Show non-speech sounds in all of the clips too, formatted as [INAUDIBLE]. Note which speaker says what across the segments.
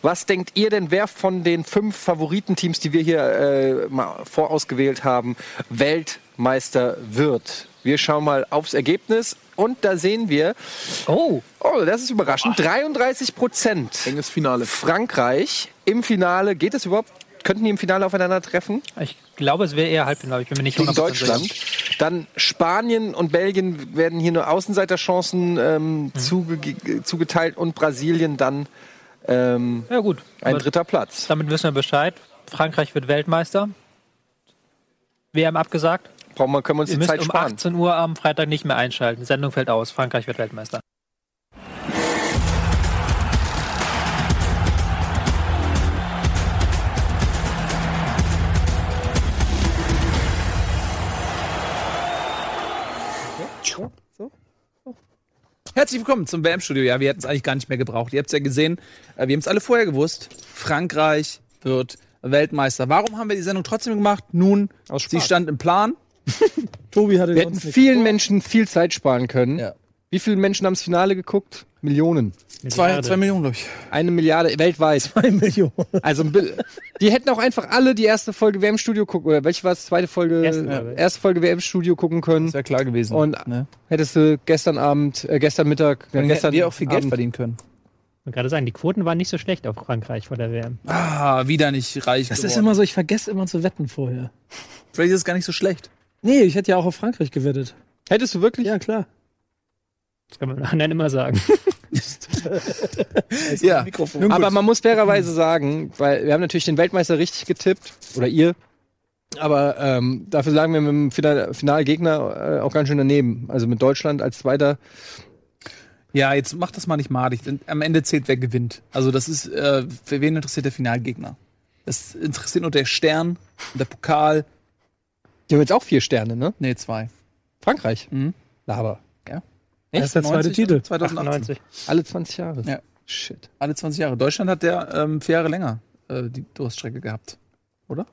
Speaker 1: Was denkt ihr denn, wer von den fünf Favoritenteams, die wir hier äh, mal vorausgewählt haben, Weltmeister wird? Wir schauen mal aufs Ergebnis und da sehen wir,
Speaker 2: Oh,
Speaker 1: oh, das ist überraschend, 33 Prozent.
Speaker 3: Enges Finale.
Speaker 1: Frankreich im Finale, geht es überhaupt? Könnten die im Finale aufeinandertreffen?
Speaker 2: ich glaube, es wäre eher Halbfinale. Ich bin mir nicht
Speaker 1: gegen
Speaker 2: 100%
Speaker 1: Deutschland.
Speaker 2: sicher.
Speaker 1: Dann Spanien und Belgien werden hier nur Außenseiterchancen ähm,
Speaker 2: Mhm.
Speaker 1: zuge zugeteilt und Brasilien dann ähm,
Speaker 2: Ja gut.
Speaker 1: ein
Speaker 2: Aber
Speaker 1: dritter Platz.
Speaker 2: Damit wissen wir Bescheid. Frankreich wird Weltmeister. WM abgesagt.
Speaker 1: Brauchen wir, können wir uns
Speaker 2: Ihr
Speaker 1: die
Speaker 2: müsst
Speaker 1: Zeit
Speaker 2: um
Speaker 1: sparen.
Speaker 2: 18 Uhr am Freitag nicht mehr einschalten. Sendung fällt aus. Frankreich wird Weltmeister.
Speaker 4: Herzlich willkommen zum WM-Studio. Ja, wir hätten es eigentlich gar nicht mehr gebraucht. Ihr habt es ja gesehen, äh, wir haben es alle vorher gewusst. Frankreich wird Weltmeister. Warum haben wir die Sendung trotzdem gemacht? Nun, sie stand im Plan.
Speaker 5: Tobi hatte
Speaker 1: Wir hätten
Speaker 5: sonst nichts.
Speaker 1: vielen Menschen viel Zeit sparen können.
Speaker 4: Ja.
Speaker 1: Wie viele Menschen haben das Finale geguckt? Millionen.
Speaker 4: Zwei, zwei Millionen, glaube ich.
Speaker 1: Eine Milliarde
Speaker 5: [LAUGHS]
Speaker 1: weltweit.
Speaker 5: Eine Million.
Speaker 1: Also ein Bill- die hätten auch einfach alle die erste Folge WM-Studio gucken oder welche war es? Zweite Folge,
Speaker 2: Erste, glaube ich.
Speaker 1: erste Folge WM-Studio gucken können.
Speaker 4: Ist ja klar gewesen.
Speaker 1: Und
Speaker 4: ne?
Speaker 1: hättest du gestern Abend, äh, gestern Mittag,
Speaker 4: dann
Speaker 1: gestern
Speaker 4: hätten wir auch viel Geld
Speaker 1: Abend
Speaker 4: verdienen können.
Speaker 6: Ich wollte gerade sagen, die Quoten waren nicht so schlecht auf Frankreich vor der WM.
Speaker 4: Ah, wieder nicht reich
Speaker 5: Das
Speaker 4: geworden.
Speaker 5: ist immer so, ich vergesse immer zu wetten vorher.
Speaker 4: Vielleicht ist es gar nicht so schlecht.
Speaker 5: Nee, ich hätte ja auch auf Frankreich gewettet.
Speaker 1: Hättest du wirklich?
Speaker 5: Ja, klar.
Speaker 6: Das kann man im Nachhinein immer sagen.
Speaker 4: Ja. Nun gut.
Speaker 1: Aber man muss fairerweise sagen, weil wir haben natürlich den Weltmeister richtig getippt, oder ihr, aber ähm, dafür lagen wir mit dem Final- Finalgegner äh, auch ganz schön daneben. Also mit Deutschland als Zweiter.
Speaker 4: Ja, jetzt mach das mal nicht madig. denn Am Ende zählt, wer gewinnt. Also das ist, äh, für wen interessiert der Finalgegner? Das interessiert nur der Stern, der Pokal.
Speaker 1: Die haben jetzt auch vier Sterne, ne?
Speaker 4: Nee, zwei.
Speaker 1: Frankreich.
Speaker 4: Mhm.
Speaker 1: Laber.
Speaker 5: Das ist der zweite
Speaker 4: 90
Speaker 5: Titel.
Speaker 4: und 2018.
Speaker 1: Alle 20 Jahre.
Speaker 4: Ja.
Speaker 1: Shit.
Speaker 4: Alle 20 Jahre. Deutschland hat der ähm, vier Jahre länger äh, die Durststrecke gehabt. Oder?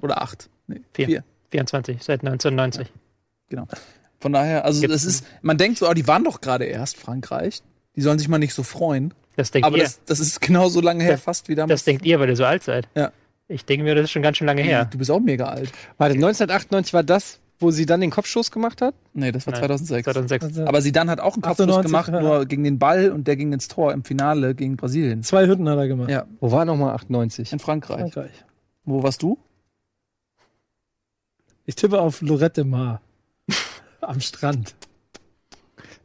Speaker 4: Oder acht. Nee,
Speaker 6: Vier. 24, seit 1990.
Speaker 4: Genau. Von daher, also
Speaker 6: Gibt's-
Speaker 4: das ist, man denkt so, oh, die waren doch gerade erst Frankreich. Die sollen sich mal nicht so freuen.
Speaker 6: Das denkt
Speaker 4: Aber
Speaker 6: ihr. Das,
Speaker 4: das, das ist genau so lange her,
Speaker 6: Das-
Speaker 4: fast wie damals.
Speaker 6: denkt ihr, weil ihr so alt seid.
Speaker 4: Ja.
Speaker 6: Ich denke mir, das ist schon ganz schön lange her.
Speaker 4: Du bist auch mega alt.
Speaker 1: Warte, 1998 war das, wo sie dann den Kopfschuss gemacht hat?
Speaker 4: Nee, das war
Speaker 6: Nein.
Speaker 4: 2006.
Speaker 6: 2006.
Speaker 1: Also
Speaker 4: Aber sie dann hat auch einen Kopfschuss
Speaker 5: 98,
Speaker 4: gemacht,
Speaker 5: ja.
Speaker 4: nur gegen den Ball und der ging ins Tor im Finale gegen Brasilien.
Speaker 5: Zwei Hütten hat er gemacht.
Speaker 4: Ja.
Speaker 1: Wo war nochmal 98?
Speaker 4: [LAUGHS] In Frankreich.
Speaker 5: Frankreich.
Speaker 4: Wo warst du?
Speaker 5: Ich tippe auf Lorette
Speaker 1: [LAUGHS]
Speaker 5: de Mar. Am Strand.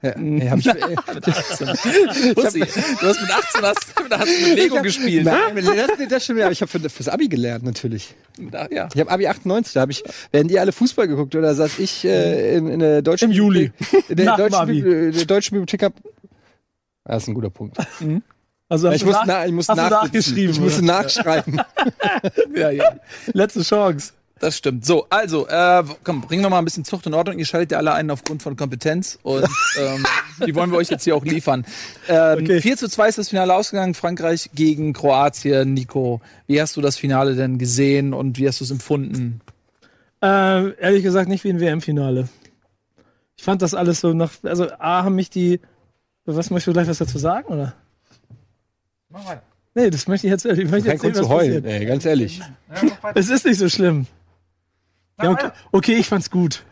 Speaker 1: Ja, nee, hab ich, äh, [LAUGHS]
Speaker 4: [LAUGHS] Pussy. Du hast mit 18 hast, mit- hast mit Lego gespielt.
Speaker 1: nein, das, das stimmt, aber ich habe für, fürs Abi gelernt natürlich.
Speaker 4: Mit a- Ja.
Speaker 1: Ich habe Abi 98, da habe ich, während ihr alle Fußball geguckt oder saß ich äh, in, in der deutschen
Speaker 5: Im Juli.
Speaker 1: Bibliothek- in der
Speaker 5: Nach dem
Speaker 1: deutschen,
Speaker 5: Abi.
Speaker 1: Bibli- der deutschen Bibliothek hab, Ah, das ist ein guter Punkt.
Speaker 5: Also hast
Speaker 1: Ich
Speaker 5: du
Speaker 1: muss,
Speaker 5: nach-
Speaker 1: na, ich muss
Speaker 5: hast du
Speaker 1: nachgeschrieben.
Speaker 5: nachgeschrieben,
Speaker 1: Ich musste
Speaker 5: oder?
Speaker 1: nachschreiben.
Speaker 4: ja, ja.
Speaker 5: Letzte Chance.
Speaker 4: Das stimmt. So, also, äh, komm, bringen wir mal ein bisschen Zucht in Ordnung. Ihr schaltet ja alle einen aufgrund von Kompetenz
Speaker 5: [LAUGHS]
Speaker 4: und ähm, die wollen wir euch jetzt hier auch liefern. Ähm,
Speaker 5: Okay.
Speaker 4: 4 zu 2 ist das Finale ausgegangen, Frankreich gegen Kroatien. Nico, wie hast du das Finale denn gesehen und wie hast du es empfunden?
Speaker 5: Ähm, ehrlich gesagt nicht wie ein WM-Finale. Ich fand das alles so nach. Also A haben mich die. Was möchtest du gleich was dazu sagen, oder? Nee, das möchte ich jetzt. Ich möchte
Speaker 1: Kein
Speaker 5: jetzt sehen,
Speaker 1: Grund zu
Speaker 5: was
Speaker 1: heulen,
Speaker 5: passiert.
Speaker 1: ey, ganz ehrlich.
Speaker 5: Es ist nicht so schlimm. Ja, okay, okay, ich fand's gut.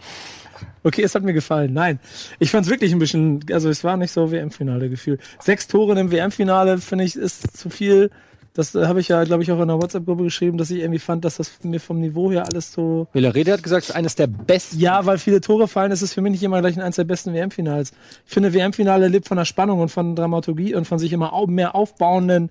Speaker 5: Okay, es hat mir gefallen. Nein, ich fand's wirklich ein bisschen. Also es war nicht so WM-Finale-Gefühl. Sechs Tore im WM-Finale finde ich ist zu viel. Das äh, habe ich ja, glaube ich, auch in der WhatsApp-Gruppe geschrieben, dass ich irgendwie fand, dass das mir vom Niveau her alles so
Speaker 1: Villarede hat gesagt, es ist eines der besten.
Speaker 5: ja, weil viele Tore fallen, ist es für mich nicht immer gleich eines der besten WM-Finals. Ich finde, WM-Finale lebt von der Spannung und von Dramaturgie und von sich immer au mehr aufbauenden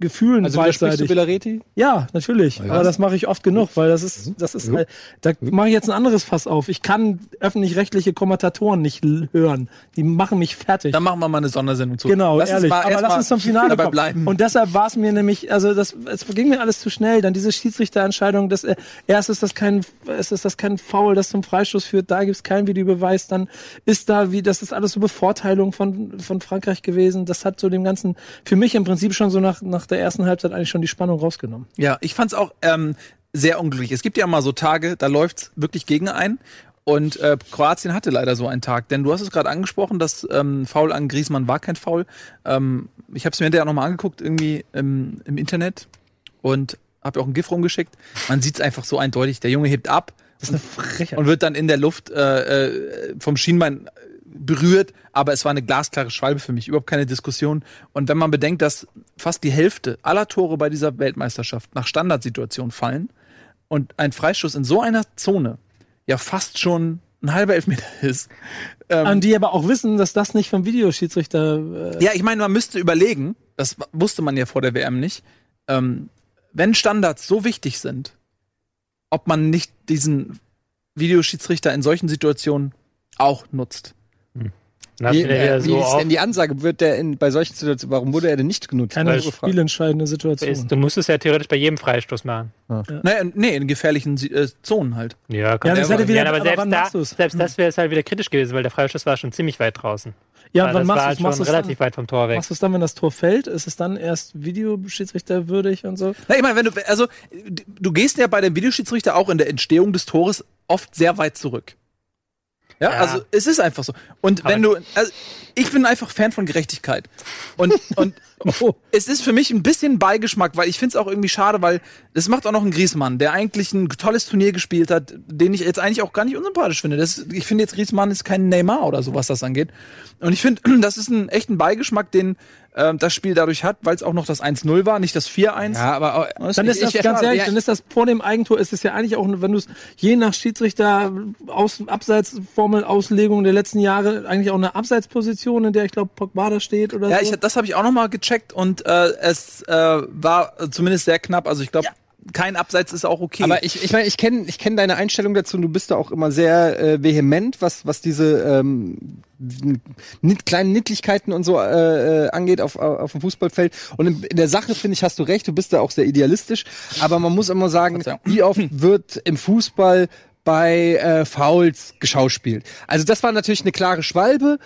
Speaker 5: Gefühlen
Speaker 1: Also widersprichst du Villareti?
Speaker 5: ja, natürlich. Aber das mache ich oft genug, weil das
Speaker 4: Mhm.
Speaker 5: ist, das ist halt, da mache ich jetzt ein anderes Fass auf. Ich kann öffentlich-rechtliche Kommentatoren nicht l- hören. Die machen mich fertig.
Speaker 4: Dann machen wir mal eine Sondersendung zu.
Speaker 5: Genau,
Speaker 4: lass Uns
Speaker 5: ehrlich.
Speaker 4: mal,
Speaker 5: aber
Speaker 4: erst
Speaker 5: lass
Speaker 4: mal
Speaker 5: uns zum Finale
Speaker 4: dabei
Speaker 5: kommen.
Speaker 4: bleiben.
Speaker 5: Und deshalb war es mir nämlich, also das, es ging mir alles zu schnell. Dann diese Schiedsrichterentscheidung, dass äh, erst ist das kein, es ist das kein Foul, das zum Freistoß führt. Da gibt es keinen Videobeweis. Dann ist da wie, das ist alles so Bevorteilung von von Frankreich gewesen. Das hat so dem ganzen für mich im Prinzip schon so nach nach der ersten Halbzeit eigentlich schon die Spannung rausgenommen.
Speaker 4: Ja, ich fand's auch ähm, sehr unglücklich. Es gibt ja mal so Tage, da läuft's wirklich gegen einen. Und äh, Kroatien hatte leider so einen Tag, denn du hast es gerade angesprochen, dass ähm, Foul an Griesmann war kein Foul. Ähm, ich habe es mir hinterher nochmal angeguckt, irgendwie im, im Internet und habe auch ein GIF rumgeschickt. Man sieht es einfach so eindeutig. Der Junge hebt ab
Speaker 5: Das ist eine Frechheit.
Speaker 4: und wird dann in der Luft äh, äh, vom Schienbein berührt, aber es war eine glasklare Schwalbe für mich, überhaupt keine Diskussion. Und wenn man bedenkt, dass fast die Hälfte aller Tore bei dieser Weltmeisterschaft nach Standardsituationen fallen und ein Freistoß in so einer Zone ja fast schon ein halber Elfmeter ist.
Speaker 5: An die aber auch wissen, dass das nicht vom Videoschiedsrichter. Äh,
Speaker 4: Ja, ich meine, man müsste überlegen, das wusste man ja vor der WM nicht, ähm, wenn Standards so wichtig sind, ob man nicht diesen Videoschiedsrichter in solchen Situationen auch nutzt.
Speaker 6: Dann
Speaker 1: Wie,
Speaker 6: hast du wieder
Speaker 1: äh, wie
Speaker 6: so
Speaker 1: ist
Speaker 6: auf,
Speaker 1: denn die Ansage? Wird der in, bei solchen Situationen, warum wurde er denn nicht genutzt?
Speaker 5: keine
Speaker 1: Wurde gefragt.
Speaker 5: spielentscheidende
Speaker 6: ist,
Speaker 5: Situation.
Speaker 6: du musst es ja theoretisch bei jedem Freistoß machen.
Speaker 4: Naja, Ne, in- nee, in gefährlichen Si- äh, Zonen halt.
Speaker 6: Ja, kann
Speaker 5: Ja, das
Speaker 6: man
Speaker 5: hätte
Speaker 6: machen.
Speaker 5: wieder-
Speaker 6: Ja, aber
Speaker 5: aber wann machst
Speaker 6: selbst, da,
Speaker 5: du's?
Speaker 6: selbst das wäre es halt wieder kritisch gewesen, weil der Freistoß war schon ziemlich weit draußen.
Speaker 5: Ja,
Speaker 6: Weil das
Speaker 5: wann
Speaker 6: war
Speaker 5: machst
Speaker 6: halt
Speaker 5: du es?
Speaker 6: schon relativ weit vom Tor weg.
Speaker 5: Machst du es dann, wenn das Tor fällt? Ist es dann erst Videoschiedsrichter würdig und so?
Speaker 4: Na, ich meine, wenn du, also, d- du gehst ja bei dem Videoschiedsrichter auch in der Entstehung des Tores oft sehr weit zurück. Ja,
Speaker 6: Ja.
Speaker 4: also es ist einfach so. Und wenn du, also ich bin einfach Fan von Gerechtigkeit.
Speaker 5: [LAUGHS]
Speaker 4: Und, und
Speaker 5: Oh.
Speaker 4: es ist für mich ein bisschen Beigeschmack, weil ich finde es auch irgendwie schade, weil das macht auch noch ein Griesmann, der eigentlich ein tolles Turnier gespielt hat, den ich jetzt eigentlich auch gar nicht unsympathisch finde. Das, ich finde jetzt Griesmann ist kein Neymar oder so, was das angeht. Und ich finde, [CLEARS THROAT] das ist ein echten Beigeschmack, den ähm, das Spiel dadurch hat, weil es auch noch das 1-0 war, nicht das 4-1.
Speaker 1: Ja, aber
Speaker 4: Das
Speaker 5: äh, Dann ist
Speaker 4: ich-
Speaker 5: das
Speaker 4: ich-
Speaker 5: ganz
Speaker 4: ja,
Speaker 5: ehrlich,
Speaker 4: ja,
Speaker 5: dann ist das vor dem Eigentor, ist es ja eigentlich auch, wenn du es je nach Schiedsrichter aus Abseitsformel Auslegung der letzten Jahre eigentlich auch eine Abseitsposition, in der ich glaube Pogba da steht oder
Speaker 4: Ja,
Speaker 5: so.
Speaker 4: ich, das habe ich auch nochmal gecheckt und äh, es äh, war zumindest sehr knapp. Also ich glaube, kein Abseits ist auch okay.
Speaker 1: Aber ich, ich meine, ich kenne ich kenn deine Einstellung dazu und du bist da auch immer sehr äh, vehement, was, was diese ähm, nit, kleinen Nittlichkeiten und so äh, äh, angeht auf, auf dem Fußballfeld. Und in, in der Sache, finde ich, hast du recht, du bist da auch sehr idealistisch. Aber man muss immer sagen,
Speaker 4: Verzeihung.
Speaker 1: wie oft wird im Fußball bei äh, Fouls geschauspielt? Also das war natürlich eine klare Schwalbe.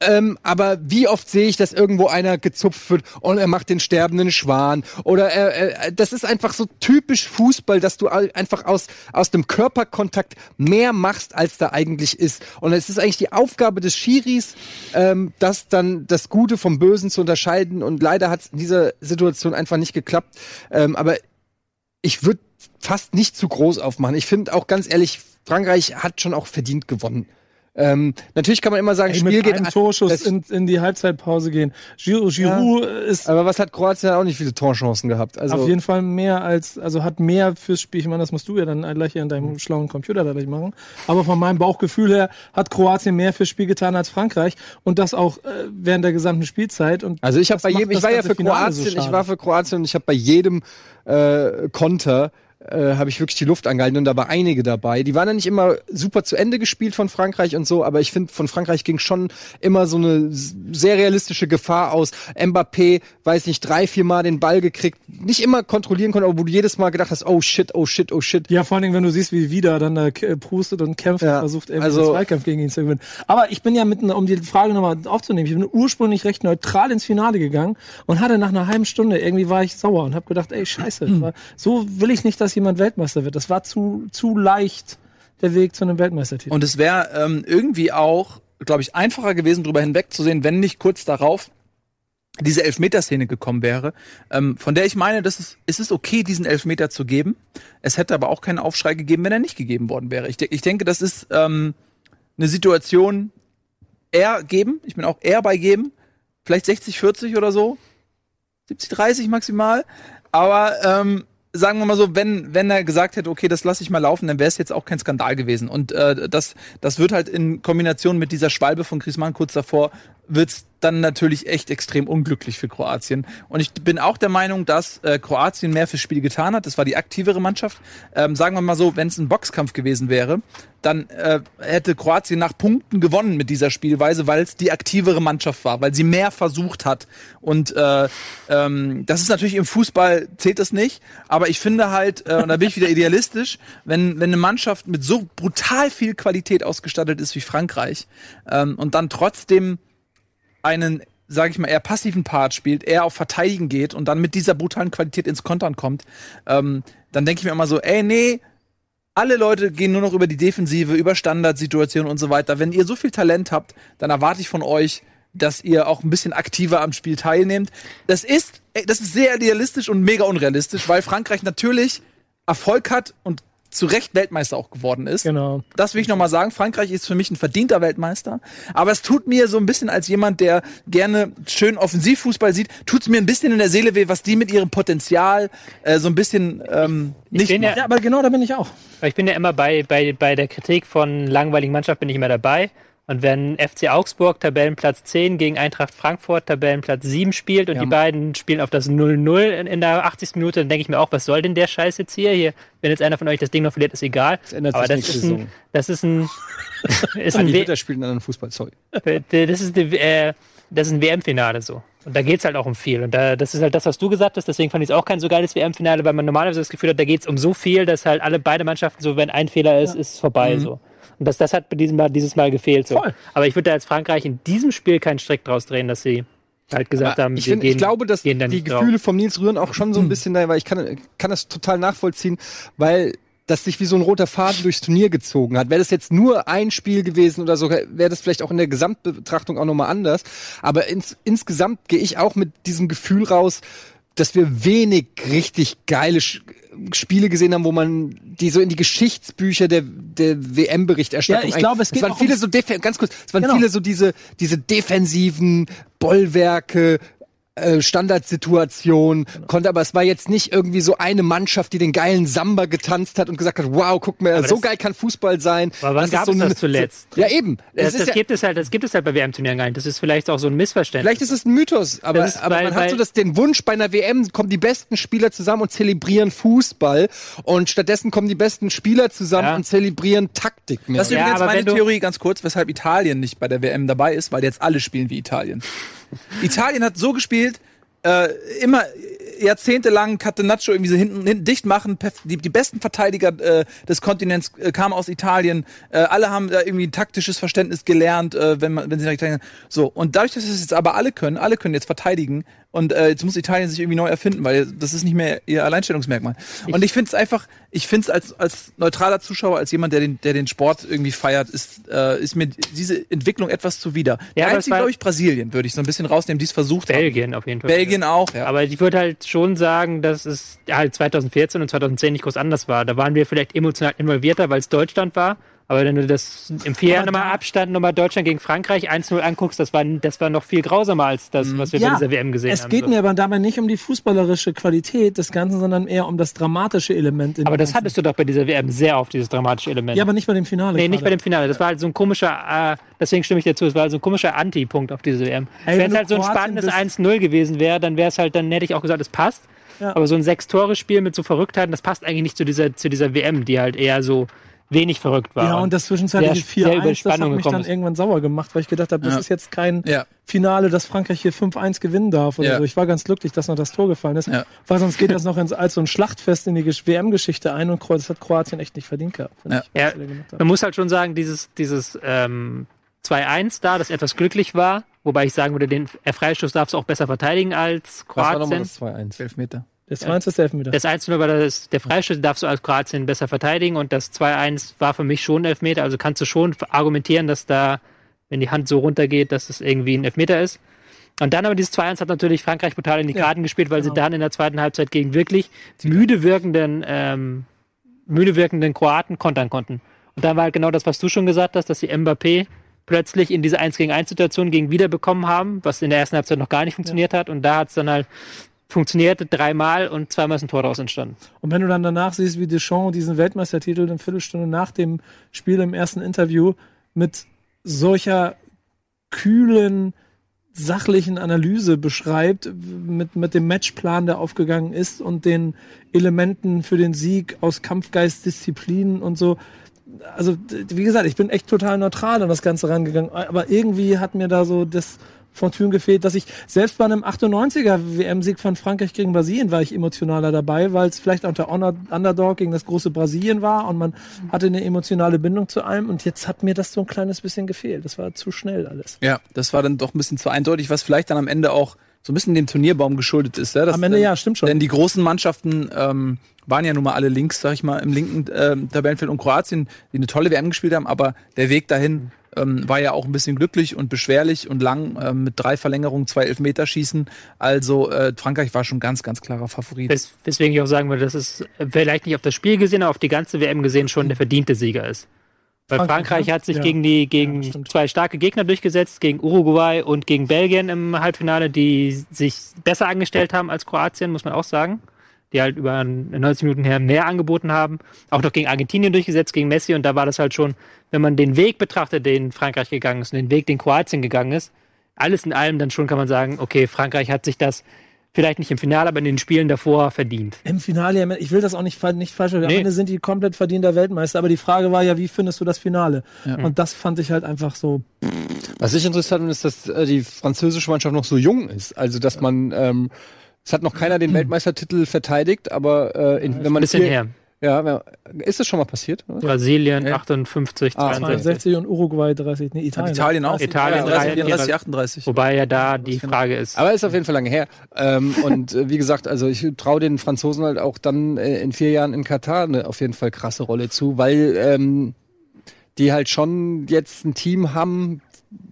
Speaker 1: Ähm, aber wie oft sehe ich, dass irgendwo einer gezupft wird und er macht den sterbenden Schwan oder er, er, das ist einfach so typisch Fußball, dass du all- einfach aus aus dem Körperkontakt mehr machst, als da eigentlich ist. Und es ist eigentlich die Aufgabe des Schiris, ähm, das dann das Gute vom Bösen zu unterscheiden. Und leider hat es in dieser Situation einfach nicht geklappt. Ähm, aber ich würde fast nicht zu groß aufmachen. Ich finde auch ganz ehrlich, Frankreich hat schon auch verdient gewonnen. Ähm, natürlich kann man immer sagen,
Speaker 5: Ey,
Speaker 1: Spiel
Speaker 5: mit
Speaker 1: geht
Speaker 5: einem
Speaker 1: an-
Speaker 5: Torschuss
Speaker 1: das-
Speaker 5: in, in die Halbzeitpause gehen. Giroud, Giroud ist
Speaker 1: aber was hat Kroatien auch nicht viele Torchancen gehabt? Also
Speaker 5: auf jeden Fall mehr als, also hat mehr fürs Spiel. Ich meine, das musst du ja dann gleich hier an deinem
Speaker 1: Mhm.
Speaker 5: schlauen Computer dadurch machen. Aber von meinem Bauchgefühl her hat Kroatien mehr fürs Spiel getan als Frankreich und das auch äh, während der gesamten Spielzeit. Und
Speaker 1: Also ich habe
Speaker 5: das
Speaker 1: bei
Speaker 5: macht
Speaker 1: jedem, ich
Speaker 5: das
Speaker 1: war ja
Speaker 5: ganze
Speaker 1: für
Speaker 5: Finale so
Speaker 1: Kroatien, ich
Speaker 5: schade.
Speaker 1: war für Kroatien und ich habe bei jedem äh, Konter äh, habe ich wirklich die Luft angehalten und da war einige dabei. Die waren ja nicht immer super zu Ende gespielt von Frankreich und so, aber ich finde, von Frankreich ging schon immer so eine s- sehr realistische Gefahr aus. Mbappé, weiß nicht, drei, vier Mal den Ball gekriegt, nicht immer kontrollieren konnte, aber wo du jedes Mal gedacht hast, oh shit, oh shit, oh shit.
Speaker 5: Ja, vor allen Dingen, wenn du siehst, wie wieder dann da äh, prustet und kämpft
Speaker 1: Ja,
Speaker 5: und versucht, irgendwie
Speaker 1: also-
Speaker 5: also, Zweikampf gegen ihn zu gewinnen. Aber ich bin ja mitten, um die Frage nochmal aufzunehmen, ich bin ursprünglich recht neutral ins Finale gegangen und hatte nach einer halben Stunde, irgendwie war ich sauer und habe gedacht, ey, scheiße,
Speaker 6: Hm.
Speaker 5: das war, so will ich nicht, dass jemand Weltmeister wird. Das war zu, zu leicht, der Weg zu einem Weltmeistertitel.
Speaker 4: Und es wäre ähm, irgendwie auch, glaube ich, einfacher gewesen, darüber hinwegzusehen, wenn nicht kurz darauf diese Elfmeterszene gekommen wäre, ähm, von der ich meine, dass es, es ist okay, diesen Elfmeter zu geben. Es hätte aber auch keinen Aufschrei gegeben, wenn er nicht gegeben worden wäre. Ich, de ich denke, das ist ähm, eine Situation eher geben. Ich bin auch eher bei geben. Vielleicht 60, 40 oder so. 70, 30 maximal. Aber ähm, sagen wir mal so, wenn, wenn er gesagt hätte, okay, das lasse ich mal laufen, dann wäre es jetzt auch kein Skandal gewesen. Und äh, das, das wird halt in Kombination mit dieser Schwalbe von Griezmann kurz davor, wird's dann natürlich echt extrem unglücklich für Kroatien. Und ich bin auch der Meinung, dass äh, Kroatien mehr fürs Spiel getan hat. Das war die aktivere Mannschaft. Ähm, sagen wir mal so, wenn es ein Boxkampf gewesen wäre, dann äh, hätte Kroatien nach Punkten gewonnen mit dieser Spielweise, weil es die aktivere Mannschaft war, weil sie mehr versucht hat. Und äh, ähm, das ist natürlich im Fußball zählt das nicht, aber ich finde halt, äh, und da bin ich wieder idealistisch, wenn, wenn eine Mannschaft mit so brutal viel Qualität ausgestattet ist wie Frankreich ähm, und dann trotzdem einen, sage ich mal, eher passiven Part spielt, eher auf Verteidigen geht und dann mit dieser brutalen Qualität ins Kontern kommt, ähm, dann denke ich mir immer so, ey, nee, Alle Leute gehen nur noch über die Defensive, über Standardsituationen und so weiter. Wenn ihr so viel Talent habt, dann erwarte ich von euch, dass ihr auch ein bisschen aktiver am Spiel teilnehmt. Das ist, ey, das ist sehr idealistisch und mega unrealistisch, weil Frankreich natürlich Erfolg hat und zu Recht Weltmeister auch geworden ist.
Speaker 5: Genau.
Speaker 4: Das will ich nochmal sagen. Frankreich ist für mich ein verdienter Weltmeister. Aber es tut mir so ein bisschen als jemand, der gerne schön Offensivfußball sieht, tut es mir ein bisschen in der Seele weh, was die mit ihrem Potenzial äh, so ein bisschen ähm, nicht
Speaker 6: bin ja-
Speaker 5: Ja, aber genau da bin ich auch.
Speaker 6: Weil ich bin ja immer bei, bei, bei der Kritik von langweiligen Mannschaft bin ich immer dabei. Und wenn FC Augsburg Tabellenplatz 10 gegen Eintracht Frankfurt Tabellenplatz 7 spielt und die beiden spielen auf das 0-0 in, in der 80. Minute, dann denke ich mir auch, was soll denn der Scheiß jetzt hier? hier wenn jetzt einer von euch das Ding noch verliert, ist egal.
Speaker 1: ändert
Speaker 6: Aber
Speaker 1: sich
Speaker 6: das
Speaker 1: nächste
Speaker 6: ist, ein,
Speaker 1: Saison.
Speaker 6: das ist ein, [LAUGHS] ist
Speaker 5: Ah,
Speaker 6: ein,
Speaker 1: Die
Speaker 6: We-
Speaker 1: Ritter spielen einen anderen Fußball, sorry.
Speaker 6: das ist, die- äh, das ist ein WM-Finale so. Und da geht es halt auch um viel. Und da, das ist halt das, was du gesagt hast. Deswegen fand ich es auch kein so geiles WM-Finale, weil man normalerweise das Gefühl hat, da geht es um so viel, dass halt alle beide Mannschaften so, wenn ein Fehler ist, ist es vorbei
Speaker 1: Mhm.
Speaker 6: so. Und das, das hat bei diesem Mal, dieses Mal gefehlt. So.
Speaker 5: Voll.
Speaker 6: Aber ich würde da als Frankreich in diesem Spiel keinen Strick draus drehen, dass sie halt gesagt haben,
Speaker 1: ich,
Speaker 6: wir
Speaker 1: find,
Speaker 6: gehen,
Speaker 1: ich glaube, dass die
Speaker 6: gehen da nicht drauf. Hm.
Speaker 1: Gefühle vom Nils rühren auch schon so ein bisschen dahin, weil ich kann, kann das total nachvollziehen, weil das sich wie so ein roter Faden durchs Turnier gezogen hat. Wäre das jetzt nur ein Spiel gewesen oder so, wäre das vielleicht auch in der Gesamtbetrachtung auch nochmal anders. Aber ins, insgesamt gehe ich auch mit diesem Gefühl raus, dass wir wenig richtig geile Sch Spiele gesehen haben, wo man die so in die Geschichtsbücher der, der WM-Berichterstattung.
Speaker 5: Ja, ich glaube, es geht
Speaker 1: waren
Speaker 5: auch um
Speaker 1: viele so defen- ganz kurz, es waren
Speaker 5: Genau.
Speaker 1: viele so diese diese defensiven Bollwerke. äh, Standardsituationen konnte, aber es war jetzt nicht irgendwie so eine Mannschaft, die den geilen Samba getanzt hat und gesagt hat, wow, guck mal, so
Speaker 6: das-
Speaker 1: geil kann Fußball sein.
Speaker 6: Aber wann
Speaker 1: ist
Speaker 6: gab es
Speaker 1: ein-
Speaker 6: das zuletzt?
Speaker 1: So, ja, eben.
Speaker 6: das,
Speaker 1: Es ist
Speaker 6: das,
Speaker 1: ja,
Speaker 6: gibt es halt, das gibt es halt bei WM-Turnieren gar nicht. Das ist vielleicht auch so ein Missverständnis.
Speaker 1: vielleicht ist es ein Mythos, aber,
Speaker 6: Das ist,
Speaker 1: aber
Speaker 6: weil-
Speaker 1: man hat
Speaker 6: weil-
Speaker 1: so das, den Wunsch, bei einer WM kommen die besten Spieler zusammen und zelebrieren Fußball und stattdessen kommen die besten Spieler zusammen
Speaker 6: Ja.
Speaker 1: und zelebrieren Taktik mehr.
Speaker 4: Das ist
Speaker 6: Ja,
Speaker 4: übrigens
Speaker 6: aber
Speaker 4: meine
Speaker 6: wenn du-
Speaker 4: Theorie ganz kurz, weshalb Italien nicht bei der WM dabei ist, weil jetzt alle spielen
Speaker 6: [LAUGHS]
Speaker 4: wie Italien. Italien hat so gespielt, äh, immer jahrzehntelang Catenaccio irgendwie so hinten, hinten dicht machen. Perf- Die, die besten Verteidiger äh, des Kontinents äh, kamen aus Italien. Äh, alle haben da irgendwie ein taktisches Verständnis gelernt, äh, wenn, man, wenn sie nach Italien. So, und dadurch, dass es jetzt aber alle können, alle können jetzt verteidigen. Und äh, jetzt muss Italien sich irgendwie neu erfinden, weil das ist nicht mehr ihr Alleinstellungsmerkmal. und ich finde es einfach, ich finde es als, als neutraler Zuschauer, als jemand, der den, der den Sport irgendwie feiert, ist, äh, ist mir diese Entwicklung etwas zuwider.
Speaker 6: Ja,
Speaker 4: der
Speaker 6: aber es
Speaker 4: einzige,
Speaker 6: war-
Speaker 4: glaube ich, Brasilien, würde ich so ein bisschen rausnehmen, die es versucht haben.
Speaker 6: Belgien auf jeden Fall.
Speaker 4: Belgien auch, ja.
Speaker 6: Aber ich würde halt schon sagen, dass es halt 2014 und 2010 nicht groß anders war. Da waren wir vielleicht emotional involvierter, weil es Deutschland war. Aber wenn du das im Vierjahr nochmal Abstand nochmal Deutschland gegen Frankreich 1-0 anguckst, das war, das war noch viel grausamer als das, was wir bei dieser WM gesehen
Speaker 5: Mhm. es
Speaker 6: haben.
Speaker 5: geht
Speaker 6: so.
Speaker 5: mir aber dabei nicht um die fußballerische Qualität des Ganzen, sondern eher um das dramatische Element. In
Speaker 6: aber
Speaker 5: dem
Speaker 6: das
Speaker 5: Ganzen.
Speaker 6: hattest du doch bei dieser WM sehr oft, dieses dramatische Element.
Speaker 5: Ja, aber nicht bei dem Finale.
Speaker 6: Nee, nicht bei
Speaker 5: gerade.
Speaker 6: dem Finale. Das war halt so ein komischer, äh, deswegen stimme ich dir zu, es war halt so ein komischer Anti-Punkt auf diese WM.
Speaker 5: Ey, wenn
Speaker 6: Wenn es
Speaker 5: du
Speaker 6: halt so ein
Speaker 5: Kroatien
Speaker 6: spannendes
Speaker 5: bist-
Speaker 6: 1-0 gewesen wäre, dann wäre es halt, dann hätte ich auch gesagt, es passt.
Speaker 5: Ja.
Speaker 6: Aber so ein Sechs-Tore-Spiel mit so Verrücktheiten, das passt eigentlich nicht zu dieser, zu dieser WM, die halt eher so wenig verrückt war.
Speaker 5: Ja, und das zwischenzeitliche
Speaker 6: sehr- sehr über
Speaker 5: 4-1, das hat
Speaker 6: Spannung
Speaker 5: mich
Speaker 6: gekommen
Speaker 5: dann
Speaker 6: ist.
Speaker 5: irgendwann sauer gemacht, weil ich gedacht habe, das
Speaker 4: Ja.
Speaker 5: ist jetzt kein
Speaker 4: Ja.
Speaker 5: Finale, dass Frankreich hier 5-1 gewinnen darf oder
Speaker 4: Ja.
Speaker 5: so. Ich war ganz glücklich, dass noch das Tor gefallen ist,
Speaker 4: Ja.
Speaker 5: weil
Speaker 4: [LAUGHS]
Speaker 5: sonst geht das noch ins, als so ein Schlachtfest in die Gesch- WM-Geschichte ein und Kro- das hat Kroatien echt nicht verdient gehabt. finde
Speaker 4: Ja.
Speaker 5: ich, was
Speaker 6: Ja,
Speaker 5: sie da gemacht haben.
Speaker 6: man muss halt schon sagen, dieses, dieses ähm, 2-1 da, das etwas glücklich war, wobei ich sagen würde, den äh, Freistoß darfst du auch besser verteidigen als Kroatien.
Speaker 1: das 2-1?
Speaker 4: Elfmeter.
Speaker 5: Das war eins das Elfmeter.
Speaker 6: Das 1-0 war das, der Freistoß, darfst du als Kroatien besser verteidigen und das 2-1 war für mich schon ein Elfmeter. Also kannst du schon argumentieren, dass da, wenn die Hand so runtergeht, dass das irgendwie ein Elfmeter ist. Und dann aber dieses 2-1 hat natürlich Frankreich brutal in die Karten gespielt, weil sie dann in der zweiten Halbzeit gegen wirklich müde wirkenden, ähm, müde wirkenden Kroaten kontern konnten. Und dann war halt genau das, was du schon gesagt hast, dass sie Mbappé plötzlich in diese 1 gegen 1 Situation gegen wiederbekommen haben, was in der ersten Halbzeit noch gar nicht funktioniert hat. Und da hat es dann halt funktioniert dreimal und zweimal ist ein Tor daraus entstanden.
Speaker 5: Und wenn du dann danach siehst, wie Deschamps diesen Weltmeistertitel eine Viertelstunde nach dem Spiel im ersten Interview mit solcher kühlen, sachlichen Analyse beschreibt, mit, mit dem Matchplan, der aufgegangen ist und den Elementen für den Sieg aus Kampfgeist, Disziplinen und so. Also, d- wie gesagt, ich bin echt total neutral an das Ganze rangegangen, aber irgendwie hat mir da so das Fortune gefehlt, dass ich selbst bei einem 98er WM-Sieg von Frankreich gegen Brasilien war ich emotionaler dabei, weil es vielleicht auch der Honor- Underdog gegen das große Brasilien war und man hatte eine emotionale Bindung zu allem und jetzt hat mir das so ein kleines bisschen gefehlt. Das war zu schnell alles.
Speaker 4: Ja, das war dann doch ein bisschen zu eindeutig, was vielleicht dann am Ende auch so ein bisschen dem Turnierbaum geschuldet ist. Ja, dass
Speaker 5: Am Ende
Speaker 4: dann-
Speaker 5: ja, stimmt schon.
Speaker 4: Denn die großen Mannschaften ähm, waren ja nun mal alle links, sag ich mal, im linken ähm, Tabellenfeld und Kroatien, die eine tolle WM gespielt haben, aber der Weg dahin ähm, war ja auch ein bisschen glücklich und beschwerlich und lang ähm, mit drei Verlängerungen, zwei Elfmeterschießen. Also äh, Frankreich war schon ganz, ganz klarer Favorit.
Speaker 6: Wes weswegen ich auch sagen würde, dass es vielleicht nicht auf das Spiel gesehen, aber auf die ganze WM gesehen schon der verdiente Sieger ist. Weil
Speaker 5: Frankreich,
Speaker 6: Frankreich
Speaker 5: ne?
Speaker 6: hat sich
Speaker 5: Ja.
Speaker 6: gegen die gegen
Speaker 5: Ja, stimmt.
Speaker 6: zwei starke Gegner durchgesetzt, gegen Uruguay und gegen Belgien im Halbfinale, die sich besser angestellt haben als Kroatien, muss man auch sagen. Die halt über 90 Minuten her mehr angeboten haben. Auch noch gegen Argentinien durchgesetzt, gegen Messi. Und da war das halt schon, wenn man den Weg betrachtet, den Frankreich gegangen ist und den Weg, den Kroatien gegangen ist, alles in allem dann schon kann man sagen, okay, Frankreich hat sich das vielleicht nicht im Finale, aber in den Spielen davor verdient.
Speaker 5: Im Finale, am Ende- ich will das auch nicht, fa- nicht falsch, machen. am
Speaker 6: Nee.
Speaker 5: Ende sind die komplett verdienter Weltmeister, aber die Frage war ja, wie findest du das Finale? Und das fand ich halt einfach so,
Speaker 1: Was ich interessant finde, ist, dass äh, die französische Mannschaft noch so jung ist. Also, dass man, ähm, es hat noch keiner den Weltmeistertitel verteidigt, aber äh, in, wenn man
Speaker 6: Bisschen
Speaker 1: hier,
Speaker 6: her.
Speaker 1: Ja, wenn- ist das schon mal passiert?
Speaker 6: Brasilien 58,
Speaker 1: Ah,
Speaker 6: 62.
Speaker 5: 62 und Uruguay 30, nee, Italien.
Speaker 4: Also Italien auch.
Speaker 6: Italien
Speaker 4: 34,
Speaker 6: 34,
Speaker 4: 34, 38.
Speaker 6: Wobei ja da die Frage ist,
Speaker 1: Aber ist auf jeden Fall lange her. Ähm, und äh, wie gesagt, also ich traue den Franzosen halt auch dann äh, in vier Jahren in Katar eine auf jeden Fall krasse Rolle zu, weil ähm, die halt schon jetzt ein Team haben,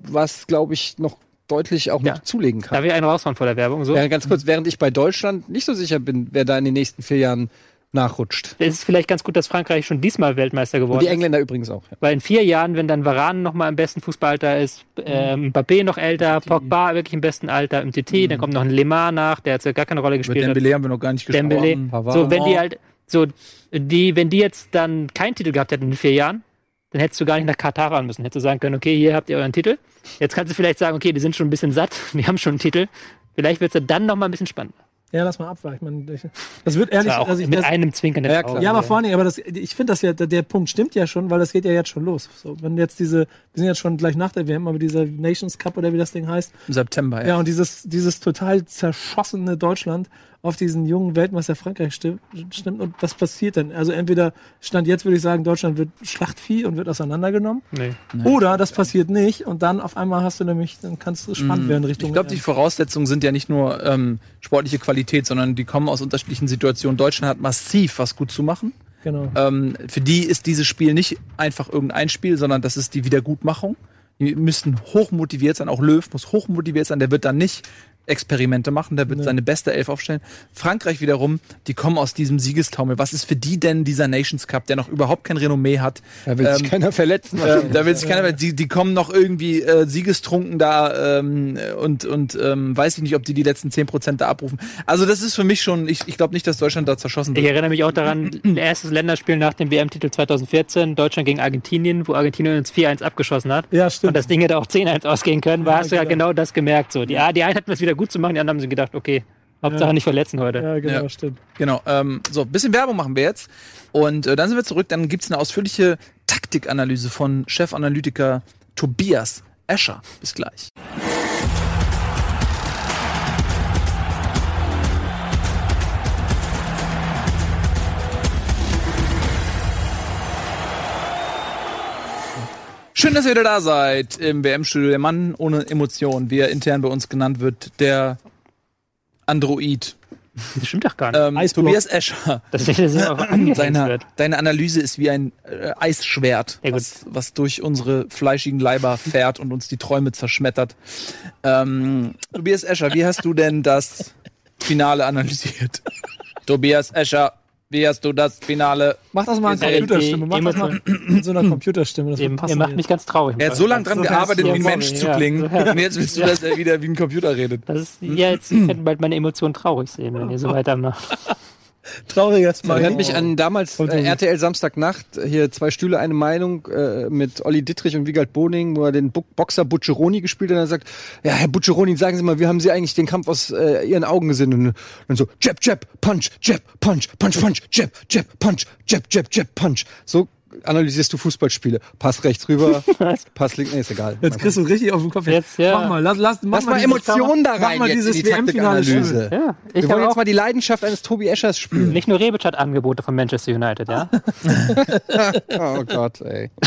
Speaker 1: was glaube ich noch deutlich auch noch
Speaker 6: Ja.
Speaker 1: zulegen kann.
Speaker 6: darf ich einen raushauen vor der Werbung? So?
Speaker 1: Ja, ganz kurz, während ich bei Deutschland nicht so sicher bin, wer da in den nächsten vier Jahren nachrutscht.
Speaker 6: Es ist vielleicht ganz gut, dass Frankreich schon diesmal Weltmeister
Speaker 1: Und
Speaker 6: geworden
Speaker 1: die
Speaker 6: ist.
Speaker 1: Engländer übrigens auch. Ja.
Speaker 6: Weil in vier Jahren, wenn dann Varane noch mal im besten Fußballalter ist,
Speaker 1: Mhm.
Speaker 6: ähm, Mbappé noch älter, Pogba wirklich im besten Alter, im TT, dann kommt noch ein Lemar nach, der hat ja gar keine Rolle
Speaker 4: Mit
Speaker 6: gespielt. hat.
Speaker 4: Dembele haben wir noch gar nicht gesprochen. Oh,
Speaker 6: Dembele.
Speaker 1: Pavard.
Speaker 6: So, wenn die halt, so, die, wenn die jetzt dann keinen Titel gehabt hätten in vier Jahren, dann hättest du gar nicht nach Katar fahren müssen. Hättest du sagen können, okay, hier habt ihr euren Titel. Jetzt kannst du vielleicht sagen, okay, die sind schon ein bisschen satt, [LAUGHS] die haben schon einen Titel. Vielleicht wird es dann noch mal ein bisschen spannend.
Speaker 5: Ja, lass mal abweichen. Man- Das wird ehrlich,
Speaker 6: Ja, auch
Speaker 5: also ich,
Speaker 6: mit
Speaker 5: das,
Speaker 6: einem Zwinkern
Speaker 1: Ja, klar.
Speaker 5: ja, aber vor allen Dingen, aber das, ich finde das ja, der, der Punkt stimmt ja schon, weil das geht ja jetzt schon los. So, wenn jetzt diese, wir sind jetzt schon gleich nach der WM, aber dieser Nations Cup oder wie das Ding heißt,
Speaker 4: Im September,
Speaker 5: ja, und dieses, dieses total zerschossene Deutschland auf diesen jungen Weltmeister Frankreich stimmt, stimmt und was passiert dann? Also entweder stand jetzt würde ich sagen, Deutschland wird Schlachtvieh und wird auseinandergenommen,
Speaker 6: Nee.
Speaker 5: oder das passiert nicht und dann auf einmal hast du nämlich, dann kannst du
Speaker 6: Mm.
Speaker 5: spannend werden Richtung.
Speaker 4: Ich glaube, die Voraussetzungen sind ja nicht nur ähm, sportliche Qualität, sondern die kommen aus unterschiedlichen Situationen. Deutschland hat massiv was gut zu machen.
Speaker 5: genau.
Speaker 4: Ähm, für die ist dieses Spiel nicht einfach irgendein Spiel, sondern das ist die Wiedergutmachung. Die müssen hochmotiviert sein. Auch Löw muss hochmotiviert sein. Der wird dann nicht Experimente machen. Der wird seine beste Elf aufstellen. Frankreich wiederum, die kommen aus diesem Siegestaumel. Was ist für die denn dieser Nations Cup, der noch überhaupt kein Renommee hat?
Speaker 1: Da will sich
Speaker 4: Ähm,
Speaker 1: keiner verletzen.
Speaker 4: Ähm, da will sich keiner mehr. Die, die kommen noch irgendwie äh, siegestrunken da ähm, und, und ähm, weiß ich nicht, ob die die letzten 10% da abrufen. Also, das ist für mich schon, ich, ich glaube nicht, dass Deutschland da zerschossen
Speaker 6: Ich
Speaker 4: wird.
Speaker 6: erinnere mich auch daran, erstes Länderspiel nach dem WM-Titel 2014, Deutschland gegen Argentinien, wo Argentinien uns 4-1 abgeschossen hat.
Speaker 5: Ja, stimmt.
Speaker 6: Und das Ding hätte auch 10-1 ausgehen können, war hast du ja genau das gemerkt. So. Die, ja, die einen hatten es wieder gut zu machen, die anderen haben sie gedacht, okay, Hauptsache nicht verletzen heute.
Speaker 5: ja, genau,
Speaker 4: Ja.
Speaker 5: stimmt.
Speaker 4: Genau. Ähm, so, ein bisschen Werbung machen wir jetzt. Und äh, dann sind wir zurück. Dann gibt's eine ausführliche Taktikanalyse von Chefanalytiker Tobias Escher. Bis gleich. Schön, dass ihr wieder da seid im WM-Studio. Der Mann ohne Emotion, wie er intern bei uns genannt wird, der Android.
Speaker 6: Das stimmt doch gar nicht.
Speaker 4: Ähm,
Speaker 5: Eisblock.
Speaker 4: Tobias Escher.
Speaker 6: dass das ist
Speaker 4: [CLEARS THROAT]
Speaker 6: ja auch angehängt
Speaker 4: Deine,
Speaker 6: wird.
Speaker 4: deine Analyse ist wie ein äh, Eisschwert,
Speaker 6: Ja, gut.
Speaker 4: was, was durch unsere fleischigen [LAUGHS] Leiber fährt und uns die Träume zerschmettert. Ähm, Tobias Escher, wie hast du denn das Finale [LAUGHS] analysiert? Tobias Escher, wie hast du das Finale?
Speaker 5: Mach das mal in
Speaker 6: Ihr seid
Speaker 5: Computerstimme.
Speaker 6: die
Speaker 5: Mach das mal Hm. mit [CLEARS THROAT] so einer Computerstimme. Das
Speaker 6: Ihr,
Speaker 5: wird
Speaker 6: ihr
Speaker 5: passen.
Speaker 6: macht mich ganz traurig.
Speaker 4: Er hat so lange dran
Speaker 5: So
Speaker 4: gearbeitet, wie
Speaker 5: herzlich,
Speaker 4: ein
Speaker 5: sorry,
Speaker 4: Mensch zu
Speaker 6: ja.
Speaker 4: klingen.
Speaker 6: So herzlich.
Speaker 4: Und jetzt willst du, dass er wieder wie ein Computer redet.
Speaker 6: das ist, ja, jetzt
Speaker 4: Mhm.
Speaker 6: könnten bald meine Emotionen traurig sehen, wenn ihr so
Speaker 5: [LAUGHS]
Speaker 6: weitermacht.
Speaker 5: trauriger
Speaker 1: Erinnert mich an damals äh, RTL Samstagnacht, hier zwei Stühle, eine Meinung äh, mit Olli Dittrich und Wiegald Boning, wo er den Bu Boxer Butcheroni gespielt hat und er sagt, ja, Herr Butcheroni, sagen Sie mal, wie haben Sie eigentlich den Kampf aus äh, Ihren Augen gesehen? Und dann so, jab, jab, punch, jab, punch, punch, punch, jab, jab, punch, jab, jab, jab, punch. So analysierst du Fußballspiele. Pass rechts [LAUGHS] rüber, Pass links, nee, ist egal.
Speaker 5: Jetzt kriegst du es richtig auf den Kopf.
Speaker 6: Jetzt, ja.
Speaker 5: Mach mal, lass, lass, mach
Speaker 1: Lass mal
Speaker 5: dieses-
Speaker 1: Emotionen da rein
Speaker 5: Mach mal
Speaker 1: jetzt
Speaker 5: dieses
Speaker 1: in die
Speaker 5: WM-Finale schön.
Speaker 1: Taktikanalyse.
Speaker 6: Ja, ich
Speaker 1: Wir wollen
Speaker 6: habe
Speaker 1: jetzt
Speaker 6: auch
Speaker 1: mal die Leidenschaft eines Tobi Eschers spielen.
Speaker 6: nicht nur Rebic hat Angebote von Manchester United,
Speaker 4: Ah.
Speaker 1: [LAUGHS]
Speaker 6: ja.
Speaker 1: Oh Gott, ey.
Speaker 6: [LAUGHS]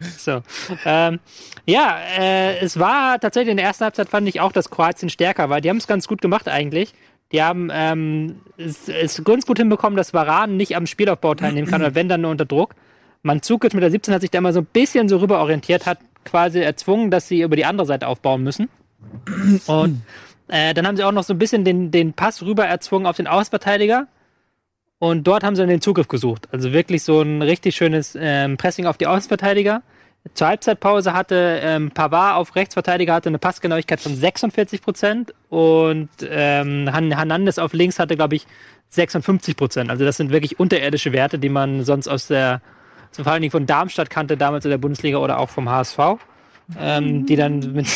Speaker 6: So. Ähm, ja, äh, es war tatsächlich in der ersten Halbzeit fand ich auch, dass Kroatien stärker war. Die haben es ganz gut gemacht eigentlich. Die haben ähm, es, es ganz gut hinbekommen, dass Varan nicht am Spielaufbau teilnehmen kann, oder wenn dann nur unter Druck. Manzukic mit der 17 hat sich da mal so ein bisschen so rüber orientiert, hat quasi erzwungen, dass sie über die andere Seite aufbauen müssen. Und äh, dann haben sie auch noch so ein bisschen den, den Pass rüber erzwungen auf den Außenverteidiger. Und dort haben sie dann den Zugriff gesucht. Also wirklich so ein richtig schönes ähm, Pressing auf die Außenverteidiger. Zur Halbzeitpause hatte ähm, Pavard auf Rechtsverteidiger hatte eine Passgenauigkeit von 46 Prozent und ähm, Han- Hernandez auf links hatte, glaube ich, 56 Prozent. Also das sind wirklich unterirdische Werte, die man sonst aus der, so vor allen Dingen von Darmstadt kannte, damals in der Bundesliga oder auch vom HSV. Ähm, die dann mit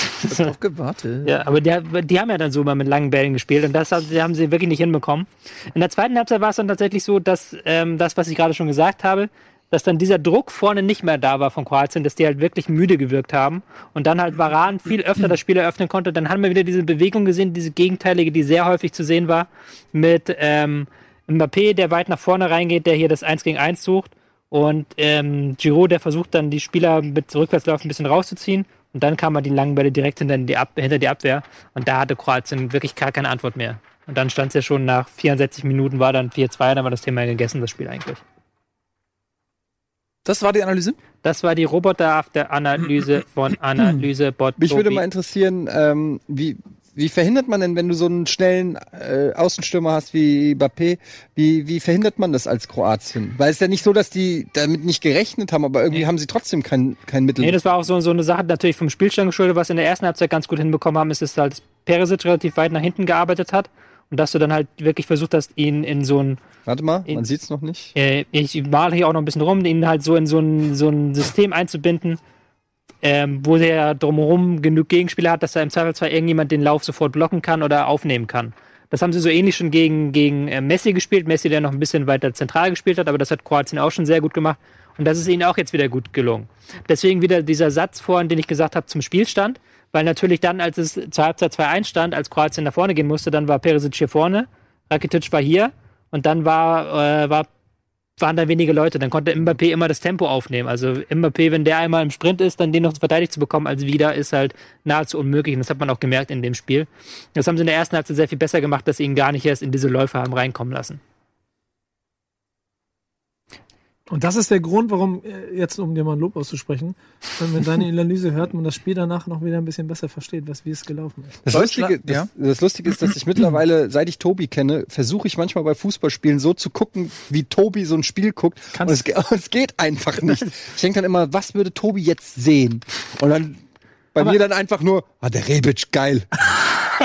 Speaker 4: Auf gewartet.
Speaker 6: ja, Äh, aber die, die haben ja dann so mal mit langen Bällen gespielt und das haben, sie- haben sie wirklich nicht hinbekommen. In der zweiten Halbzeit war es dann tatsächlich so, dass ähm, das, was ich gerade schon gesagt habe, dass dann dieser Druck vorne nicht mehr da war von Kroatien, dass die halt wirklich müde gewirkt haben und dann halt Varan viel öfter das Spiel eröffnen konnte. Dann haben wir wieder diese Bewegung gesehen, diese gegenteilige, die sehr häufig zu sehen war, mit ähm, Mbappé, der weit nach vorne reingeht, der hier das 1 gegen 1 sucht und ähm, Giroud, der versucht dann die Spieler mit Rückwärtslauf ein bisschen rauszuziehen. Und dann kamen halt die langen Bälle direkt hinter die, Ab hinter die Abwehr. Und da hatte Kroatien wirklich gar keine Antwort mehr. Und dann stand es ja schon nach 64 Minuten, war dann 4-2, dann war das Thema gegessen, das Spiel eigentlich.
Speaker 4: Das war die Analyse?
Speaker 6: Das war die roboterhafte Analyse
Speaker 1: [CLEARS THROAT]
Speaker 6: von Analysebot.
Speaker 1: Mich würde
Speaker 6: Tobi.
Speaker 1: mal interessieren, ähm, wie, wie verhindert man denn, wenn du so einen schnellen äh, Außenstürmer hast wie Mbappé, wie, wie verhindert man das als Kroatien? Weil es ist ja nicht so, dass die damit nicht gerechnet haben, aber irgendwie haben sie trotzdem kein, kein Mittel.
Speaker 6: Nee, das war auch so, so eine Sache natürlich vom Spielstand geschuldet, was sie in der ersten Halbzeit ganz gut hinbekommen haben, ist, dass halt Peresic relativ weit nach hinten gearbeitet hat und dass du dann halt wirklich versucht hast, ihn in so ein
Speaker 1: Warte mal,
Speaker 6: In-
Speaker 1: man sieht's noch nicht.
Speaker 6: äh, ich male hier auch noch ein bisschen rum, ihn halt so in so ein, so ein System einzubinden, ähm, wo der drumherum genug Gegenspieler hat, dass er im Zweifelsfall irgendjemand den Lauf sofort blocken kann oder aufnehmen kann. Das haben sie so ähnlich schon gegen, gegen äh, Messi gespielt. Messi, der noch ein bisschen weiter zentral gespielt hat, aber das hat Kroatien auch schon sehr gut gemacht. Und das ist ihnen auch jetzt wieder gut gelungen. Deswegen wieder dieser Satz vorhin, den ich gesagt habe zum Spielstand. Weil natürlich dann, als es zur Halbzeit 2-1 stand, als Kroatien nach vorne gehen musste, dann war Peresic hier vorne, Rakitic war hier und dann war, äh, war waren da wenige Leute. Dann konnte Mbappé immer das Tempo aufnehmen. Also Mbappé, wenn der einmal im Sprint ist, dann den noch verteidigt zu bekommen als wieder, ist halt nahezu unmöglich. Und das hat man auch gemerkt in dem Spiel. Das haben sie in der ersten Halbzeit sehr viel besser gemacht, dass sie ihn gar nicht erst in diese Läufe haben reinkommen lassen.
Speaker 5: Und das ist der Grund, warum, äh, jetzt um dir mal ein Lob auszusprechen, wenn man deine
Speaker 1: [LAUGHS]
Speaker 5: Analyse hört, man das Spiel danach noch wieder ein bisschen besser versteht, was, wie es gelaufen ist.
Speaker 1: Das
Speaker 4: Deutschland-
Speaker 1: Lustige, das, das Lustige ist, dass ich mittlerweile, seit ich Tobi kenne, versuche ich manchmal bei Fußballspielen so zu gucken, wie Tobi so ein Spiel guckt. Und es, ge- [LAUGHS] es geht einfach nicht. Ich denke dann immer, was würde Tobi jetzt sehen? Und dann bei mir dann einfach nur, ah, der Rebic, geil.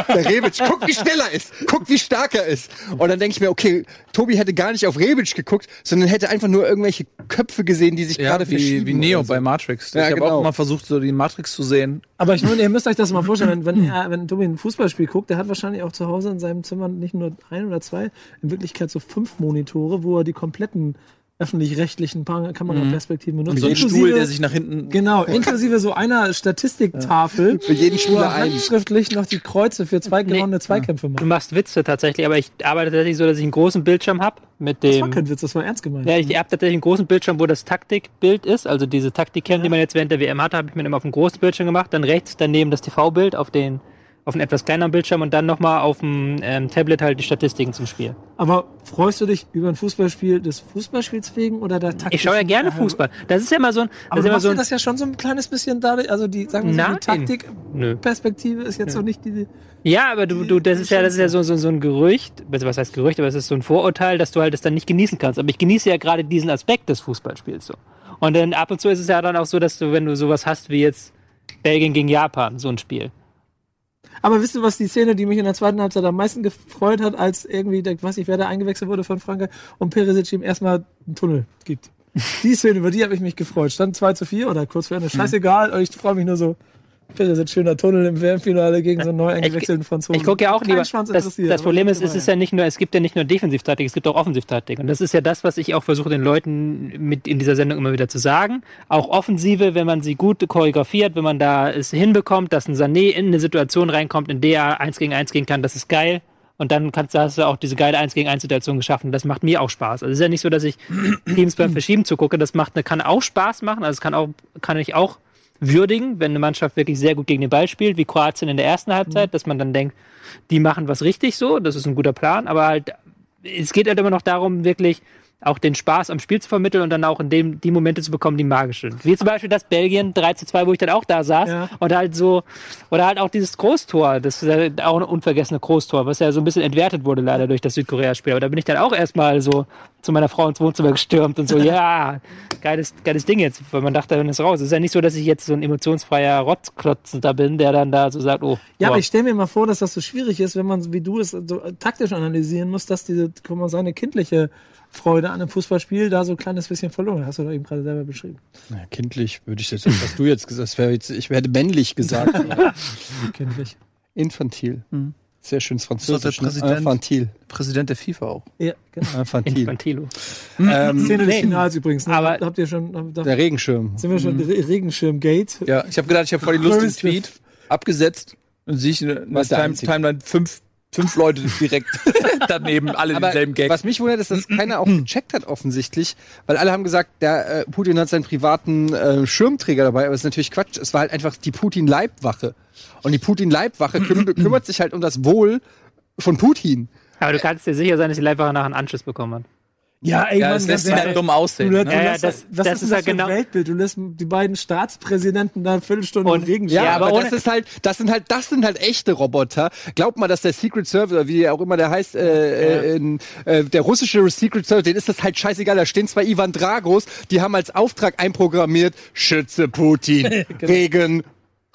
Speaker 1: Der Rebic, guck, wie schnell er ist. Guck, wie stark er ist. Und dann denke ich mir, okay, Tobi hätte gar nicht auf Rebic geguckt, sondern hätte einfach nur irgendwelche Köpfe gesehen, die sich gerade verschieben.
Speaker 4: wie, wie Neo
Speaker 1: oder so.
Speaker 4: bei Matrix.
Speaker 1: Ja,
Speaker 4: ich habe
Speaker 1: genau.
Speaker 4: auch mal versucht, so die Matrix zu sehen.
Speaker 5: Aber ich meine, ihr müsst euch das mal vorstellen, wenn, wenn, er, wenn Tobi ein Fußballspiel guckt, der hat wahrscheinlich auch zu Hause in seinem Zimmer nicht nur ein oder zwei, in Wirklichkeit so fünf Monitore, wo er die kompletten öffentlich-rechtlichen Pa- Kameraperspektiven benutzt.
Speaker 4: So ein Stuhl,
Speaker 5: Inklusive-
Speaker 4: der sich nach hinten.
Speaker 5: Genau, inklusive so einer Statistiktafel.
Speaker 1: Für jeden
Speaker 5: wo
Speaker 1: Spieler
Speaker 5: er
Speaker 1: ein.
Speaker 5: handschriftlich noch die Kreuze für zwei gewonnene Zweikämpfe
Speaker 6: Du
Speaker 5: macht.
Speaker 6: machst Witze tatsächlich, aber ich arbeite tatsächlich so, dass ich einen großen Bildschirm habe mit
Speaker 5: Das war
Speaker 6: dem.
Speaker 5: kein Witz, das war ernst gemeint.
Speaker 6: Ja, ich habe tatsächlich einen großen Bildschirm, wo das Taktikbild ist. Also diese Taktikcam, die man jetzt während der WM hatte, habe ich mir immer auf dem großen Bildschirm gemacht. Dann rechts daneben das TV-Bild auf den auf einen etwas kleineren Bildschirm und dann nochmal auf dem ähm, Tablet halt die Statistiken zum Spiel.
Speaker 5: Aber freust du dich über ein Fußballspiel des Fußballspiels wegen oder der Taktik?
Speaker 6: Ich schaue ja gerne Fußball. Das ist ja mal so ein.
Speaker 5: Aber
Speaker 6: Das ist
Speaker 5: du
Speaker 6: ja mal
Speaker 5: machst
Speaker 6: so
Speaker 5: dir
Speaker 6: ein
Speaker 5: das ja schon so ein kleines bisschen dadurch, also die, sagen wir so, die
Speaker 6: Nein.
Speaker 5: Taktikperspektive
Speaker 6: nö.
Speaker 5: ist jetzt noch nicht die,
Speaker 6: Ja, aber du, du, das ist ja, das ist ja so, so, so ein Gerücht, also was heißt Gerücht, aber es ist so ein Vorurteil, dass du halt das dann nicht genießen kannst. Aber ich genieße ja gerade diesen Aspekt des Fußballspiels so. Und dann ab und zu ist es ja dann auch so, dass du, wenn du sowas hast wie jetzt Belgien gegen Japan, so ein Spiel.
Speaker 5: Aber wisst ihr, was die Szene, die mich in der zweiten Halbzeit am meisten gefreut hat, als irgendwie, der, weiß ich, wer da eingewechselt wurde von Frankreich und Perisic ihm erstmal einen Tunnel gibt?
Speaker 6: Mhm.
Speaker 5: Die Szene, über die habe ich mich gefreut. Stand 2 zu 4 oder kurz vor Ende. Scheißegal, ich freue mich nur so. Bitte so ein schöner Tunnel im WM-Finale gegen so einen neu eingewechselten Franzosen.
Speaker 6: Ich gucke ja auch
Speaker 5: Kein
Speaker 6: lieber.
Speaker 5: Schwanz
Speaker 6: Das,
Speaker 5: interessiert,
Speaker 6: das
Speaker 5: aber
Speaker 6: Problem ist,
Speaker 5: geht
Speaker 6: es ist
Speaker 5: immer.
Speaker 6: ja nicht nur, es gibt ja nicht nur Defensivtaktik, es gibt auch Offensivtaktik. Und das ist ja das, was ich auch versuche, den Leuten mit in dieser Sendung immer wieder zu sagen. Auch Offensive, wenn man sie gut choreografiert, wenn man da es hinbekommt, dass ein Sané in eine Situation reinkommt, in der er eins gegen eins gehen kann, das ist geil. Und dann kannst, du- hast du auch diese geile 1 gegen 1 Situation geschaffen. Das macht mir auch Spaß. Also es ist ja nicht so, dass ich [CLEARS THROAT] Teams beim Verschieben zugucke. Das macht, kann auch Spaß machen. Also es kann auch, kann ich auch würdigen, wenn eine Mannschaft wirklich sehr gut gegen den Ball spielt, wie Kroatien in der ersten Halbzeit, dass man dann denkt, die machen was richtig so, das ist ein guter Plan, aber halt, es geht halt immer noch darum, wirklich auch den Spaß am Spiel zu vermitteln und dann auch in dem die Momente zu bekommen, die magisch sind. Wie zum Beispiel das Belgien 3 zu 2, wo ich dann auch da saß
Speaker 5: Ja.
Speaker 6: und halt so, oder halt auch dieses Großtor, das ist ja auch ein unvergessenes Großtor, was ja so ein bisschen entwertet wurde leider durch das Südkorea-Spiel, aber da bin ich dann auch erstmal so zu meiner Frau ins Wohnzimmer gestürmt
Speaker 5: [LAUGHS]
Speaker 6: und so, ja, geiles, geiles Ding jetzt, weil man dachte, dann ist raus. Es ist ja nicht so, dass ich jetzt so ein emotionsfreier Rotzklotz da bin, der dann da so sagt, oh,
Speaker 5: Ja,
Speaker 6: boah.
Speaker 5: aber ich stelle mir mal vor, dass das so schwierig ist, wenn man, wie du es so äh, taktisch analysieren muss, dass diese, guck mal, seine kindliche Freude an einem Fußballspiel da so ein kleines bisschen verloren. hat. Hast du doch eben gerade selber beschrieben.
Speaker 1: Na, kindlich würde ich jetzt, was du jetzt gesagt hast, wäre jetzt, ich werde männlich gesagt. aber
Speaker 5: Kindlich.
Speaker 1: Infantil. Sehr schönes
Speaker 4: Das
Speaker 1: Französisch. ne?
Speaker 4: hat der Präsident-
Speaker 1: Infantil.
Speaker 4: Präsident der FIFA auch.
Speaker 5: Ja, genau.
Speaker 1: Infantil.
Speaker 6: Infantilo.
Speaker 5: Szene des Finals übrigens. Ne?
Speaker 6: Aber-
Speaker 5: habt ihr schon, hab- da
Speaker 1: Der Regenschirm.
Speaker 5: sind wir schon Re- Regenschirm-Gate.
Speaker 4: Ja, ich habe gedacht, ich habe voll den lustigen
Speaker 5: Größte.
Speaker 4: Tweet abgesetzt und sehe ich eine eine
Speaker 1: Warst der
Speaker 4: Time,
Speaker 1: Einzige.
Speaker 4: Timeline fünf, fünf Leute direkt
Speaker 5: [LAUGHS]
Speaker 4: daneben, alle
Speaker 1: Aber
Speaker 4: denselben Gag. Mhm,
Speaker 1: was mich wundert, ist, dass keiner auch gecheckt hat offensichtlich, weil alle haben gesagt, der äh, Putin hat seinen privaten äh, Schirmträger dabei, aber das ist natürlich Quatsch. Es war halt einfach die Putin-Leibwache. Und die Putin-Leibwache küm kümmert sich halt um das Wohl von Putin.
Speaker 6: Aber du kannst dir sicher sein, dass die Leipziger nachher einen Anschluss bekommen hat.
Speaker 5: Ja, ey,
Speaker 4: ja, das
Speaker 5: ganz
Speaker 4: lässt ihn
Speaker 5: ehrlich.
Speaker 4: dann dumm aussehen.
Speaker 5: halt Du,
Speaker 4: Ne?
Speaker 5: lässt- du
Speaker 6: Ja, ja,
Speaker 5: lässt,
Speaker 6: das-
Speaker 5: was
Speaker 6: das
Speaker 5: ist
Speaker 6: ist
Speaker 5: das
Speaker 6: ja
Speaker 5: für ein
Speaker 6: genau-
Speaker 5: Weltbild? Du lässt die beiden Staatspräsidenten da eine Viertelstunde
Speaker 6: Und-
Speaker 5: im Regenschirm.
Speaker 1: Ja,
Speaker 6: Ja,
Speaker 1: aber,
Speaker 6: aber ohne-
Speaker 1: das ist halt, das sind halt, das sind halt echte Roboter. Glaubt mal, dass der Secret Service, oder wie auch immer der heißt, äh, äh, in, äh, der russische Secret Service, denen ist das halt scheißegal. Da stehen zwei Ivan Dragos, die haben als Auftrag einprogrammiert, Schütze Putin, Regen,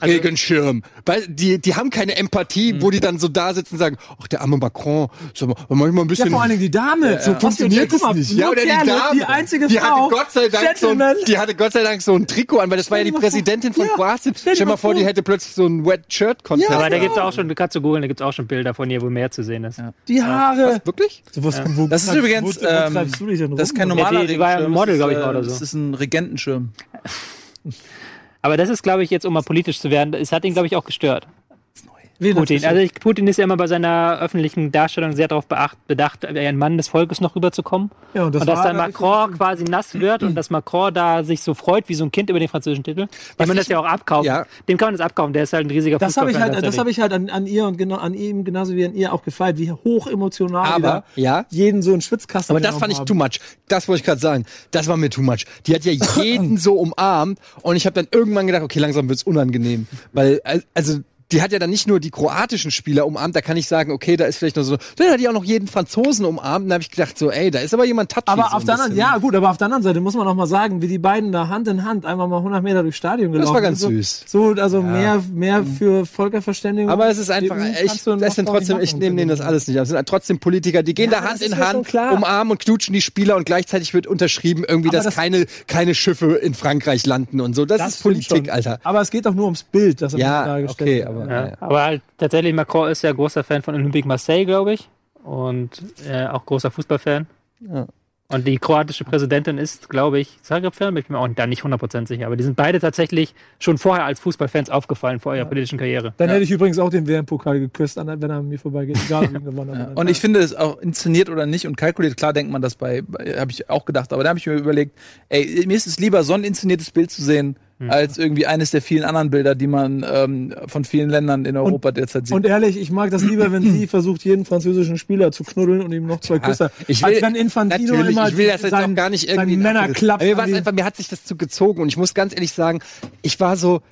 Speaker 1: Regenschirm. Weil die, die haben keine Empathie, wo die dann so da sitzen und sagen, ach, der arme Macron, so, mach ich mal ein
Speaker 5: Ja,
Speaker 1: bisschen.
Speaker 5: vor allen Dingen die Dame. So
Speaker 1: Funktioniert es nicht?
Speaker 5: Ja, oder Kerle, die
Speaker 1: Dame.
Speaker 5: Die einzige
Speaker 1: die
Speaker 5: Frau.
Speaker 1: Hatte Gott sei Dank so ein,
Speaker 5: Gentleman.
Speaker 1: die hatte Gott sei Dank so ein Trikot an, weil das war ja die
Speaker 5: Stell dir mal vor.
Speaker 1: Präsidentin von
Speaker 5: Ja,
Speaker 1: Kroatien.
Speaker 5: stell dir
Speaker 1: Stell dir mal vor, die hätte plötzlich so ein Wet Shirt Contest.
Speaker 6: Aber da gibt's auch schon, du kannst so googeln, da gibt's auch schon Bilder von ihr, wo mehr zu sehen ist.
Speaker 5: die Haare.
Speaker 1: Wirklich?
Speaker 5: So, was, wo,
Speaker 4: Das ist
Speaker 5: wo-
Speaker 4: übrigens,
Speaker 5: wo
Speaker 4: ähm,
Speaker 5: treibst du dich denn
Speaker 4: das ist
Speaker 5: rum?
Speaker 4: kein
Speaker 6: die-
Speaker 4: normaler
Speaker 6: die war ja
Speaker 4: Regenschirm.
Speaker 6: Model,
Speaker 4: das ist,
Speaker 6: glaub ich,
Speaker 4: äh,
Speaker 6: mal oder so.
Speaker 4: Das ist ein Regentenschirm.
Speaker 6: Aber das ist, glaube ich, jetzt, um mal politisch zu werden, es hat ihn, glaube ich, auch gestört.
Speaker 5: Wen hat's
Speaker 6: Putin.
Speaker 5: gestört?
Speaker 6: Also ich, Putin ist ja immer bei seiner öffentlichen Darstellung sehr darauf beacht, bedacht, wie ein Mann des Volkes noch rüberzukommen.
Speaker 5: Ja, und das
Speaker 6: und dass
Speaker 5: war
Speaker 6: dann
Speaker 5: dann-
Speaker 6: Macron quasi nass wird und dass Macron da sich so freut wie so ein Kind über den französischen Titel. Dem man das ja auch abkauft.
Speaker 1: Ja.
Speaker 6: Dem kann man das abkaufen, der ist halt ein riesiger
Speaker 5: Das habe ich
Speaker 6: Fußballfan
Speaker 5: halt, das
Speaker 6: tatsächlich.
Speaker 5: habe ich halt an, an ihr und genau an ihm genauso wie an ihr auch gefeiert, wie hoch emotional die
Speaker 1: Aber,
Speaker 5: da
Speaker 1: ja.
Speaker 5: jeden so einen Schwitzkasten.
Speaker 1: Aber das
Speaker 5: genommen
Speaker 1: fand ich
Speaker 5: haben.
Speaker 1: too much. Das wollte ich gerade sagen. Das war mir too much. Die hat ja
Speaker 5: [CLEARS THROAT]
Speaker 1: jeden so umarmt und ich habe dann irgendwann gedacht, okay, langsam wird's unangenehm, weil al- also die hat ja dann nicht nur die kroatischen Spieler umarmt, da kann ich sagen, okay, da ist vielleicht noch so, dann hat die auch noch jeden Franzosen umarmt, und da habe ich gedacht so, ey, da ist aber jemand touchy.
Speaker 5: Aber
Speaker 1: so
Speaker 5: auf
Speaker 1: ein
Speaker 5: der anderen,
Speaker 1: bisschen.
Speaker 5: ja gut, aber auf der anderen Seite muss man auch mal sagen, wie die beiden da Hand in Hand einmal mal 100 Meter durchs Stadion gelaufen
Speaker 1: Das war ganz
Speaker 5: sind.
Speaker 1: süß. Mhm.
Speaker 5: So, so also mehr, mehr für Völkerverständigung.
Speaker 1: Aber es ist einfach,
Speaker 5: EU
Speaker 1: ich,
Speaker 5: kannst du noch
Speaker 1: es sind
Speaker 5: gar nicht
Speaker 1: trotzdem, ich
Speaker 5: machen.
Speaker 1: nehme denen das alles nicht ab. Es sind halt trotzdem Politiker, die gehen
Speaker 5: Ja,
Speaker 1: da
Speaker 5: das
Speaker 1: Hand
Speaker 5: ist
Speaker 1: in
Speaker 5: mir schon
Speaker 1: Hand,
Speaker 5: klar.
Speaker 1: umarmen und knutschen die Spieler und gleichzeitig wird unterschrieben irgendwie,
Speaker 5: Aber
Speaker 1: dass
Speaker 5: das-
Speaker 1: keine, keine Schiffe in Frankreich landen und so. Das, ist
Speaker 5: stimmt
Speaker 1: Politik,
Speaker 5: schon.
Speaker 1: Alter.
Speaker 5: Aber es geht doch nur ums Bild, das am Ende
Speaker 1: Ja,
Speaker 5: dargestellt
Speaker 1: okay,
Speaker 5: wird.
Speaker 1: aber.
Speaker 6: Ja,
Speaker 1: Ja.
Speaker 6: aber halt, tatsächlich, Macron ist ja großer Fan von Olympique Marseille, glaube ich. Und äh, auch großer Fußballfan. Und die kroatische Präsidentin ist, glaube ich, Zagreb-Fan, bin ich mir auch da nicht 100% sicher. Aber die sind beide tatsächlich schon vorher als Fußballfans aufgefallen, vor ihrer politischen Karriere.
Speaker 5: Dann hätte ich übrigens auch den WM-Pokal geküsst, an- wenn er an mir vorbeigeht, egal wie gewonnen
Speaker 1: [LAUGHS]
Speaker 5: hat.
Speaker 4: Und ich finde es auch inszeniert oder nicht und kalkuliert, klar denkt man das bei, bei habe ich auch gedacht, aber da habe ich mir überlegt, ey, mir ist es lieber, so ein inszeniertes Bild zu sehen,
Speaker 5: Mhm.
Speaker 4: als irgendwie eines der vielen anderen Bilder, die man ähm, von vielen Ländern in Europa derzeit sieht.
Speaker 5: Und ehrlich, ich mag das lieber,
Speaker 1: [CLEARS THROAT]
Speaker 5: wenn sie versucht, jeden französischen Spieler zu knuddeln und ihm noch zwei Küsse.
Speaker 1: Ah, Ich will,
Speaker 5: als wenn Infantino
Speaker 1: natürlich,
Speaker 5: immer
Speaker 1: ich will das jetzt
Speaker 5: seinen-
Speaker 1: auch gar nicht
Speaker 5: seinen
Speaker 1: irgendwie.
Speaker 5: Männerklaps
Speaker 1: Aber mir, war's
Speaker 5: an die-
Speaker 1: einfach, mir hat sich das zu gezogen und ich muss ganz ehrlich sagen, ich war so,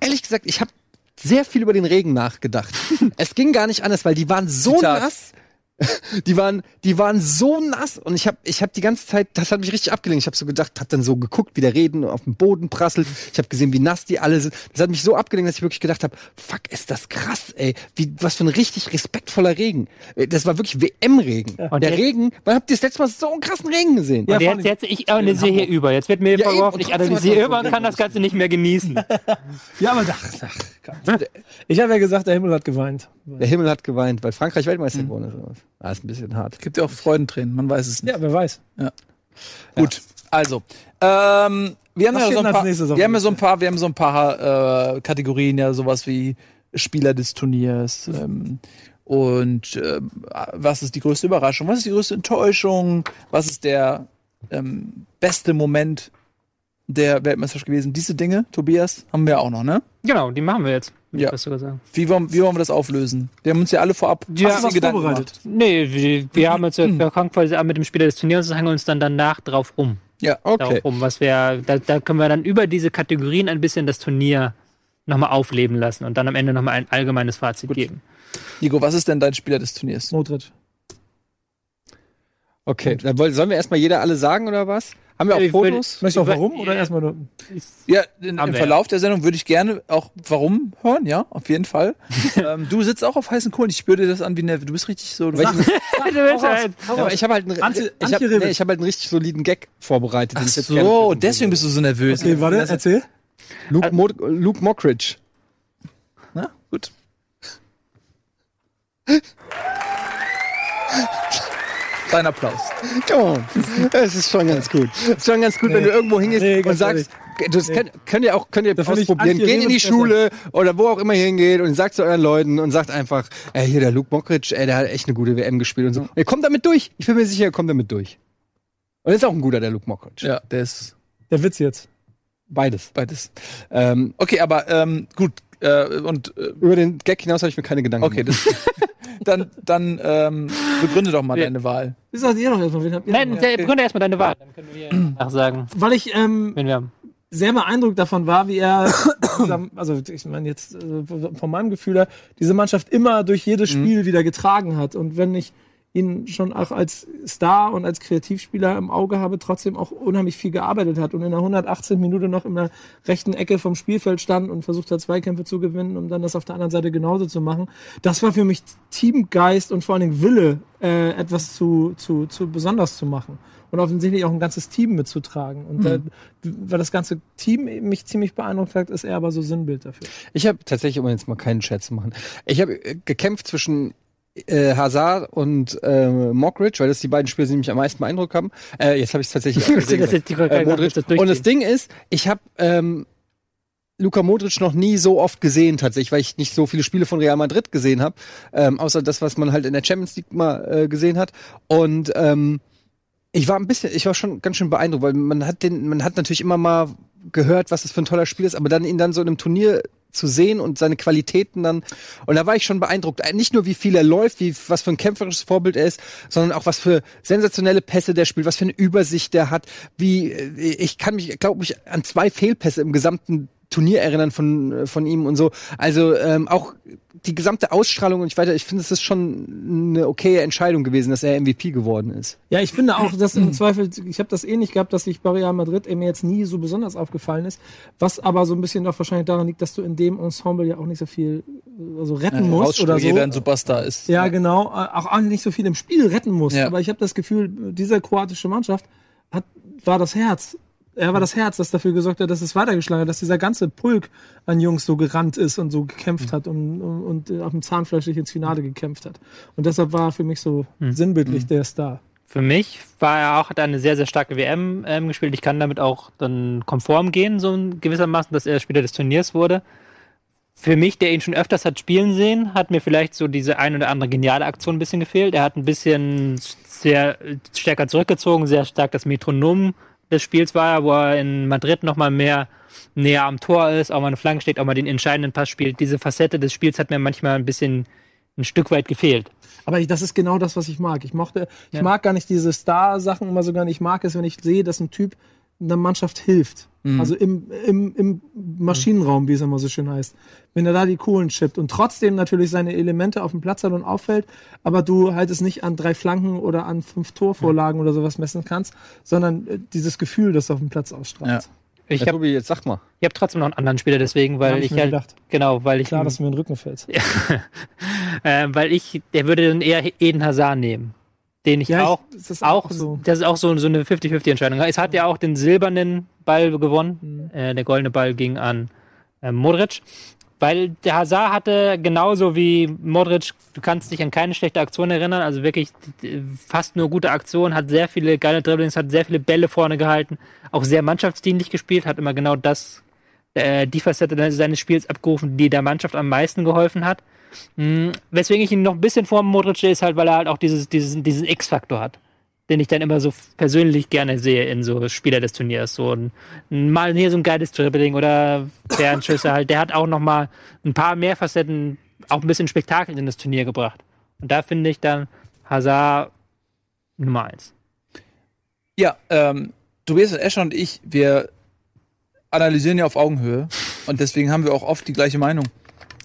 Speaker 1: ehrlich gesagt, ich habe
Speaker 5: [LAUGHS]
Speaker 1: sehr viel über den Regen nachgedacht. es ging gar nicht anders, weil die waren so
Speaker 4: Zitat.
Speaker 1: nass. Die waren, die waren so nass und ich habe ich hab die ganze Zeit, das hat mich richtig abgelenkt. Ich habe so gedacht, habe dann so geguckt, wie der Reden auf dem Boden prasselt. Ich habe gesehen, wie nass die alle sind. Das hat mich so abgelenkt, dass ich wirklich gedacht habe, fuck, ist das krass, ey. Wie, was für ein richtig respektvoller Regen. Äh, Das war wirklich WM-Regen.
Speaker 6: Und
Speaker 1: der
Speaker 6: der-
Speaker 1: Regen, wann habt ihr das letzte Mal so einen krassen Regen gesehen?
Speaker 5: Ja,
Speaker 6: Und
Speaker 5: vor allem-
Speaker 6: jetzt, jetzt, ich analysiere hier über. Jetzt wird mir
Speaker 1: Ja, eben,
Speaker 6: verworfen,
Speaker 1: und
Speaker 6: ich
Speaker 1: trotzdem
Speaker 6: analysiere
Speaker 1: hat
Speaker 6: über
Speaker 1: man so
Speaker 6: und kann das Ganze nicht
Speaker 1: [LAUGHS]
Speaker 6: mehr genießen.
Speaker 5: Ja, aber ach, ach, Gott. ich habe ja gesagt, der Himmel hat geweint.
Speaker 1: Der Himmel hat geweint, weil Frankreich Weltmeister geworden ist. oder was? Ah, ist ein bisschen hart.
Speaker 4: Gibt ja auch Freudentränen, man weiß es nicht.
Speaker 5: Ja, wer weiß.
Speaker 4: Gut, also. Ähm, wir haben
Speaker 5: Was
Speaker 4: ja
Speaker 5: steht
Speaker 4: so
Speaker 5: denn
Speaker 4: ein
Speaker 5: als
Speaker 4: paar,
Speaker 5: nächstes auf
Speaker 4: wir
Speaker 5: der
Speaker 4: haben ja so ein paar, wir haben so ein paar äh, Kategorien, ja, sowas wie Spieler des Turniers ähm, und äh, was ist die größte Überraschung, was ist die größte Enttäuschung, was ist der ähm, beste Moment der Weltmeisterschaft gewesen. Diese Dinge, Tobias, haben wir auch noch, ne?
Speaker 6: genau, die machen wir jetzt. würd
Speaker 4: Ja.
Speaker 6: Ich das sogar sagen.
Speaker 4: Wie wollen, wie wollen wir das auflösen? Wir haben uns ja alle vorab
Speaker 6: Ja,
Speaker 4: hast du dir
Speaker 5: was vorbereitet?
Speaker 4: gemacht?
Speaker 6: Nee, wir,
Speaker 1: [LAUGHS]
Speaker 6: wir haben uns, wir fangen quasi an mit dem Spieler des Turniers und hängen uns dann danach drauf rum.
Speaker 4: Ja,
Speaker 6: Darauf rum, um, was wir, da, da können wir dann über diese Kategorien ein bisschen das Turnier nochmal aufleben lassen und dann am Ende nochmal ein allgemeines Fazit geben.
Speaker 4: Nico, was ist denn dein Spieler des Turniers?
Speaker 5: Modric.
Speaker 1: Okay, dann wollen, sollen wir erstmal jeder alle sagen oder was? Haben wir auch
Speaker 6: Ich will-
Speaker 1: Fotos?
Speaker 5: Möchtest du auch
Speaker 6: Über-
Speaker 5: warum oder erstmal nur?
Speaker 6: [LAUGHS]
Speaker 4: Ja, in,
Speaker 6: Haben
Speaker 4: im
Speaker 6: wir,
Speaker 4: Verlauf der Sendung würde ich gerne auch warum hören, ja, auf
Speaker 6: [LAUGHS]
Speaker 4: jeden Fall. ähm, du sitzt auch auf heißen Kohlen. Ich spüre dir das an wie eine, du bist richtig so. Du
Speaker 1: Welchen-
Speaker 6: Du willst halt-
Speaker 1: Ja, aber ich habe halt, einen-
Speaker 5: Antje-
Speaker 1: ich hab,
Speaker 5: Antje Ribbel.
Speaker 1: nee, ich hab halt einen richtig soliden Gag vorbereitet. den
Speaker 4: Ach
Speaker 1: ich jetzt gerne
Speaker 4: so,
Speaker 1: hören
Speaker 4: deswegen bist du so nervös.
Speaker 5: Okay, warte,
Speaker 4: Das-
Speaker 5: erzähl.
Speaker 1: würde. Luke, Mo Luke Mockridge.
Speaker 4: Na, gut. Dein Applaus.
Speaker 1: Come on. Es Oh, ist schon ganz gut. Es ist schon ganz gut, wenn du irgendwo hingehst
Speaker 5: Nee,
Speaker 1: und
Speaker 5: ganz
Speaker 1: sagst, das könnt, könnt ihr auch könnt ihr
Speaker 5: Da finde ich
Speaker 1: ausprobieren.
Speaker 5: Antje
Speaker 1: Geht in
Speaker 5: Ribbel
Speaker 1: die Schule oder wo auch immer ihr hingeht und sagt zu euren Leuten und sagt einfach, ey, hier der Luke Mockridge, ey, der hat echt eine gute WM gespielt und so. Und ihr kommt damit durch. Ich bin mir sicher, ihr kommt damit durch. Und ist auch ein guter, der Luke Mockridge.
Speaker 4: Ja, der ist
Speaker 5: Der Witz jetzt.
Speaker 1: Beides.
Speaker 4: beides.
Speaker 1: Ähm,
Speaker 4: Okay, aber ähm, gut. Äh, und äh,
Speaker 1: über den Gag hinaus habe ich mir keine Gedanken
Speaker 4: okay, das, dann, dann ähm, begründe doch mal deine Wahl.
Speaker 5: Wie sagt ihr doch erstmal? Wen habt ihr
Speaker 6: Nein,
Speaker 5: denn?
Speaker 6: der- begründe erstmal deine Wahl. Dann können wir nachsagen,
Speaker 5: Weil ich ähm,
Speaker 6: wenn wir haben.
Speaker 5: sehr beeindruckt davon war, wie er, also ich meine jetzt äh, von meinem Gefühl her, diese Mannschaft immer durch jedes Spiel wieder getragen hat. Und wenn ich ihn schon auch als Star und als Kreativspieler im Auge habe, trotzdem auch unheimlich viel gearbeitet hat und in der 118 Minute noch in der rechten Ecke vom Spielfeld stand und versucht hat, Zweikämpfe zu gewinnen, um dann das auf der anderen Seite genauso zu machen. Das war für mich Teamgeist und vor allen Dingen Wille, äh, etwas zu, zu, zu besonders zu machen und offensichtlich auch ein ganzes Team mitzutragen. Und da, weil das ganze Team mich ziemlich beeindruckt hat, ist er aber so Sinnbild dafür.
Speaker 1: Ich habe tatsächlich, um jetzt mal keinen Scherz zu machen, ich habe äh, gekämpft zwischen äh, Hazard und äh, Mockridge, weil das die beiden Spiele sind, die mich am meisten beeindruckt haben. Äh, jetzt habe ich es
Speaker 6: [LAUGHS]
Speaker 1: tatsächlich auch gesehen.
Speaker 6: Das ist die
Speaker 1: äh, Modric.
Speaker 6: das
Speaker 1: Und das Ding
Speaker 6: durchziehen.
Speaker 1: ist, ich habe ähm, Luka Modric noch nie so oft gesehen tatsächlich, weil ich nicht so viele Spiele von Real Madrid gesehen habe, ähm, außer das, was man halt in der Champions League mal äh, gesehen hat. Und ähm, ich war ein bisschen, ich war schon ganz schön beeindruckt, weil man hat den, man hat natürlich immer mal gehört, was das für ein toller Spiel ist, aber dann ihn dann so in einem Turnier zu sehen und seine Qualitäten dann und da war ich schon beeindruckt, Äh, nicht nur wie viel er läuft, wie was für ein kämpferisches Vorbild er ist, sondern auch was für sensationelle Pässe der spielt, was für eine Übersicht der hat, wie äh, ich kann mich glaube mich an zwei Fehlpässe im gesamten Turnier erinnern von, äh, von ihm und so. Also ähm, auch die gesamte Ausstrahlung und ich weiter, ich finde, es ist schon eine okaye Entscheidung gewesen, dass er MVP geworden ist.
Speaker 5: Ja, ich finde auch, dass [CLEARS THROAT] im Zweifel, ich habe das ähnlich gehabt, dass ich bei Real Madrid eben jetzt nie so besonders aufgefallen ist, was aber so ein bisschen auch wahrscheinlich daran liegt, dass du in dem Ensemble ja auch nicht so viel äh, also retten musst oder so.
Speaker 4: Jeder ein Superstar ist.
Speaker 5: Ja, genau. Äh, Auch eigentlich nicht so viel im Spiel retten muss.
Speaker 4: Ja.
Speaker 5: Aber ich habe das Gefühl, diese kroatische Mannschaft hat, war das Herz. Er war das Herz, das dafür gesorgt hat, dass es weitergeschlagen hat, dass dieser ganze Pulk an Jungs so gerannt ist und so gekämpft hat und, und, und äh, auf dem Zahnfleisch sich ins Finale gekämpft hat. Und deshalb war er für mich so sinnbildlich der Star.
Speaker 6: Für mich war er auch, hat er eine sehr, sehr starke WM ähm, gespielt. Ich kann damit auch dann konform gehen, so in gewissermaßen, dass er Spieler des Turniers wurde. Für mich, der ihn schon öfters hat spielen sehen, hat mir vielleicht so diese ein oder andere geniale Aktion ein bisschen gefehlt. Er hat ein bisschen sehr äh, stärker zurückgezogen, sehr stark das Metronom des Spiels war er, wo er in Madrid nochmal mehr näher am Tor ist, auch mal eine Flanke steht, auch mal den entscheidenden Pass spielt. Diese Facette des Spiels hat mir manchmal ein bisschen ein Stück weit gefehlt.
Speaker 5: Aber ich, das ist genau das, was ich mag. Ich mochte, ich mag gar nicht diese Star-Sachen immer so gar nicht. Ich mag es, wenn ich sehe, dass ein Typ einer Mannschaft hilft. Also im, im, im Maschinenraum, wie es immer so schön heißt. Wenn er da die Kohlen chippt und trotzdem natürlich seine Elemente auf dem Platz hat und auffällt, aber du halt es nicht an drei Flanken oder an fünf Torvorlagen oder sowas messen kannst, sondern äh, dieses Gefühl, das er auf dem Platz ausstrahlt.
Speaker 6: Ich habe
Speaker 1: Tobi, jetzt sag mal.
Speaker 6: ich hab trotzdem noch einen anderen Spieler deswegen,
Speaker 5: Hab
Speaker 6: weil
Speaker 5: ich
Speaker 6: ich
Speaker 5: mir
Speaker 6: halt,
Speaker 5: gedacht.
Speaker 6: genau, weil ich,
Speaker 5: Klar, dass mir in den Rücken fällt.
Speaker 6: äh, weil ich, der würde dann eher Eden Hazard nehmen, den ich
Speaker 5: ich-
Speaker 6: auch,
Speaker 5: das ist
Speaker 6: auch, das ist auch so, so eine 50-50-Entscheidung. Es hat ja auch den silbernen Ball gewonnen. Äh, der goldene Ball ging an äh, Modric. Weil der Hazard hatte genauso wie Modric, du kannst dich an keine schlechte Aktion erinnern, also wirklich äh, fast nur gute Aktionen, hat sehr viele geile Dribblings, hat sehr viele Bälle vorne gehalten, auch sehr mannschaftsdienlich gespielt, hat immer genau das, äh, die Facette seines Spiels abgerufen, die der Mannschaft am meisten geholfen hat. Mm, Weswegen ich ihn noch ein bisschen vor Modric sehe, ist halt, weil er halt auch dieses, dieses, diesen X-Faktor hat den ich dann immer so persönlich gerne sehe in so Spieler des Turniers. So ein, mal hier so ein geiles Dribbling oder Fernschüsse halt. Der hat auch noch mal ein paar mehr Facetten, auch ein bisschen Spektakel in das Turnier gebracht. Und da finde ich dann Hazard Nummer eins.
Speaker 4: Ja, ähm, Tobias und Escher und ich, wir analysieren ja auf Augenhöhe und deswegen haben wir auch oft die gleiche Meinung.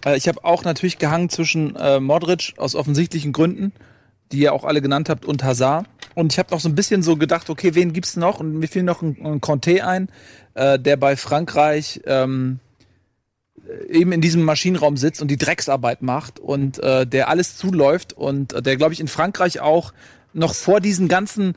Speaker 4: Äh, ich habe auch natürlich gehangen zwischen äh, Modric aus offensichtlichen Gründen, die ihr auch alle genannt habt, und Hazard. Und ich habe noch so ein bisschen so gedacht, okay, wen gibt's noch? Und mir fiel noch ein, ein Conte ein, äh, der bei Frankreich ähm, eben in diesem Maschinenraum sitzt und die Drecksarbeit macht und äh, der alles zuläuft und äh, der, glaube ich, in Frankreich auch noch vor diesen ganzen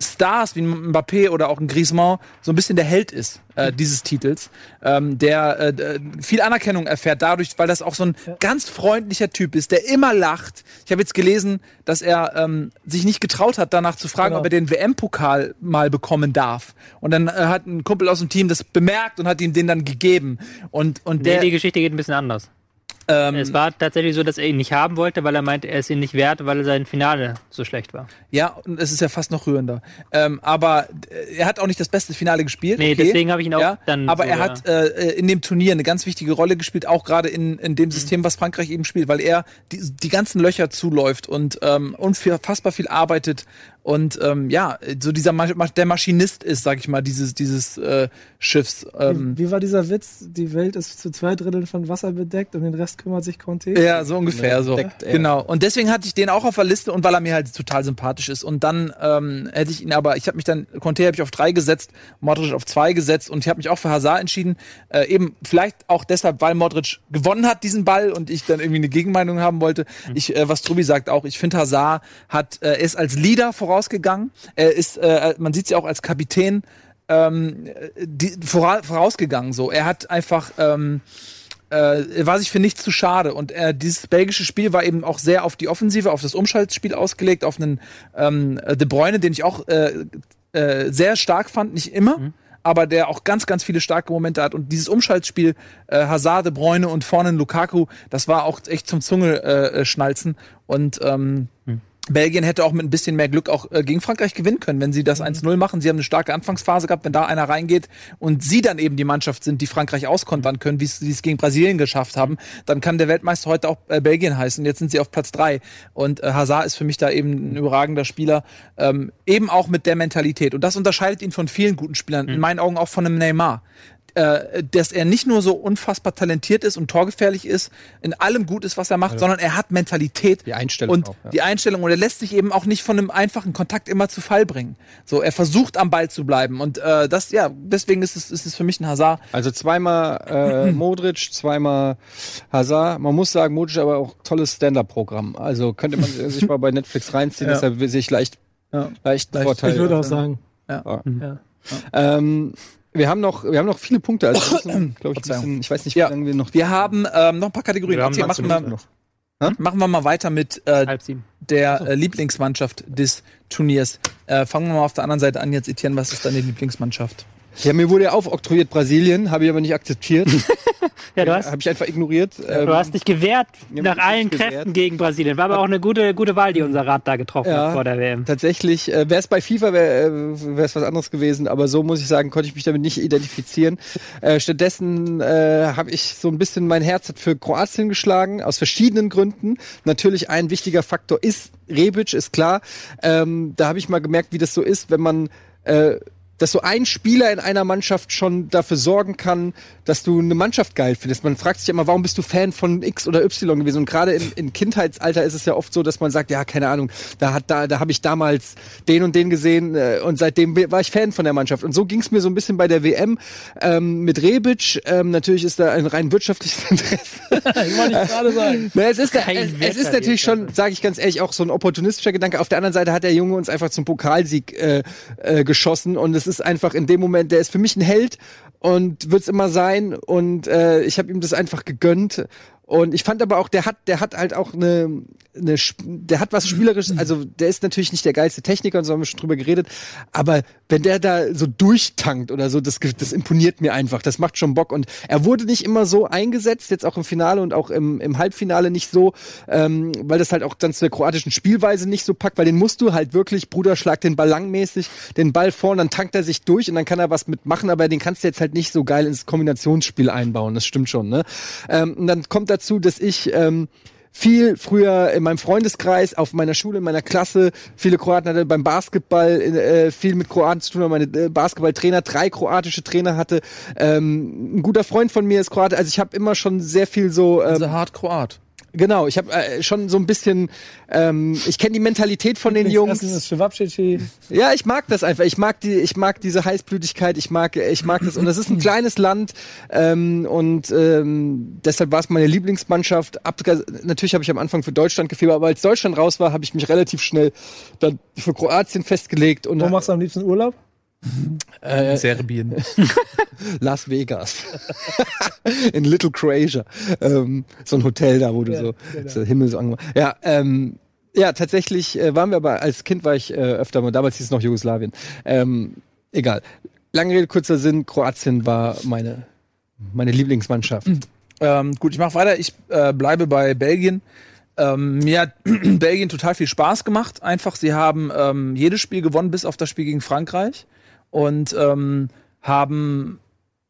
Speaker 4: Stars wie ein Mbappé oder auch ein Griezmann so ein bisschen der Held ist äh,
Speaker 6: Mhm.
Speaker 4: dieses Titels, ähm, der äh, d- viel Anerkennung erfährt dadurch, weil das auch so ein ganz freundlicher Typ ist, der immer lacht. Ich habe jetzt gelesen, dass er ähm, sich nicht getraut hat, danach zu
Speaker 6: Genau.
Speaker 4: fragen, ob er den WM-Pokal mal bekommen darf. Und dann äh, hat ein Kumpel aus dem Team das bemerkt und hat ihm den dann gegeben. Und und
Speaker 6: Der,
Speaker 4: der
Speaker 6: nee, die Geschichte geht ein bisschen anders.
Speaker 4: ähm,
Speaker 6: Es war tatsächlich so, dass er ihn nicht haben wollte, weil er meinte, er ist ihn nicht wert, weil sein Finale so schlecht war.
Speaker 4: ja, und es ist ja fast noch rührender. Ähm, aber äh, er hat auch nicht das beste Finale gespielt.
Speaker 6: Nee, deswegen habe ich ihn auch
Speaker 4: ja,
Speaker 6: dann
Speaker 4: Aber
Speaker 6: so,
Speaker 4: er
Speaker 6: ja.
Speaker 4: hat äh, in dem Turnier eine ganz wichtige Rolle gespielt, auch gerade in, in
Speaker 6: Mhm.
Speaker 4: dem System, was Frankreich eben spielt, weil er die, die ganzen Löcher zuläuft und ähm, unfassbar viel arbeitet und ähm, ja, so dieser Ma Ma- der Maschinist ist, sag ich mal, dieses dieses äh, Schiffs.
Speaker 6: Mhm.
Speaker 4: Ähm,
Speaker 5: Also, Wie war dieser Witz? Die Welt ist zu zwei Dritteln von Wasser bedeckt und den Rest kümmert sich Conte.
Speaker 4: Ja, so ungefähr so.
Speaker 1: deckt er.
Speaker 4: Genau. Und deswegen hatte ich den auch auf der Liste und weil er mir halt total sympathisch ist. Und dann ähm, hätte ich ihn aber, ich habe mich dann, Conte habe ich auf drei gesetzt, Modric auf zwei gesetzt und ich habe mich auch für Hazard entschieden. Äh, eben vielleicht auch deshalb, weil Modric gewonnen hat diesen Ball und ich dann irgendwie eine Gegenmeinung haben wollte. Ich, äh, was Trubi sagt auch, ich finde Hazard hat, äh, ist als Leader vorausgegangen. Er ist, äh, man sieht sie auch als Kapitän ähm, die, vora- vorausgegangen. So, er hat einfach ähm, äh, er war sich für nichts zu schade. Und äh, dieses belgische Spiel war eben auch sehr auf die Offensive, auf das Umschaltspiel ausgelegt, auf einen ähm, De Bruyne, den ich auch äh, äh, sehr stark fand, nicht immer. Aber der auch ganz, ganz viele starke Momente hat. Und dieses Umschaltspiel, äh, Hazard, De Bruyne und vorne ein Lukaku, das war auch echt zum Zunge äh, äh, schnalzen. Und ähm, Belgien hätte auch mit ein bisschen mehr Glück auch äh, gegen Frankreich gewinnen können, wenn sie das
Speaker 3: Mhm.
Speaker 4: 1-0 machen. Sie haben eine starke Anfangsphase gehabt, wenn da einer reingeht und sie dann eben die Mannschaft sind, die Frankreich auskontern können, wie sie es gegen Brasilien geschafft haben, dann kann der Weltmeister heute auch äh, Belgien heißen. Jetzt sind sie auf Platz drei und äh, Hazard ist für mich da eben ein überragender Spieler, ähm, eben auch mit der Mentalität. Und das unterscheidet ihn von vielen guten Spielern,
Speaker 3: Mhm.
Speaker 4: in meinen Augen auch von einem Neymar äh, dass er nicht nur so unfassbar talentiert ist und torgefährlich ist, in allem gut ist, was er macht, sondern er hat Mentalität. Die
Speaker 3: Einstellung
Speaker 4: Und
Speaker 3: auch, ja.
Speaker 4: die Einstellung. Und er lässt sich eben auch nicht von einem einfachen Kontakt immer zu Fall bringen. So, er versucht am Ball zu bleiben. Und äh, das, ja, deswegen ist es, ist es für mich ein Hazard.
Speaker 1: Also zweimal äh, Modric, zweimal Hazard. Man muss sagen, Modric aber auch tolles Stand-Up-Programm. Also könnte man sich mal bei Netflix reinziehen,
Speaker 4: Ja.
Speaker 1: deshalb sehe ich leicht,
Speaker 4: Ja.
Speaker 1: leicht,
Speaker 4: Leicht.
Speaker 1: Vorteil.
Speaker 5: ich würde auch sagen.
Speaker 1: Ähm, wir haben noch, wir haben noch viele Punkte. Also wir müssen, glaub ich, ein
Speaker 4: Verzeihung.
Speaker 1: bisschen, ich weiß nicht, wie
Speaker 4: Ja.
Speaker 1: lange wir noch.
Speaker 4: Wir haben ähm, noch ein paar Kategorien.
Speaker 6: Wir haben
Speaker 4: Okay, machen, wir,
Speaker 1: noch.
Speaker 6: Hm?
Speaker 4: machen wir mal weiter mit äh,
Speaker 6: Halb sieben.
Speaker 4: der äh, Lieblingsmannschaft des Turniers. Äh, fangen wir mal auf der anderen Seite an jetzt, Etienne. Was ist deine Lieblingsmannschaft?
Speaker 1: Ja, mir wurde ja aufoktroyiert Brasilien, habe ich aber nicht akzeptiert.
Speaker 6: Ja, du hast,
Speaker 1: habe ich einfach ignoriert. Ähm,
Speaker 6: du hast dich gewehrt
Speaker 1: ja,
Speaker 6: nach
Speaker 1: ich hab mich
Speaker 6: allen
Speaker 1: gewehrt.
Speaker 6: Kräften gegen Brasilien. War aber auch eine gute, gute Wahl, die unser Rat da getroffen
Speaker 1: Ja.
Speaker 6: hat vor der WM.
Speaker 1: Tatsächlich, äh, wäre es bei FIFA, wäre es was anderes gewesen, aber so muss ich sagen, konnte ich mich damit nicht identifizieren. [LAUGHS] Äh, stattdessen äh, habe ich so ein bisschen, mein Herz hat für Kroatien geschlagen, aus verschiedenen Gründen. Natürlich ein wichtiger Faktor ist Rebic, ist klar. Ähm, da habe ich mal gemerkt, wie das so ist, wenn man äh, dass so ein Spieler in einer Mannschaft schon dafür sorgen kann, dass du eine Mannschaft geil findest. Man fragt sich immer, warum bist du Fan von X oder Y gewesen? Und gerade im, im Kindheitsalter ist es ja oft so, dass man sagt, ja, keine Ahnung, da hat da, da habe ich damals den und den gesehen äh, und seitdem war ich Fan von der Mannschaft. Und so ging es mir so ein bisschen bei der WM ähm, mit Rebic. Ähm, natürlich ist da ein rein wirtschaftliches [LAUGHS] Interesse.
Speaker 5: Ich
Speaker 6: [LAUGHS]
Speaker 5: wollte nicht gerade sagen.
Speaker 1: Na, es ist,
Speaker 6: Kein
Speaker 1: es, es
Speaker 6: Wetter
Speaker 1: ist natürlich
Speaker 6: jetzt,
Speaker 1: schon, sage ich ganz ehrlich, auch so ein opportunistischer Gedanke. Auf der anderen Seite hat der Junge uns einfach zum Pokalsieg äh, äh, geschossen und es ist einfach in dem Moment, der ist für mich ein Held und wird's immer sein und äh, ich habe ihm das einfach gegönnt. Und ich fand aber auch, der hat, der hat halt auch eine, eine, Sp- der hat was
Speaker 6: [CLEARS THROAT]
Speaker 1: spielerisches, also der ist natürlich nicht der geilste Techniker und so haben wir schon drüber geredet, aber wenn der da so durchtankt oder so, das, ge- das imponiert mir einfach, das macht schon Bock und er wurde nicht immer so eingesetzt, jetzt auch im Finale und auch im, im Halbfinale nicht so, ähm, weil das halt auch dann zu der kroatischen Spielweise nicht so packt, weil den musst du halt wirklich, Bruder, schlag den Ball langmäßig, den Ball vorn, dann tankt er sich durch und dann kann er was mitmachen, aber den kannst du jetzt halt nicht so geil ins Kombinationsspiel einbauen, das stimmt schon, ne? Ähm, und dann kommt dazu, dass ich, ähm, viel früher in meinem Freundeskreis, auf meiner Schule, in meiner Klasse, viele Kroaten hatte beim Basketball äh, viel mit Kroaten zu tun, weil meine äh, Basketballtrainer drei kroatische Trainer hatte. Ähm, ein guter Freund von mir ist Kroate, also ich habe immer schon sehr viel so ähm,
Speaker 4: Also hart Kroat.
Speaker 1: Genau, ich habe äh, schon so ein bisschen, ähm, ich kenne die Mentalität von den Jungs.
Speaker 5: Das ist Schwabschitschi.
Speaker 1: Ja, ich mag das einfach. Ich mag die, ich mag diese Heißblütigkeit. Ich mag, ich mag das. Und das ist ein kleines Land ähm, und ähm, deshalb war es meine Lieblingsmannschaft. Abge Natürlich habe ich am Anfang für Deutschland gefiebert, aber als Deutschland raus war, habe ich mich relativ schnell dann für Kroatien festgelegt und
Speaker 5: Wo machst du am liebsten Urlaub?
Speaker 4: Serbien.
Speaker 1: Las Vegas. [LAUGHS] In Little Croatia. Ähm, so ein Hotel da, wo du so, so Himmel so ange- Ja, ähm, ja, tatsächlich äh, waren wir aber, als Kind war ich äh, öfter mal, damals hieß es noch Jugoslawien. Ähm, egal. Lange Rede, kurzer Sinn, Kroatien war meine, meine Lieblingsmannschaft.
Speaker 4: Ähm, gut, ich mache weiter. Ich äh, bleibe bei Belgien. Ähm, mir hat [CLEARS THROAT] Belgien total viel Spaß gemacht. Einfach, sie haben ähm, jedes Spiel gewonnen, bis auf das Spiel gegen Frankreich. Und ähm, haben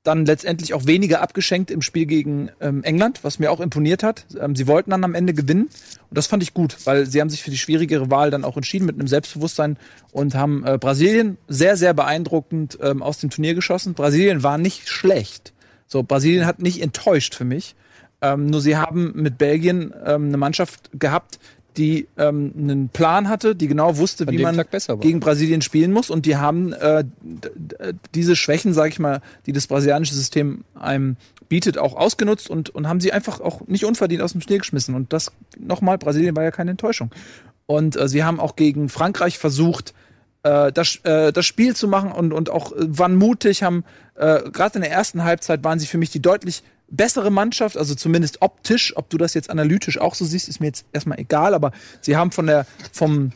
Speaker 4: dann letztendlich auch weniger abgeschenkt im Spiel gegen ähm, England, was mir auch imponiert hat. Ähm, sie wollten dann am Ende gewinnen. Und das fand ich gut, weil sie haben sich für die schwierigere Wahl dann auch entschieden mit einem Selbstbewusstsein und haben äh, Brasilien sehr, sehr beeindruckend ähm, aus dem Turnier geschossen. Brasilien war nicht schlecht. So, Brasilien hat nicht enttäuscht für mich. Ähm, nur sie haben mit Belgien ähm, eine Mannschaft gehabt, die ähm, einen Plan hatte, die genau wusste, wie
Speaker 1: dem
Speaker 4: man
Speaker 1: Tag besser war.
Speaker 4: gegen Brasilien spielen muss. Und die haben äh, d- d- diese Schwächen, sage ich mal, die das brasilianische System einem bietet, auch ausgenutzt und, und haben sie einfach auch nicht unverdient aus dem Schnee geschmissen. Und das nochmal, Brasilien war ja keine Enttäuschung. Und äh, sie haben auch gegen Frankreich versucht, äh, das, äh, das Spiel zu machen und, und auch äh, waren mutig, haben äh, gerade in der ersten Halbzeit waren sie für mich die deutlich bessere Mannschaft, also zumindest optisch, ob du das jetzt analytisch auch so siehst, ist mir jetzt erstmal egal, aber sie haben von der, vom,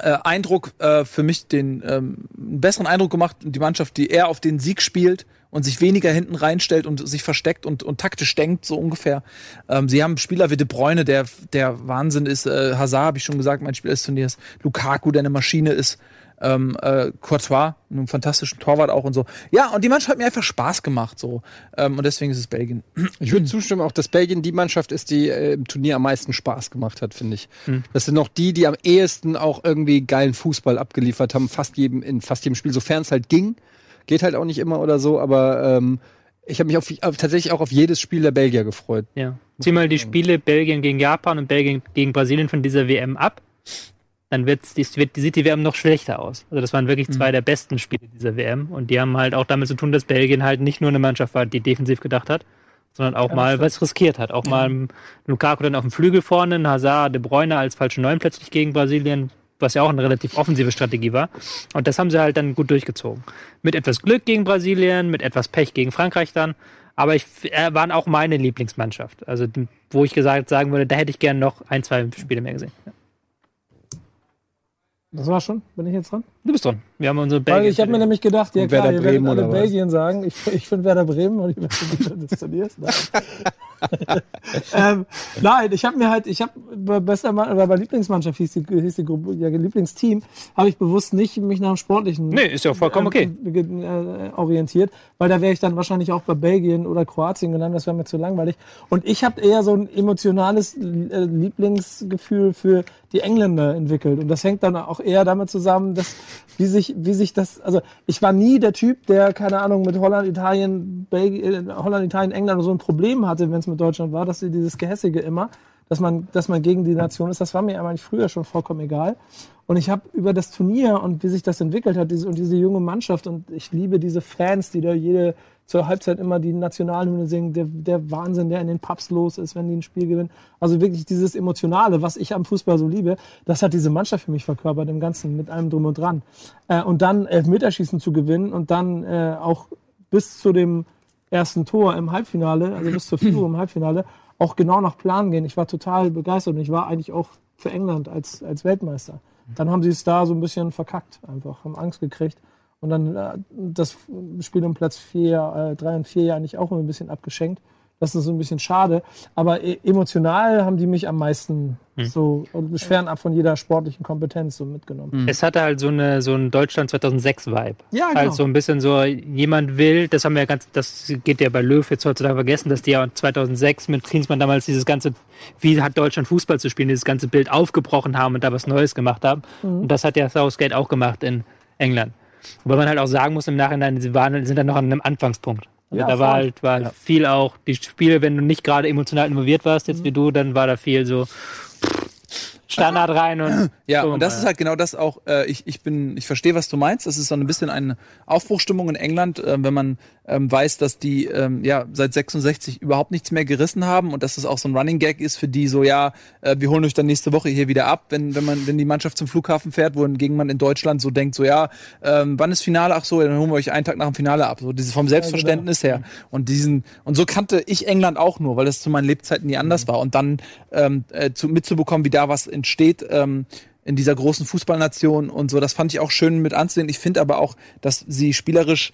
Speaker 4: äh, Eindruck äh, für mich den ähm, einen besseren Eindruck gemacht und die Mannschaft, die eher auf den Sieg spielt und sich weniger hinten reinstellt und sich versteckt und, und taktisch denkt, so ungefähr. Ähm, sie haben Spieler wie De Bruyne, der, der Wahnsinn ist, äh, Hazard, habe ich schon gesagt, mein Spieler des Turniers, Lukaku, der eine Maschine ist, ähm, äh, Courtois, einen fantastischen Torwart auch und so. Ja, und die Mannschaft hat mir einfach Spaß gemacht, so. Ähm, und deswegen ist es Belgien.
Speaker 1: Ich würde zustimmen, auch dass Belgien die Mannschaft ist, die äh, im Turnier am meisten Spaß gemacht hat, finde ich. Das sind noch die, die am ehesten auch irgendwie geilen Fußball abgeliefert haben, fast jedem, in fast jedem Spiel, sofern es halt ging. Geht halt auch nicht immer oder so, aber ähm, ich habe mich auf, auf, tatsächlich auch auf jedes Spiel der Belgier gefreut.
Speaker 6: Ja. Zieh mal die Spiele Belgien gegen Japan und Belgien gegen Brasilien von dieser WM ab. Dann wird's, die, wird, sieht die WM noch schlechter aus. Also das waren wirklich zwei der besten Spiele dieser WM. Und die haben halt auch damit zu tun, dass Belgien halt nicht nur eine Mannschaft war, die defensiv gedacht hat, sondern auch mal was riskiert hat. Auch mal einen Lukaku dann auf dem Flügel vorne, einen Hazard, De Bruyne als falschen Neun plötzlich gegen Brasilien, was ja auch eine relativ offensive Strategie war. Und das haben sie halt dann gut durchgezogen. Mit etwas Glück gegen Brasilien, mit etwas Pech gegen Frankreich dann. Aber ich f- äh, waren auch meine Lieblingsmannschaft. Also die- wo ich gesagt sagen würde, da hätte ich gern noch ein, zwei Spiele mehr gesehen. Ja.
Speaker 5: Das war schon. Bin ich jetzt dran?
Speaker 6: Du bist dran. Wir haben unsere
Speaker 5: Weil
Speaker 6: Belgien.
Speaker 5: ich habe mir nämlich gedacht, ja
Speaker 1: Und
Speaker 5: klar,
Speaker 1: Werder
Speaker 5: ihr werdet
Speaker 1: Bremen
Speaker 5: alle
Speaker 1: oder was?
Speaker 5: Belgien sagen. Ich, ich finde Werder Bremen, weil ich weiß nicht, wie du das turnierst. Nein.
Speaker 1: [LAUGHS]
Speaker 5: ähm, nein, ich habe mir halt, ich habe bei bester Mann, oder bei Lieblingsmannschaft hieß die, hieß die Gruppe, ja, Lieblingsteam, habe ich bewusst nicht mich nach dem sportlichen
Speaker 6: Nee, ist ja vollkommen okay.
Speaker 5: ähm, ge- äh, orientiert, weil da wäre ich dann wahrscheinlich auch bei Belgien oder Kroatien gelandet, das wäre mir zu langweilig. Und ich habe eher so ein emotionales äh, Lieblingsgefühl für die Engländer entwickelt und das hängt dann auch eher damit zusammen, dass wie sich wie sich das, also ich war nie der Typ, der keine Ahnung mit Holland, Italien, Belgien, äh, Holland, Italien, England oder so ein Problem hatte, wenn es mit Deutschland war, dass sie dieses Gehässige immer dass man, dass man gegen die Nation ist. Das war mir eigentlich früher schon vollkommen egal. Und ich habe über das Turnier und wie sich das entwickelt hat diese, und diese junge Mannschaft und ich liebe diese Fans, die da jede zur Halbzeit immer die Nationalhymne singen, der, der Wahnsinn, der in den Pubs los ist, wenn die ein Spiel gewinnen. Also wirklich dieses Emotionale, was ich am Fußball so liebe, das hat diese Mannschaft für mich verkörpert im Ganzen mit allem drum und dran. Äh, und dann Elfmeterschießen zu gewinnen und dann äh, auch bis zu dem ersten Tor im Halbfinale, also bis zur Führung im Halbfinale, auch genau nach Plan gehen. Ich war total begeistert und ich war eigentlich auch für England als, als Weltmeister. Dann haben sie es da so ein bisschen verkackt, einfach, haben Angst gekriegt. Und dann äh, das Spiel um Platz 4, 3 äh, und 4 ja eigentlich auch immer ein bisschen abgeschenkt. Das ist so ein bisschen schade. Aber e emotional haben die mich am meisten so und beschweren ab von jeder sportlichen Kompetenz so mitgenommen.
Speaker 6: Es hatte halt so, eine, so ein Deutschland 2006-Vibe.
Speaker 5: Ja, genau.
Speaker 6: Halt so ein bisschen so, jemand will, das haben wir ja ganz, das geht ja bei Löw jetzt heutzutage vergessen, dass die ja 2006 mit Klinsmann damals dieses ganze, wie hat Deutschland Fußball zu spielen, dieses ganze Bild aufgebrochen haben und da was Neues gemacht haben. Und das hat ja Southgate auch gemacht in England. Wobei man halt auch sagen muss im Nachhinein, sie waren, sind dann noch an einem Anfangspunkt.
Speaker 5: Ja,
Speaker 6: da war
Speaker 5: voll.
Speaker 6: halt, war halt viel auch, die Spiele, wenn du nicht gerade emotional involviert warst, jetzt wie du, dann war da viel so Standard rein und
Speaker 4: Ja,
Speaker 6: gucken
Speaker 4: und
Speaker 6: wir
Speaker 4: das
Speaker 6: mal.
Speaker 4: ist halt genau das auch, äh, ich, ich bin, ich verstehe, was du meinst. Das ist so ein bisschen eine Aufbruchstimmung in England, äh, wenn man ähm, weiß, dass die ähm, ja seit 66 überhaupt nichts mehr gerissen haben und dass das auch so ein Running Gag ist für die so, ja, äh, wir holen euch dann nächste Woche hier wieder ab, wenn, wenn man, wenn die Mannschaft zum Flughafen fährt, wohingegen man in Deutschland so denkt, so ja, ähm, wann ist Finale? Ach so, dann holen wir euch einen Tag nach dem Finale ab. So dieses vom Selbstverständnis her. Und diesen, und so kannte ich England auch nur, weil das zu meinen Lebzeiten nie anders war. Und dann ähm, äh, zu, mitzubekommen, wie da was entsteht, ähm, in dieser großen Fußballnation und so. Das fand ich auch schön mit anzusehen. Ich finde aber auch, dass sie spielerisch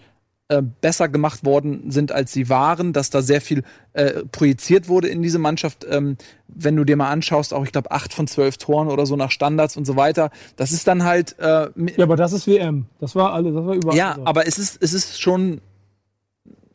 Speaker 4: äh, besser gemacht worden sind, als sie waren, dass da sehr viel äh, projiziert wurde in diese Mannschaft. Ähm, wenn du dir mal anschaust, auch ich glaube acht von zwölf Toren oder so nach Standards und so weiter. Das ist dann halt äh, mi-
Speaker 5: Ja, aber das ist WM. Das war alles, das war überall.
Speaker 4: ja,
Speaker 5: so.
Speaker 4: aber es ist, es ist schon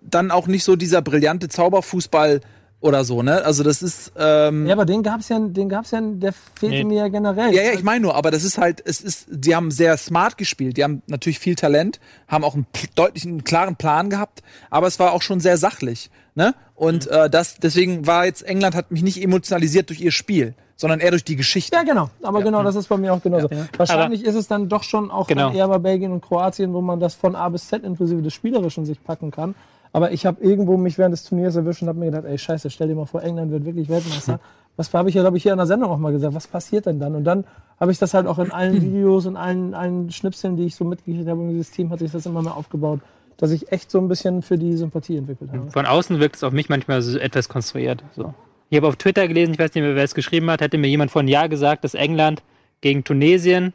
Speaker 4: dann auch nicht so dieser brillante Zauberfußball oder so, ne? Also das ist ähm,
Speaker 5: ja, aber den gab's ja, den gab's ja, der fehlte
Speaker 6: Nee.
Speaker 5: mir ja generell. Also,
Speaker 4: Ja, ja, ich meine nur, aber das ist halt, es ist, die haben sehr smart gespielt, die haben natürlich viel Talent, haben auch einen pl- deutlichen, einen klaren Plan gehabt, aber es war auch schon sehr sachlich, ne? Und äh, das, deswegen war jetzt England hat mich nicht emotionalisiert durch ihr Spiel, sondern eher durch die Geschichte.
Speaker 5: Ja, genau. Aber genau, das ist bei mir auch genauso. Wahrscheinlich ist es dann doch schon auch
Speaker 6: Genau.
Speaker 5: dann eher bei Belgien und Kroatien, wo man das von A bis Z inklusive des Spielerischen sich packen kann. Aber ich habe irgendwo mich während des Turniers erwischt und habe mir gedacht, ey Scheiße, stell dir mal vor, England wird wirklich Weltmeister. Was habe ich ja, glaube ich, hier an der Sendung auch mal gesagt. Was passiert denn dann? Und dann habe ich das halt auch in allen Videos und allen, allen Schnipseln, die ich so mitgekriegt habe, und dieses Team hat sich das immer mehr aufgebaut, dass ich echt so ein bisschen für die Sympathie entwickelt habe.
Speaker 6: Von außen wirkt es auf mich manchmal so etwas konstruiert. So. Ich habe auf Twitter gelesen, ich weiß nicht mehr, wer es geschrieben hat, hätte mir jemand vor einem Jahr gesagt, dass England gegen Tunesien,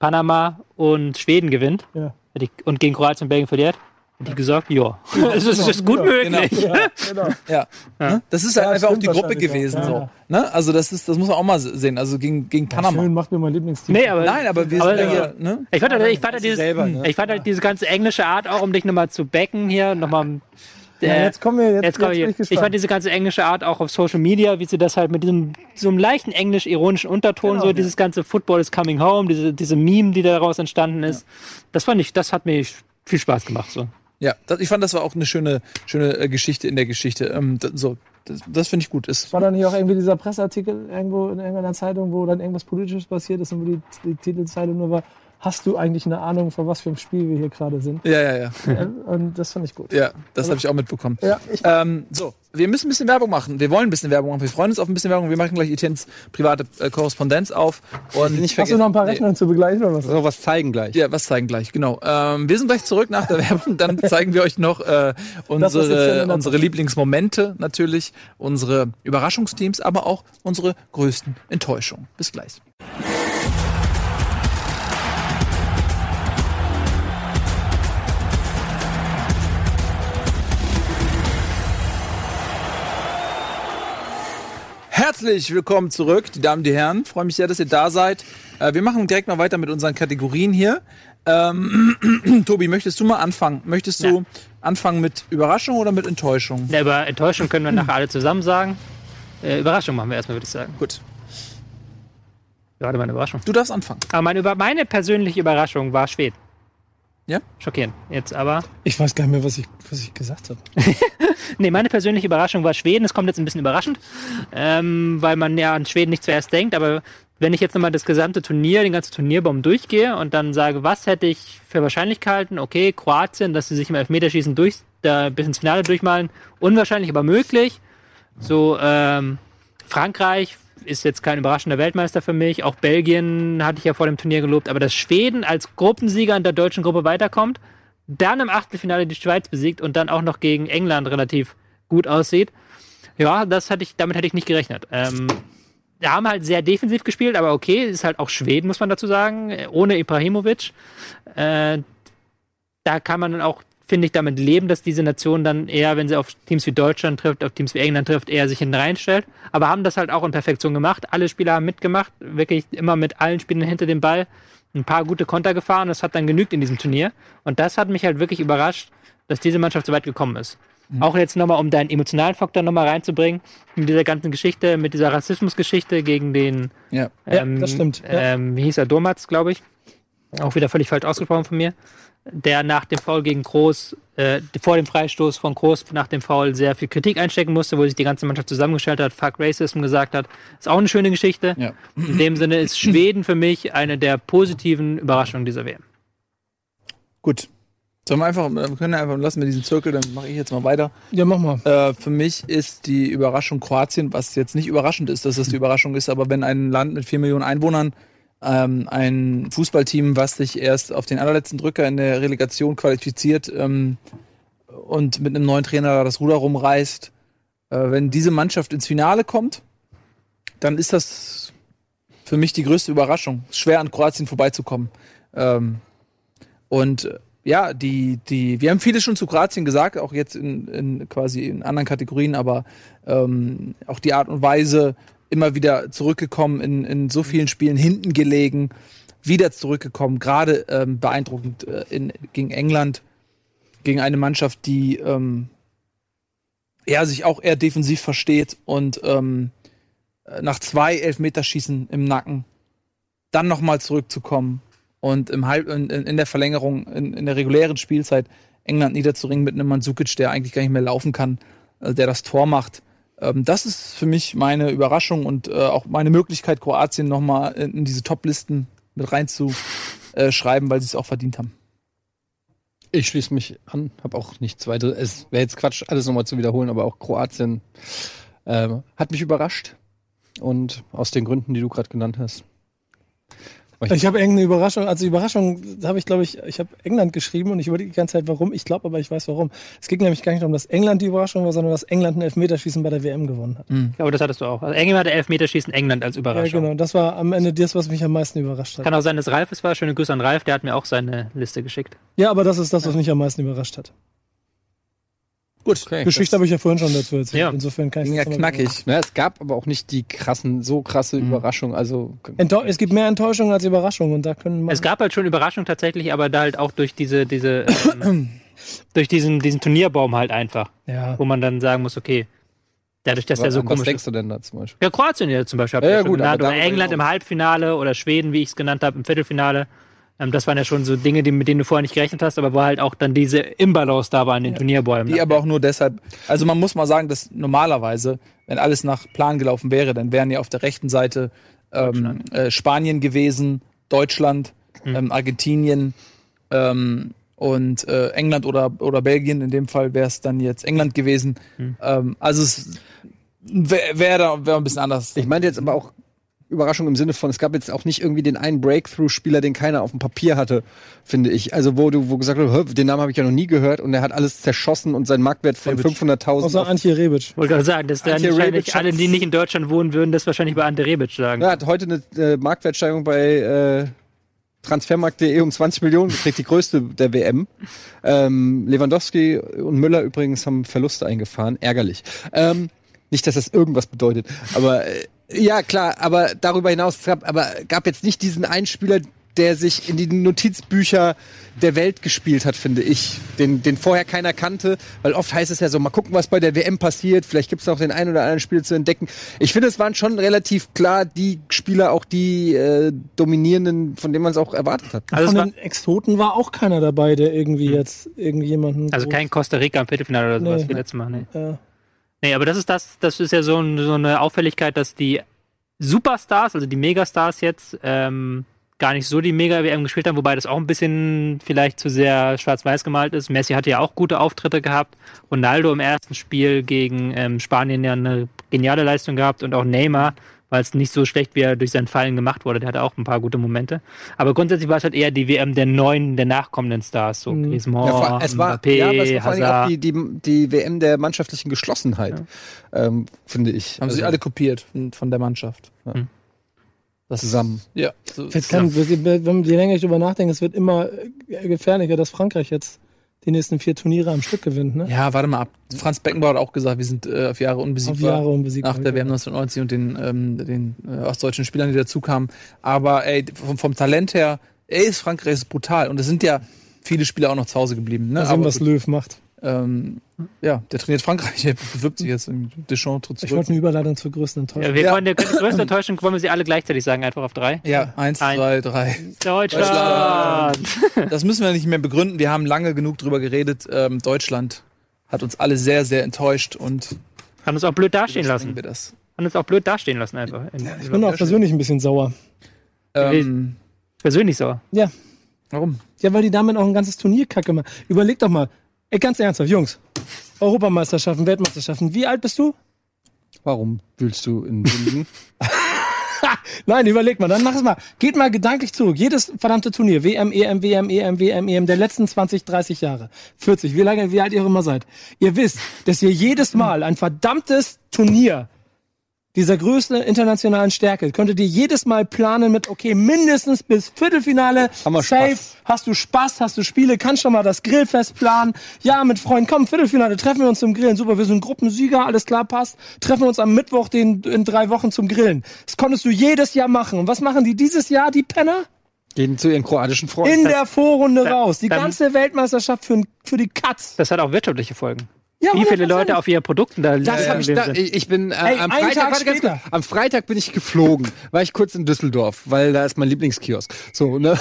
Speaker 6: Panama und Schweden gewinnt
Speaker 5: Ja.
Speaker 6: Hätte ich- und gegen Kroatien und Belgien verliert. Hätte ich gesagt, ja, [LAUGHS] es ist, es ist gut möglich.
Speaker 5: Genau.
Speaker 4: Ja. Ne? Das ist halt
Speaker 5: Ja,
Speaker 4: einfach auch
Speaker 5: stimmt
Speaker 4: die Gruppe
Speaker 5: wahrscheinlich auch.
Speaker 4: gewesen.
Speaker 5: Ja,
Speaker 4: so.
Speaker 5: ja.
Speaker 4: Ne? Also das ist, das muss man auch mal sehen. Also gegen, gegen Panama.
Speaker 5: Schön, macht mir mein Lieblingsteam.
Speaker 6: Nee, aber,
Speaker 4: Nein, aber wir sind ja hier, ne?
Speaker 6: Ich fand, halt- ich fand, halt dieses,
Speaker 3: selber, ne?
Speaker 6: ich fand halt diese ganze englische Art auch, um dich nochmal zu becken hier, äh, nochmal.
Speaker 5: Ja, jetzt kommen wir, jetzt,
Speaker 6: Jetzt komm
Speaker 5: jetzt bin
Speaker 6: ich,
Speaker 5: ich
Speaker 6: ich,
Speaker 5: gespannt.
Speaker 6: fand diese ganze englische Art auch auf Social Media, wie sie das halt mit diesem so einem leichten englisch-ironischen Unterton, so dieses ganze Football is coming home, diese, diese Meme, die daraus entstanden ist. Das fand ich, das hat mir viel Spaß gemacht. So.
Speaker 4: Ja, das, ich fand, das war auch eine schöne, schöne äh, Geschichte in der Geschichte. Ähm, d- so, das, das finde ich gut. Ist,
Speaker 5: War dann hier auch irgendwie dieser Presseartikel irgendwo in irgendeiner Zeitung, wo dann irgendwas Politisches passiert ist und wo die, die Titelzeile nur war, hast du eigentlich eine Ahnung, von was für einem Spiel wir hier gerade sind?
Speaker 4: ja, ja, ja.
Speaker 5: Ähm, und das fand ich gut.
Speaker 4: Ja, das habe ich auch mitbekommen.
Speaker 5: Ja, ich-
Speaker 4: ähm, so, wir müssen ein bisschen Werbung machen. Wir wollen ein bisschen Werbung machen. Wir freuen uns auf ein bisschen Werbung. Wir machen gleich Etienne's private äh, Korrespondenz auf. Und
Speaker 1: Nicht
Speaker 5: Hast du
Speaker 1: vergessen.
Speaker 5: noch ein paar Rechnungen zu begleichen oder was?
Speaker 1: Noch was zeigen gleich.
Speaker 4: ja, was zeigen gleich, genau. Ähm, wir sind gleich zurück nach der Werbung. Dann zeigen wir euch noch äh,
Speaker 5: jetzt hier in
Speaker 4: unsere,
Speaker 5: der-
Speaker 4: unsere Lieblingsmomente natürlich, unsere Überraschungsteams, aber auch unsere größten Enttäuschungen. Bis gleich. Herzlich willkommen zurück, die Damen und die Herren. Freue mich sehr, dass ihr da seid. Äh, wir machen direkt mal weiter mit unseren Kategorien hier. Ähm, Tobi, möchtest du mal anfangen? Möchtest du
Speaker 6: Ja.
Speaker 4: anfangen mit Überraschung oder mit Enttäuschung?
Speaker 6: Ja, über Enttäuschung können wir nachher alle zusammen sagen. Äh, Überraschung machen wir erstmal, würde ich sagen.
Speaker 4: Gut,
Speaker 6: Gerade meine Überraschung.
Speaker 4: du darfst anfangen.
Speaker 6: Aber meine, über meine persönliche Überraschung war Schwed.
Speaker 4: Ja?
Speaker 6: Schockierend. Jetzt aber.
Speaker 5: Ich weiß gar nicht mehr, was ich, was ich gesagt habe.
Speaker 6: [LAUGHS] Nee, meine persönliche Überraschung war Schweden. Es kommt jetzt ein bisschen überraschend, ähm, weil man ja an Schweden nicht zuerst denkt. Aber wenn ich jetzt nochmal das gesamte Turnier, den ganzen Turnierbaum durchgehe und dann sage, was hätte ich für wahrscheinlich gehalten? Okay, Kroatien, dass sie sich im Elfmeterschießen durch, da bis ins Finale durchmalen. Unwahrscheinlich, aber möglich. So, ähm, Frankreich ist jetzt kein überraschender Weltmeister für mich. Auch Belgien hatte ich ja vor dem Turnier gelobt. Aber dass Schweden als Gruppensieger in der deutschen Gruppe weiterkommt, dann im Achtelfinale die Schweiz besiegt und dann auch noch gegen England relativ gut aussieht. Ja, das hatte ich, damit hätte ich nicht gerechnet. Ähm, wir haben halt sehr defensiv gespielt, aber okay, ist halt auch Schweden, muss man dazu sagen, äh, ohne Ibrahimovic. Äh, da kann man dann auch, finde ich, damit leben, dass diese Nation dann eher, wenn sie auf Teams wie Deutschland trifft, auf Teams wie England trifft, eher sich hinten reinstellt. Aber haben das halt auch in Perfektion gemacht. Alle Spieler haben mitgemacht, wirklich immer mit allen Spielern hinter dem Ball ein paar gute Konter gefahren. Das hat dann genügt in diesem Turnier. Und das hat mich halt wirklich überrascht, dass diese Mannschaft so weit gekommen ist. Auch jetzt nochmal, um deinen emotionalen Faktor nochmal reinzubringen, mit dieser ganzen Geschichte, mit dieser Rassismusgeschichte gegen den,
Speaker 4: Ja.
Speaker 5: ja, das stimmt. Ja.
Speaker 6: ähm, wie hieß er, Domatz, glaube ich. Auch wieder völlig falsch ausgesprochen von mir. Der nach dem Foul gegen Groß, äh, vor dem Freistoß von Groß nach dem Foul sehr viel Kritik einstecken musste, wo sich die ganze Mannschaft zusammengestellt hat, Fuck Racism gesagt hat. Ist auch eine schöne Geschichte.
Speaker 4: Ja.
Speaker 6: In dem Sinne ist Schweden für mich eine der positiven Überraschungen dieser WM.
Speaker 4: Gut. Sollen wir einfach, wir können einfach lassen wir diesen Zirkel, dann mache ich jetzt mal weiter.
Speaker 5: ja, mach mal.
Speaker 4: Äh, für mich ist die Überraschung Kroatien, was jetzt nicht überraschend ist, dass das die Überraschung ist, aber wenn ein Land mit vier Millionen Einwohnern ähm, ein Fußballteam, was sich erst auf den allerletzten Drücker in der Relegation qualifiziert ähm, und mit einem neuen Trainer das Ruder rumreißt, äh, wenn diese Mannschaft ins Finale kommt, dann ist das für mich die größte Überraschung. Schwer an Kroatien vorbeizukommen. Ähm, und äh, ja, die, die, wir haben vieles schon zu Kroatien gesagt, auch jetzt in, in quasi in anderen Kategorien, aber ähm, auch die Art und Weise, immer wieder zurückgekommen, in, in so vielen Spielen hinten gelegen, wieder zurückgekommen, gerade ähm, beeindruckend äh, in, gegen England, gegen eine Mannschaft, die ähm, ja, sich auch eher defensiv versteht und ähm, nach zwei Elfmeterschießen im Nacken dann nochmal zurückzukommen und im Halb in, in in der Verlängerung, in, in der regulären Spielzeit England niederzuringen mit einem Mandzukic, der eigentlich gar nicht mehr laufen kann, äh, der das Tor macht. Ähm, das ist für mich meine Überraschung und äh, auch meine Möglichkeit, Kroatien nochmal in, in diese Top-Listen mit reinzuschreiben, äh, weil sie es auch verdient haben.
Speaker 3: Ich schließe mich an, habe auch nichts weiter. Es wäre jetzt Quatsch, alles nochmal zu wiederholen, aber auch Kroatien ähm, hat mich überrascht. Und aus den Gründen, die du gerade genannt hast.
Speaker 5: Ich habe irgendeine Überraschung, also Überraschung habe ich, glaube ich, ich habe England geschrieben und ich überlege die ganze Zeit, warum. Ich glaube aber, ich weiß warum. Es ging nämlich gar nicht darum, dass England die Überraschung war, sondern dass England ein Elfmeterschießen bei der WM gewonnen hat.
Speaker 6: Ich glaube, das hattest du auch. Also England hatte Elfmeterschießen, England als
Speaker 5: Ja,
Speaker 6: Überraschung.
Speaker 5: genau. Das war am Ende das, was mich am meisten überrascht hat.
Speaker 6: Kann auch sein, dass Ralf es war. Schöne Grüße an Ralf, der hat mir auch seine Liste geschickt.
Speaker 5: Ja, aber das ist das, was mich am meisten überrascht hat.
Speaker 4: Gut,
Speaker 5: Geschichte habe ich ja vorhin schon dazu erzählt.
Speaker 6: Ja.
Speaker 5: Insofern kann ich
Speaker 4: ging ja
Speaker 5: das nochmal-
Speaker 4: knackig.
Speaker 3: Na, es gab aber auch nicht die krassen, so krasse
Speaker 6: Mhm.
Speaker 3: Überraschung. Also
Speaker 5: Enttäu- es gibt mehr Enttäuschungen als Überraschungen und da können man-
Speaker 6: Es gab halt schon Überraschungen tatsächlich, aber da halt auch durch diese, diese,
Speaker 3: [CLEARS THROAT]
Speaker 6: ähm, durch diesen, diesen Turnierbaum halt einfach,
Speaker 5: ja.
Speaker 6: wo man dann sagen muss, okay, dadurch, dass der so
Speaker 3: an was
Speaker 6: komisch
Speaker 3: denkst
Speaker 6: ist.
Speaker 3: du denn da zum Beispiel?
Speaker 6: Ja, Kroatien ja zum Beispiel. habt ihr
Speaker 3: Ja, ja,
Speaker 6: schon
Speaker 3: gut,
Speaker 6: genannt,
Speaker 3: aber
Speaker 6: oder
Speaker 3: darüber
Speaker 6: England im
Speaker 3: hinaus.
Speaker 6: Halbfinale oder Schweden, wie ich es genannt habe, im Viertelfinale. Ähm, das waren ja schon so Dinge, die, mit denen du vorher nicht gerechnet hast, aber wo halt auch dann diese Imbalance da war an den Turnierbäumen.
Speaker 4: Die aber auch nur deshalb, also man muss mal sagen, dass normalerweise, wenn alles nach Plan gelaufen wäre, dann wären ja auf der rechten Seite ähm, äh, Spanien gewesen, Deutschland,
Speaker 5: Mhm.
Speaker 4: ähm, Argentinien ähm, und äh, England oder, oder Belgien. In dem Fall wäre es dann jetzt England gewesen.
Speaker 5: Mhm.
Speaker 4: Ähm, also es wäre wär da wär ein bisschen anders.
Speaker 3: Ich meinte jetzt aber auch Überraschung im Sinne von, es gab jetzt auch nicht irgendwie den einen Breakthrough-Spieler, den keiner auf dem Papier hatte, finde ich. Also wo du wo gesagt hast, "Hä, den Namen habe ich ja noch nie gehört und er hat alles zerschossen und sein Marktwert von 500.000
Speaker 5: Außer
Speaker 3: auf-
Speaker 5: Antje Rebic.
Speaker 6: Wollte gerade sagen, dass dann
Speaker 3: Ante Rebic
Speaker 6: wahrscheinlich
Speaker 3: hat-
Speaker 6: alle, die nicht in Deutschland wohnen würden, das wahrscheinlich bei Ante Rebic sagen.
Speaker 3: Ja, hat heute eine äh, Marktwertsteigerung bei äh, Transfermarkt.de um 20 Millionen gekriegt, die größte der WM. Ähm, Lewandowski und Müller übrigens haben Verluste eingefahren, ärgerlich. Ähm,
Speaker 1: Nicht, dass das irgendwas bedeutet. Aber äh, ja, klar, aber darüber hinaus es gab, aber gab jetzt nicht diesen Einspieler, der sich in die Notizbücher der Welt gespielt hat, finde ich. Den, den vorher keiner kannte, weil oft heißt es ja so, mal gucken, was bei der WM passiert, vielleicht gibt es noch den einen oder anderen Spieler zu entdecken. Ich finde, es waren schon relativ klar die Spieler, auch die äh, dominierenden, von denen man es auch erwartet hat.
Speaker 6: Also, es
Speaker 5: Also Von
Speaker 6: war, Hm.
Speaker 5: den Exoten war auch keiner dabei, der irgendwie jetzt irgendjemanden.
Speaker 6: also
Speaker 5: groß-
Speaker 6: kein Costa Rica im Viertelfinale oder sowas
Speaker 5: Nee.
Speaker 6: wie letztes Mal. Nee.
Speaker 5: Ja.
Speaker 6: nee, aber das ist das, das ist ja so, ein, so eine Auffälligkeit, dass die Superstars, also die Megastars jetzt, ähm, gar nicht so die Mega-WM gespielt haben, wobei das auch ein bisschen vielleicht zu sehr schwarz-weiß gemalt ist. Messi hatte ja auch gute Auftritte gehabt. Ronaldo im ersten Spiel gegen ähm, Spanien ja eine geniale Leistung gehabt und auch Neymar, weil es nicht so schlecht, wie er durch seinen Fallen gemacht wurde. Der hatte auch ein paar gute Momente. Aber grundsätzlich war es halt eher die WM der neuen, der nachkommenden Stars. So
Speaker 5: Mhm.
Speaker 6: Griezmann,
Speaker 1: ja, vor, es war,
Speaker 6: Oh, Mbappé,
Speaker 1: ja, aber es war vor allem auch
Speaker 6: Hazard.
Speaker 1: die, die, die WM der mannschaftlichen Geschlossenheit, ähm, finde ich.
Speaker 5: also-
Speaker 4: Haben sie alle kopiert von, von der Mannschaft.
Speaker 6: Hm.
Speaker 4: Das
Speaker 1: Zusammen.
Speaker 4: Ja. So,
Speaker 5: Jetzt kann, wenn man je länger ich drüber nachdenke, es wird immer äh, gefährlicher, dass Frankreich jetzt die nächsten vier Turniere am Stück gewinnt, ne?
Speaker 4: ja, warte mal ab. Franz Beckenbauer hat auch gesagt, wir sind äh, auf Jahre
Speaker 5: Auf
Speaker 4: unbesiegbar.
Speaker 5: Jahre unbesiegbar.
Speaker 4: nach der WM 1990 und den, ähm, den äh, ostdeutschen Spielern, die dazukamen. Aber ey, vom, vom Talent her, ey, ist Frankreich ist brutal. Und es sind ja viele Spieler auch noch zu Hause geblieben. Ne?
Speaker 5: Mal sehen,
Speaker 4: Aber
Speaker 5: was
Speaker 4: gut,
Speaker 5: Löw macht.
Speaker 4: ähm, ja, der trainiert Frankreich, der bewirbt sich jetzt. irgendwie. Deschamps tritt
Speaker 5: Ich
Speaker 4: zurück.
Speaker 5: wollte eine Überleitung zur
Speaker 6: Ja,
Speaker 5: größten Enttäuschung.
Speaker 6: wir wollen, der die größte Enttäuschung wollen wir sie alle gleichzeitig sagen, einfach auf drei.
Speaker 4: Ja, eins,
Speaker 6: Ein-
Speaker 4: zwei, drei.
Speaker 6: Deutschland!
Speaker 4: Das müssen wir nicht mehr begründen. Wir haben lange genug drüber geredet. Ähm, Deutschland hat uns alle sehr, sehr enttäuscht und
Speaker 6: Haben uns auch blöd dastehen
Speaker 4: überspringen
Speaker 6: lassen.
Speaker 4: wir das.
Speaker 6: Haben uns auch blöd dastehen lassen einfach. In,
Speaker 5: Ich bin auch persönlich ein bisschen sauer.
Speaker 4: Ähm,
Speaker 6: persönlich so.
Speaker 4: warum?
Speaker 5: Ja, weil die damit auch ein ganzes Turnier kacke machen. Überleg doch mal. Ey, ganz ernsthaft, Jungs. Europameisterschaften, Weltmeisterschaften. Wie alt bist du?
Speaker 1: Warum wühlst du in Wunden?
Speaker 5: Nein, überleg mal, dann mach es mal. Geht mal gedanklich zurück. Jedes verdammte Turnier, E WM, EM, WM, EM, WM, EM, E der letzten 20, 30 Jahre, 40, wie lange, wie alt ihr auch immer seid. Ihr wisst, dass ihr jedes Mal ein verdammtes Turnier dieser größten internationalen Stärke, könntet ihr jedes Mal planen mit, okay, mindestens bis Viertelfinale,
Speaker 1: Haben wir
Speaker 5: safe,
Speaker 1: Spaß.
Speaker 5: hast du Spaß, hast du Spiele, kannst schon mal das Grillfest planen, ja, mit Freunden, komm, Viertelfinale, treffen wir uns zum Grillen, super, wir sind Gruppensieger, alles klar, passt, treffen wir uns am Mittwoch den, in drei Wochen zum Grillen. Das konntest du jedes Jahr machen. Und was machen die dieses Jahr, die Penner?
Speaker 1: Gehen zu ihren kroatischen Freunden.
Speaker 5: In der Vorrunde
Speaker 6: da-
Speaker 5: raus. Die
Speaker 6: dann-
Speaker 5: ganze Weltmeisterschaft für, für die Katz.
Speaker 6: Das hat auch wirtschaftliche Folgen.
Speaker 5: Ja,
Speaker 6: Wie viele
Speaker 5: 100%.
Speaker 6: Leute auf ihren Produkten da
Speaker 1: Das
Speaker 6: liegen
Speaker 1: hab ich,
Speaker 6: geblieben
Speaker 1: da,
Speaker 6: sind.
Speaker 1: ich ich bin äh,
Speaker 5: Ey,
Speaker 1: am,
Speaker 5: einen
Speaker 1: Freitag,
Speaker 5: Tag
Speaker 1: warte, ganz
Speaker 5: später.
Speaker 1: kurz. am Freitag bin ich geflogen, war ich kurz in Düsseldorf, weil da ist mein Lieblingskiosk. So, ne?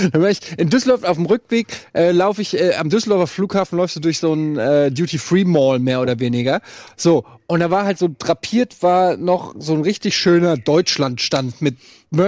Speaker 1: [LAUGHS] Dann war ich in Düsseldorf auf dem Rückweg, äh, laufe ich äh, am Düsseldorfer Flughafen läufst du durch so einen äh, Duty Free Mall mehr oder weniger. So, und da war halt so drapiert war noch so ein richtig schöner Deutschlandstand mit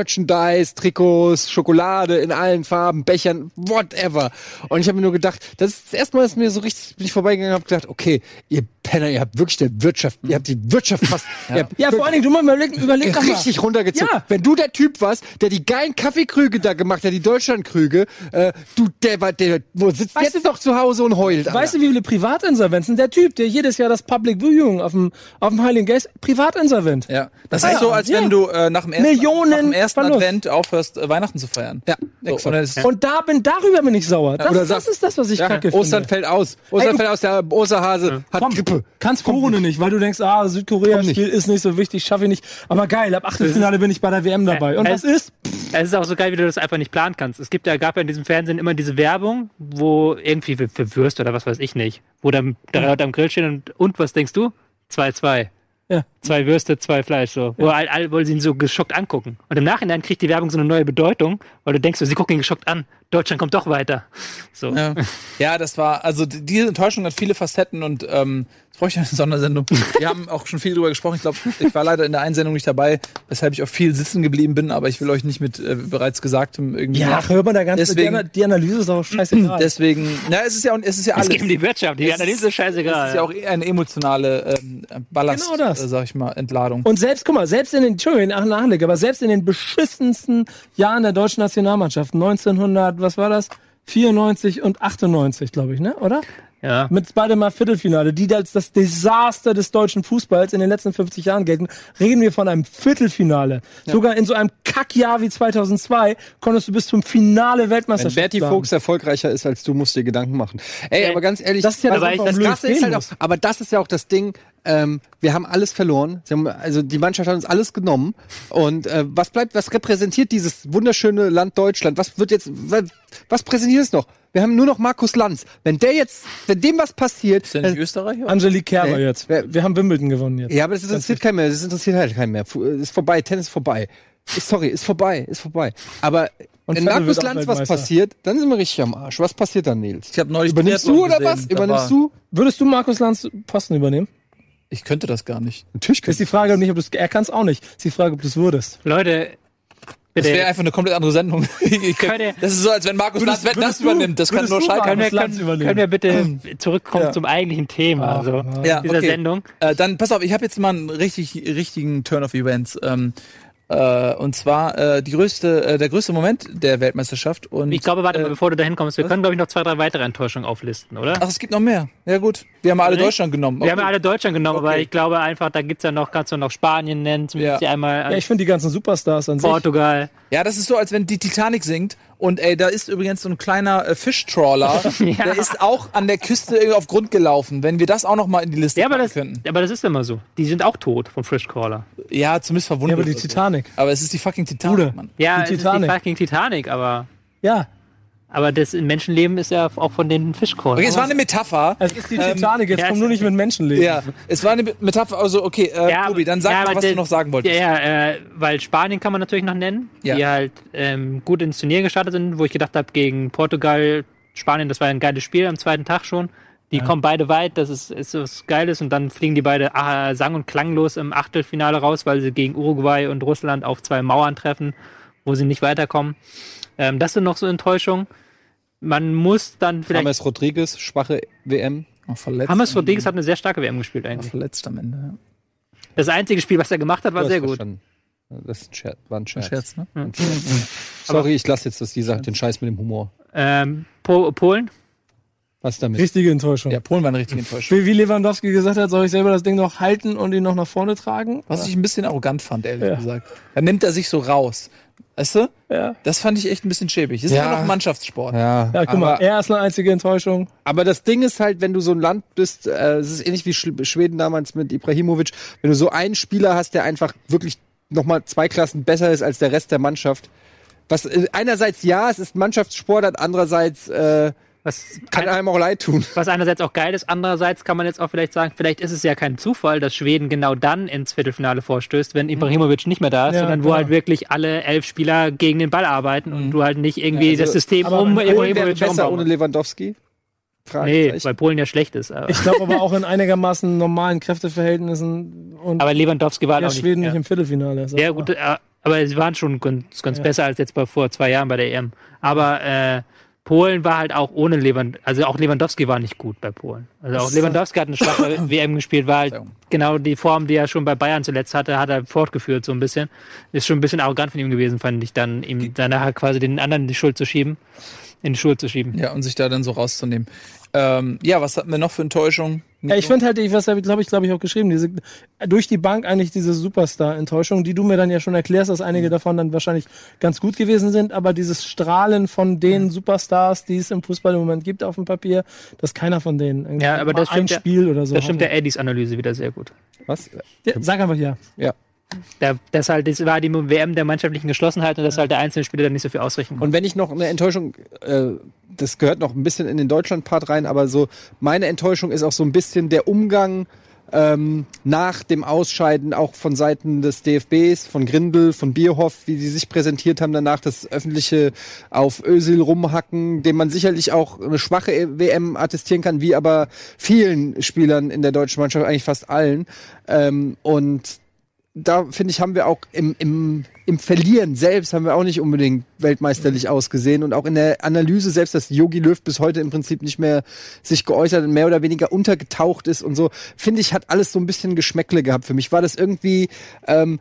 Speaker 1: Merchandise, Trikots, Schokolade in allen Farben, Bechern, whatever. Und ich habe mir nur gedacht, das ist das erste Mal, dass mir so richtig bin ich vorbeigegangen habe gedacht, okay, ihr Penner, ihr habt wirklich der Wirtschaft, ihr habt die Wirtschaft fast, ja. ihr habt
Speaker 5: [LAUGHS] Ja, vor allen Dingen, du mal überleg, überleg doch mal.
Speaker 1: richtig runtergezogen.
Speaker 5: Ja.
Speaker 1: Wenn du der Typ warst, der die geilen Kaffeekrüge da gemacht hat, die Deutschlandkrüge, äh, du, der war, der, wo sitzt
Speaker 5: Weißt
Speaker 1: jetzt noch zu Hause und heult, Alter.
Speaker 5: Ah, Weißt du, wie viele Privatinsolvenzen? Der Typ, der jedes Jahr das Public Viewing auf dem, auf dem Heiligen Geist, Privatinsolvent.
Speaker 4: Ja. Das
Speaker 5: Ah,
Speaker 4: ist so, als
Speaker 5: ja.
Speaker 4: wenn du äh, nach dem ersten,
Speaker 5: Millionen
Speaker 4: nach dem ersten
Speaker 5: Verlust.
Speaker 4: Advent aufhörst, äh, Weihnachten zu feiern.
Speaker 1: Ja,
Speaker 4: so, und dann ist es
Speaker 5: Und da bin, darüber bin ich sauer. Das,
Speaker 1: oder
Speaker 5: das
Speaker 1: sagst-
Speaker 5: ist das, was ich kacke finde.
Speaker 1: Ostern fällt aus. Ostern
Speaker 5: Ey, du-
Speaker 1: fällt aus, der Osterhase hat Grippe.
Speaker 5: Kannst Corona nicht, weil du denkst, ah, Südkorea-Spiel ist nicht so wichtig, schaffe ich nicht. Aber geil, ab Achtelfinale bin ich bei der WM dabei. Und
Speaker 6: Äh,
Speaker 5: was ist?
Speaker 6: Es ist auch so geil, wie du das einfach nicht planen kannst. Es gibt ja, gab ja in diesem Fernsehen immer diese Werbung, wo irgendwie für, für Würste oder was weiß ich nicht, wo dann drei Leute am Grill stehen und, und was denkst du? 2-2.
Speaker 5: Ja.
Speaker 6: Zwei Würste, zwei Fleisch, so. Wo, all, all, wo sie ihn so geschockt angucken. Und im Nachhinein kriegt die Werbung so eine neue Bedeutung, weil du denkst, so, sie gucken ihn geschockt an. Deutschland kommt doch weiter. So.
Speaker 4: Ja. ja, das war, also die- diese Enttäuschung hat viele Facetten und ähm, das bräuchte ich eine [LAUGHS] Sondersendung. Wir haben auch schon viel drüber gesprochen. Ich glaube, ich war leider in der Einsendung nicht dabei, weshalb ich auch viel sitzen geblieben bin, aber ich will euch nicht mit äh, bereits Gesagtem irgendwie
Speaker 5: Ja,
Speaker 4: machen.
Speaker 5: hör mal, der ganze,
Speaker 4: Deswegen-
Speaker 5: die, Ana- die Analyse ist auch scheißegal.
Speaker 4: Deswegen, na, es ist ja, es ist ja
Speaker 6: Es
Speaker 4: alles.
Speaker 6: geht um die Wirtschaft, die
Speaker 4: Es
Speaker 6: Analyse ist
Speaker 4: Es
Speaker 6: scheißegal.
Speaker 4: ist ja auch eher eine emotionale ähm, Ballast,
Speaker 5: Genau das.
Speaker 4: Äh, sag ich mal, Entladung.
Speaker 5: Und selbst, guck mal, selbst in den, Entschuldigung, nach Nachblick, aber selbst in den beschissensten Jahren der deutschen Nationalmannschaft, 1900, was war das? 94 und 98, glaube ich, ne? Oder?
Speaker 6: ja.
Speaker 5: Mit beide mal Viertelfinale, die als das Desaster des deutschen Fußballs in den letzten 50 Jahren gelten, reden wir von einem Viertelfinale. Sogar in so einem Kackjahr wie 2002 konntest du bis zum Finale
Speaker 1: Wenn
Speaker 5: Weltmeisterschaft.
Speaker 1: Berti
Speaker 5: planen.
Speaker 1: Fuchs erfolgreicher ist als du, musst dir Gedanken machen. Ey, aber ganz ehrlich,
Speaker 5: Äh, Das ist ja
Speaker 1: aber
Speaker 5: das,
Speaker 1: ich-
Speaker 5: warum
Speaker 1: das
Speaker 5: Löw
Speaker 1: Krasse ist
Speaker 5: gehen
Speaker 1: halt auch,
Speaker 5: muss.
Speaker 1: aber das ist ja auch das Ding, ähm, wir haben alles verloren. Sie haben, also die Mannschaft hat uns alles genommen. Und äh, was bleibt, was repräsentiert dieses wunderschöne Land Deutschland? Was wird jetzt, was, was präsentiert es noch? Wir haben nur noch Markus Lanz. Wenn der jetzt, wenn dem was passiert,
Speaker 4: Ist der nicht Österreicher?
Speaker 5: Angelique Kerber
Speaker 1: Nee.
Speaker 5: jetzt.
Speaker 1: Wer-
Speaker 5: Wir haben Wimbledon gewonnen jetzt.
Speaker 1: Ja, aber das interessiert keinen mehr. Das interessiert halt keinen mehr. Fu- Ist vorbei, Tennis ist vorbei. Ist, sorry, ist vorbei, ist vorbei. Aber
Speaker 5: Und
Speaker 1: wenn
Speaker 5: Vettel wird
Speaker 1: Markus
Speaker 5: auch
Speaker 1: Lanz was
Speaker 5: Weltmeister.
Speaker 1: passiert, dann sind wir richtig am Arsch. Was passiert dann, Nils?
Speaker 4: Ich habe neulich
Speaker 1: Übernimmst du
Speaker 4: Triathlon
Speaker 1: oder
Speaker 4: gesehen.
Speaker 1: was?
Speaker 4: Da war-
Speaker 1: Übernimmst du?
Speaker 5: Würdest du Markus Lanz Posten übernehmen?
Speaker 4: Ich könnte das gar nicht.
Speaker 1: Natürlich
Speaker 5: Ist die Frage nicht, ob du er kann es auch nicht. Ist die Frage, ob du es würdest.
Speaker 6: Leute, bitte.
Speaker 4: Das wäre einfach eine komplett andere Sendung. [LAUGHS] Ich kenn-
Speaker 6: Keine-
Speaker 4: das ist so, als wenn Markus Lanz
Speaker 5: Würdest-
Speaker 4: wenn das
Speaker 5: würdest du-
Speaker 4: übernimmt. Das kann
Speaker 5: würdest
Speaker 4: nur
Speaker 5: du
Speaker 4: Schalke.
Speaker 5: machen?
Speaker 6: können, wir,
Speaker 5: Markus Lanz
Speaker 6: können,
Speaker 5: übernehmen.
Speaker 6: können wir bitte zurückkommen
Speaker 5: Ja.
Speaker 6: zum eigentlichen Thema also,
Speaker 4: Ja,
Speaker 6: dieser
Speaker 4: okay.
Speaker 6: Sendung?
Speaker 4: Äh, dann pass auf, ich habe jetzt mal einen richtig, richtigen Turn of Events. Ähm, äh, und zwar äh, die größte, äh, der größte Moment der Weltmeisterschaft. Und,
Speaker 6: Ich glaube, warte mal,
Speaker 4: äh,
Speaker 6: bevor du dahin kommst, wir können, glaube ich, noch zwei, drei weitere Enttäuschungen auflisten, oder?
Speaker 4: Ach, es gibt noch mehr. Ja gut, wir haben alle
Speaker 6: Nee.
Speaker 4: Deutschland genommen.
Speaker 6: wir haben ja alle Deutschland genommen, aber
Speaker 4: Okay.
Speaker 6: ich glaube einfach, da gibt es ja noch, kannst du noch Spanien nennen, zumindest
Speaker 4: Ja.
Speaker 6: hier einmal
Speaker 5: Ja, ich finde die ganzen Superstars an sich.
Speaker 6: Portugal.
Speaker 4: Ja, das ist so, als wenn die Titanic sinkt. Und ey, da ist übrigens so ein kleiner äh, Fischtrawler,
Speaker 6: [LAUGHS] Ja.
Speaker 4: der ist auch an der Küste irgendwie auf Grund gelaufen. Wenn wir das auch noch mal in die Liste
Speaker 6: Ja, aber
Speaker 4: packen
Speaker 6: das,
Speaker 4: könnten.
Speaker 6: aber das ist immer so. Die sind auch tot vom Frischcaller.
Speaker 4: Ja, zumindest
Speaker 5: Ja,
Speaker 4: verwundert.
Speaker 5: aber die
Speaker 4: oder so.
Speaker 5: Titanic.
Speaker 4: aber es ist die fucking Titanic,
Speaker 5: Bruder.
Speaker 4: Mann.
Speaker 6: Ja,
Speaker 5: Die
Speaker 6: es ist die
Speaker 5: Titanic.
Speaker 6: fucking Titanic, aber,
Speaker 5: Ja,
Speaker 6: aber das in Menschenleben ist ja auch von den Fischcrawlern.
Speaker 4: Okay, es war eine Metapher.
Speaker 5: es ist die
Speaker 1: Ähm,
Speaker 5: Titanic. Jetzt
Speaker 6: ja,
Speaker 5: komm
Speaker 6: es-
Speaker 5: nur nicht mit Menschenleben.
Speaker 4: Ja, es war eine Be- Metapher. Also, okay, äh,
Speaker 6: Ja,
Speaker 4: Tobi, dann sag
Speaker 6: ja,
Speaker 4: mal,
Speaker 6: aber
Speaker 4: was
Speaker 6: der-
Speaker 4: du noch sagen wolltest.
Speaker 6: Ja, ja äh, weil Spanien kann man natürlich noch nennen,
Speaker 4: Ja.
Speaker 6: die halt ähm, gut ins Turnier gestartet sind, wo ich gedacht habe, gegen Portugal, Spanien, das war ein geiles Spiel am zweiten Tag schon. Die kommen beide weit, das ist, ist was Geiles und dann fliegen die beide ah, sang- und klanglos im Achtelfinale raus, weil sie gegen Uruguay und Russland auf zwei Mauern treffen, wo sie nicht weiterkommen. Ähm, das sind noch so Enttäuschungen. Man muss dann vielleicht.
Speaker 1: James Rodriguez, schwache WM.
Speaker 4: Oh, verletzt,
Speaker 6: James Rodriguez hat eine sehr starke WM gespielt eigentlich.
Speaker 4: verletzt am Ende. ja.
Speaker 6: Das einzige Spiel, was er gemacht hat, war
Speaker 1: Du hast
Speaker 6: sehr gut.
Speaker 1: verstanden. Das ist ein Scherz, war ein Scherz.
Speaker 4: Scherz, ne?
Speaker 1: Sorry, ich lasse jetzt das, die sagt den Scheiß mit dem Humor.
Speaker 6: Ähm, Po- Polen,
Speaker 1: Was damit?
Speaker 5: Richtige Enttäuschung.
Speaker 4: Ja, Polen waren richtig enttäuscht.
Speaker 5: Wie wie Lewandowski gesagt hat, soll ich selber das Ding noch halten und ihn noch nach vorne tragen?
Speaker 4: Was ich ein bisschen arrogant fand, ehrlich gesagt. Da nimmt er sich so raus. Weißt du?
Speaker 5: Ja.
Speaker 4: Das fand ich echt ein bisschen schäbig. Ist ja
Speaker 1: Ja.
Speaker 4: immer noch Mannschaftssport.
Speaker 1: Ja.
Speaker 5: Ja, guck mal, er ist eine einzige Enttäuschung.
Speaker 1: Aber das Ding ist halt, wenn du so ein Land bist, äh, es ist ähnlich wie Sch Schweden damals mit Ibrahimovic, wenn du so einen Spieler hast, der einfach wirklich nochmal zwei Klassen besser ist als der Rest der Mannschaft. Was äh, einerseits ja, es ist Mannschaftssportart, andererseits äh,
Speaker 6: was
Speaker 1: kann einem auch leid tun.
Speaker 6: Was einerseits auch geil ist, andererseits kann man jetzt auch vielleicht sagen, vielleicht ist es ja kein Zufall, dass Schweden genau dann ins Viertelfinale vorstößt, wenn Ibrahimovic nicht mehr da ist,
Speaker 5: Mhm. Ja,
Speaker 6: sondern wo
Speaker 5: klar. Mhm.
Speaker 6: halt wirklich alle elf Spieler gegen den Ball arbeiten und du halt nicht irgendwie das System
Speaker 5: also, aber
Speaker 6: um
Speaker 5: Polen
Speaker 1: Polen wäre
Speaker 6: Ibrahimovic
Speaker 1: besser ohne
Speaker 6: herum.
Speaker 1: Lewandowski?
Speaker 6: Nee,
Speaker 1: Fragezeichen.
Speaker 6: weil Polen ja schlecht ist. Aber,
Speaker 5: Ich glaube aber auch in einigermaßen normalen Kräfteverhältnissen und
Speaker 6: aber Lewandowski war halt
Speaker 5: ja,
Speaker 6: auch
Speaker 5: Schweden
Speaker 6: nicht.
Speaker 5: nicht
Speaker 6: ja.
Speaker 5: im Viertelfinale. ist
Speaker 6: Ja,
Speaker 5: auch
Speaker 6: gut,
Speaker 5: klar.
Speaker 6: äh, aber sie waren schon ganz, ganz besser als jetzt bei, vor zwei Jahren bei der EM. Aber äh, Polen war halt auch ohne Lewandowski, also auch Lewandowski war nicht gut bei Polen. Also auch Lewandowski hat eine schwache WM gespielt, war halt genau die Form, die er schon bei Bayern zuletzt hatte, hat er fortgeführt so ein bisschen. Ist schon ein bisschen arrogant von ihm gewesen, fand ich dann, ihm danach halt quasi den anderen die Schuld zu schieben, in die Schuld zu schieben.
Speaker 4: Ja, und sich da dann so rauszunehmen. Ähm, ja, was hatten wir noch für Enttäuschung?
Speaker 5: Ja, ich finde halt, ich was glaube ich, glaube ich auch geschrieben, diese durch die Bank eigentlich diese Superstar-Enttäuschung, die du mir dann ja schon erklärst, dass einige davon dann wahrscheinlich ganz gut gewesen sind, aber dieses Strahlen von den Superstars, die es im Fußball im Moment gibt auf dem Papier, dass keiner von denen irgendwie
Speaker 6: Ja, aber
Speaker 5: mal
Speaker 6: das
Speaker 5: ein
Speaker 6: stimmt ja-
Speaker 5: Spiel oder so.
Speaker 6: Da stimmt
Speaker 5: hatte.
Speaker 6: der Eddies Analyse wieder sehr gut.
Speaker 1: Was?
Speaker 5: Ja, Sag einfach ja.
Speaker 6: Da, das, halt, das war die WM der mannschaftlichen Geschlossenheit und dass halt der einzelne Spieler dann nicht so viel ausrichten konnte.
Speaker 1: Und wenn ich noch eine Enttäuschung, äh, das gehört noch ein bisschen in den Deutschland-Part rein, aber so meine Enttäuschung ist auch so ein bisschen der Umgang ähm, nach dem Ausscheiden auch von Seiten des DFBs, von Grindel, von Bierhoff, wie sie sich präsentiert haben danach, das öffentliche auf Ösil rumhacken, dem man sicherlich auch eine schwache WM attestieren kann, wie aber vielen Spielern in der deutschen Mannschaft, eigentlich fast allen. Ähm, und da finde ich, haben wir auch im, im, im Verlieren selbst haben wir auch nicht unbedingt weltmeisterlich ausgesehen und auch in der Analyse selbst, dass Yogi Löw bis heute im Prinzip nicht mehr sich geäußert und mehr oder weniger untergetaucht ist und so, finde ich, hat alles so ein bisschen Geschmäckle gehabt. Für mich war das irgendwie, ähm,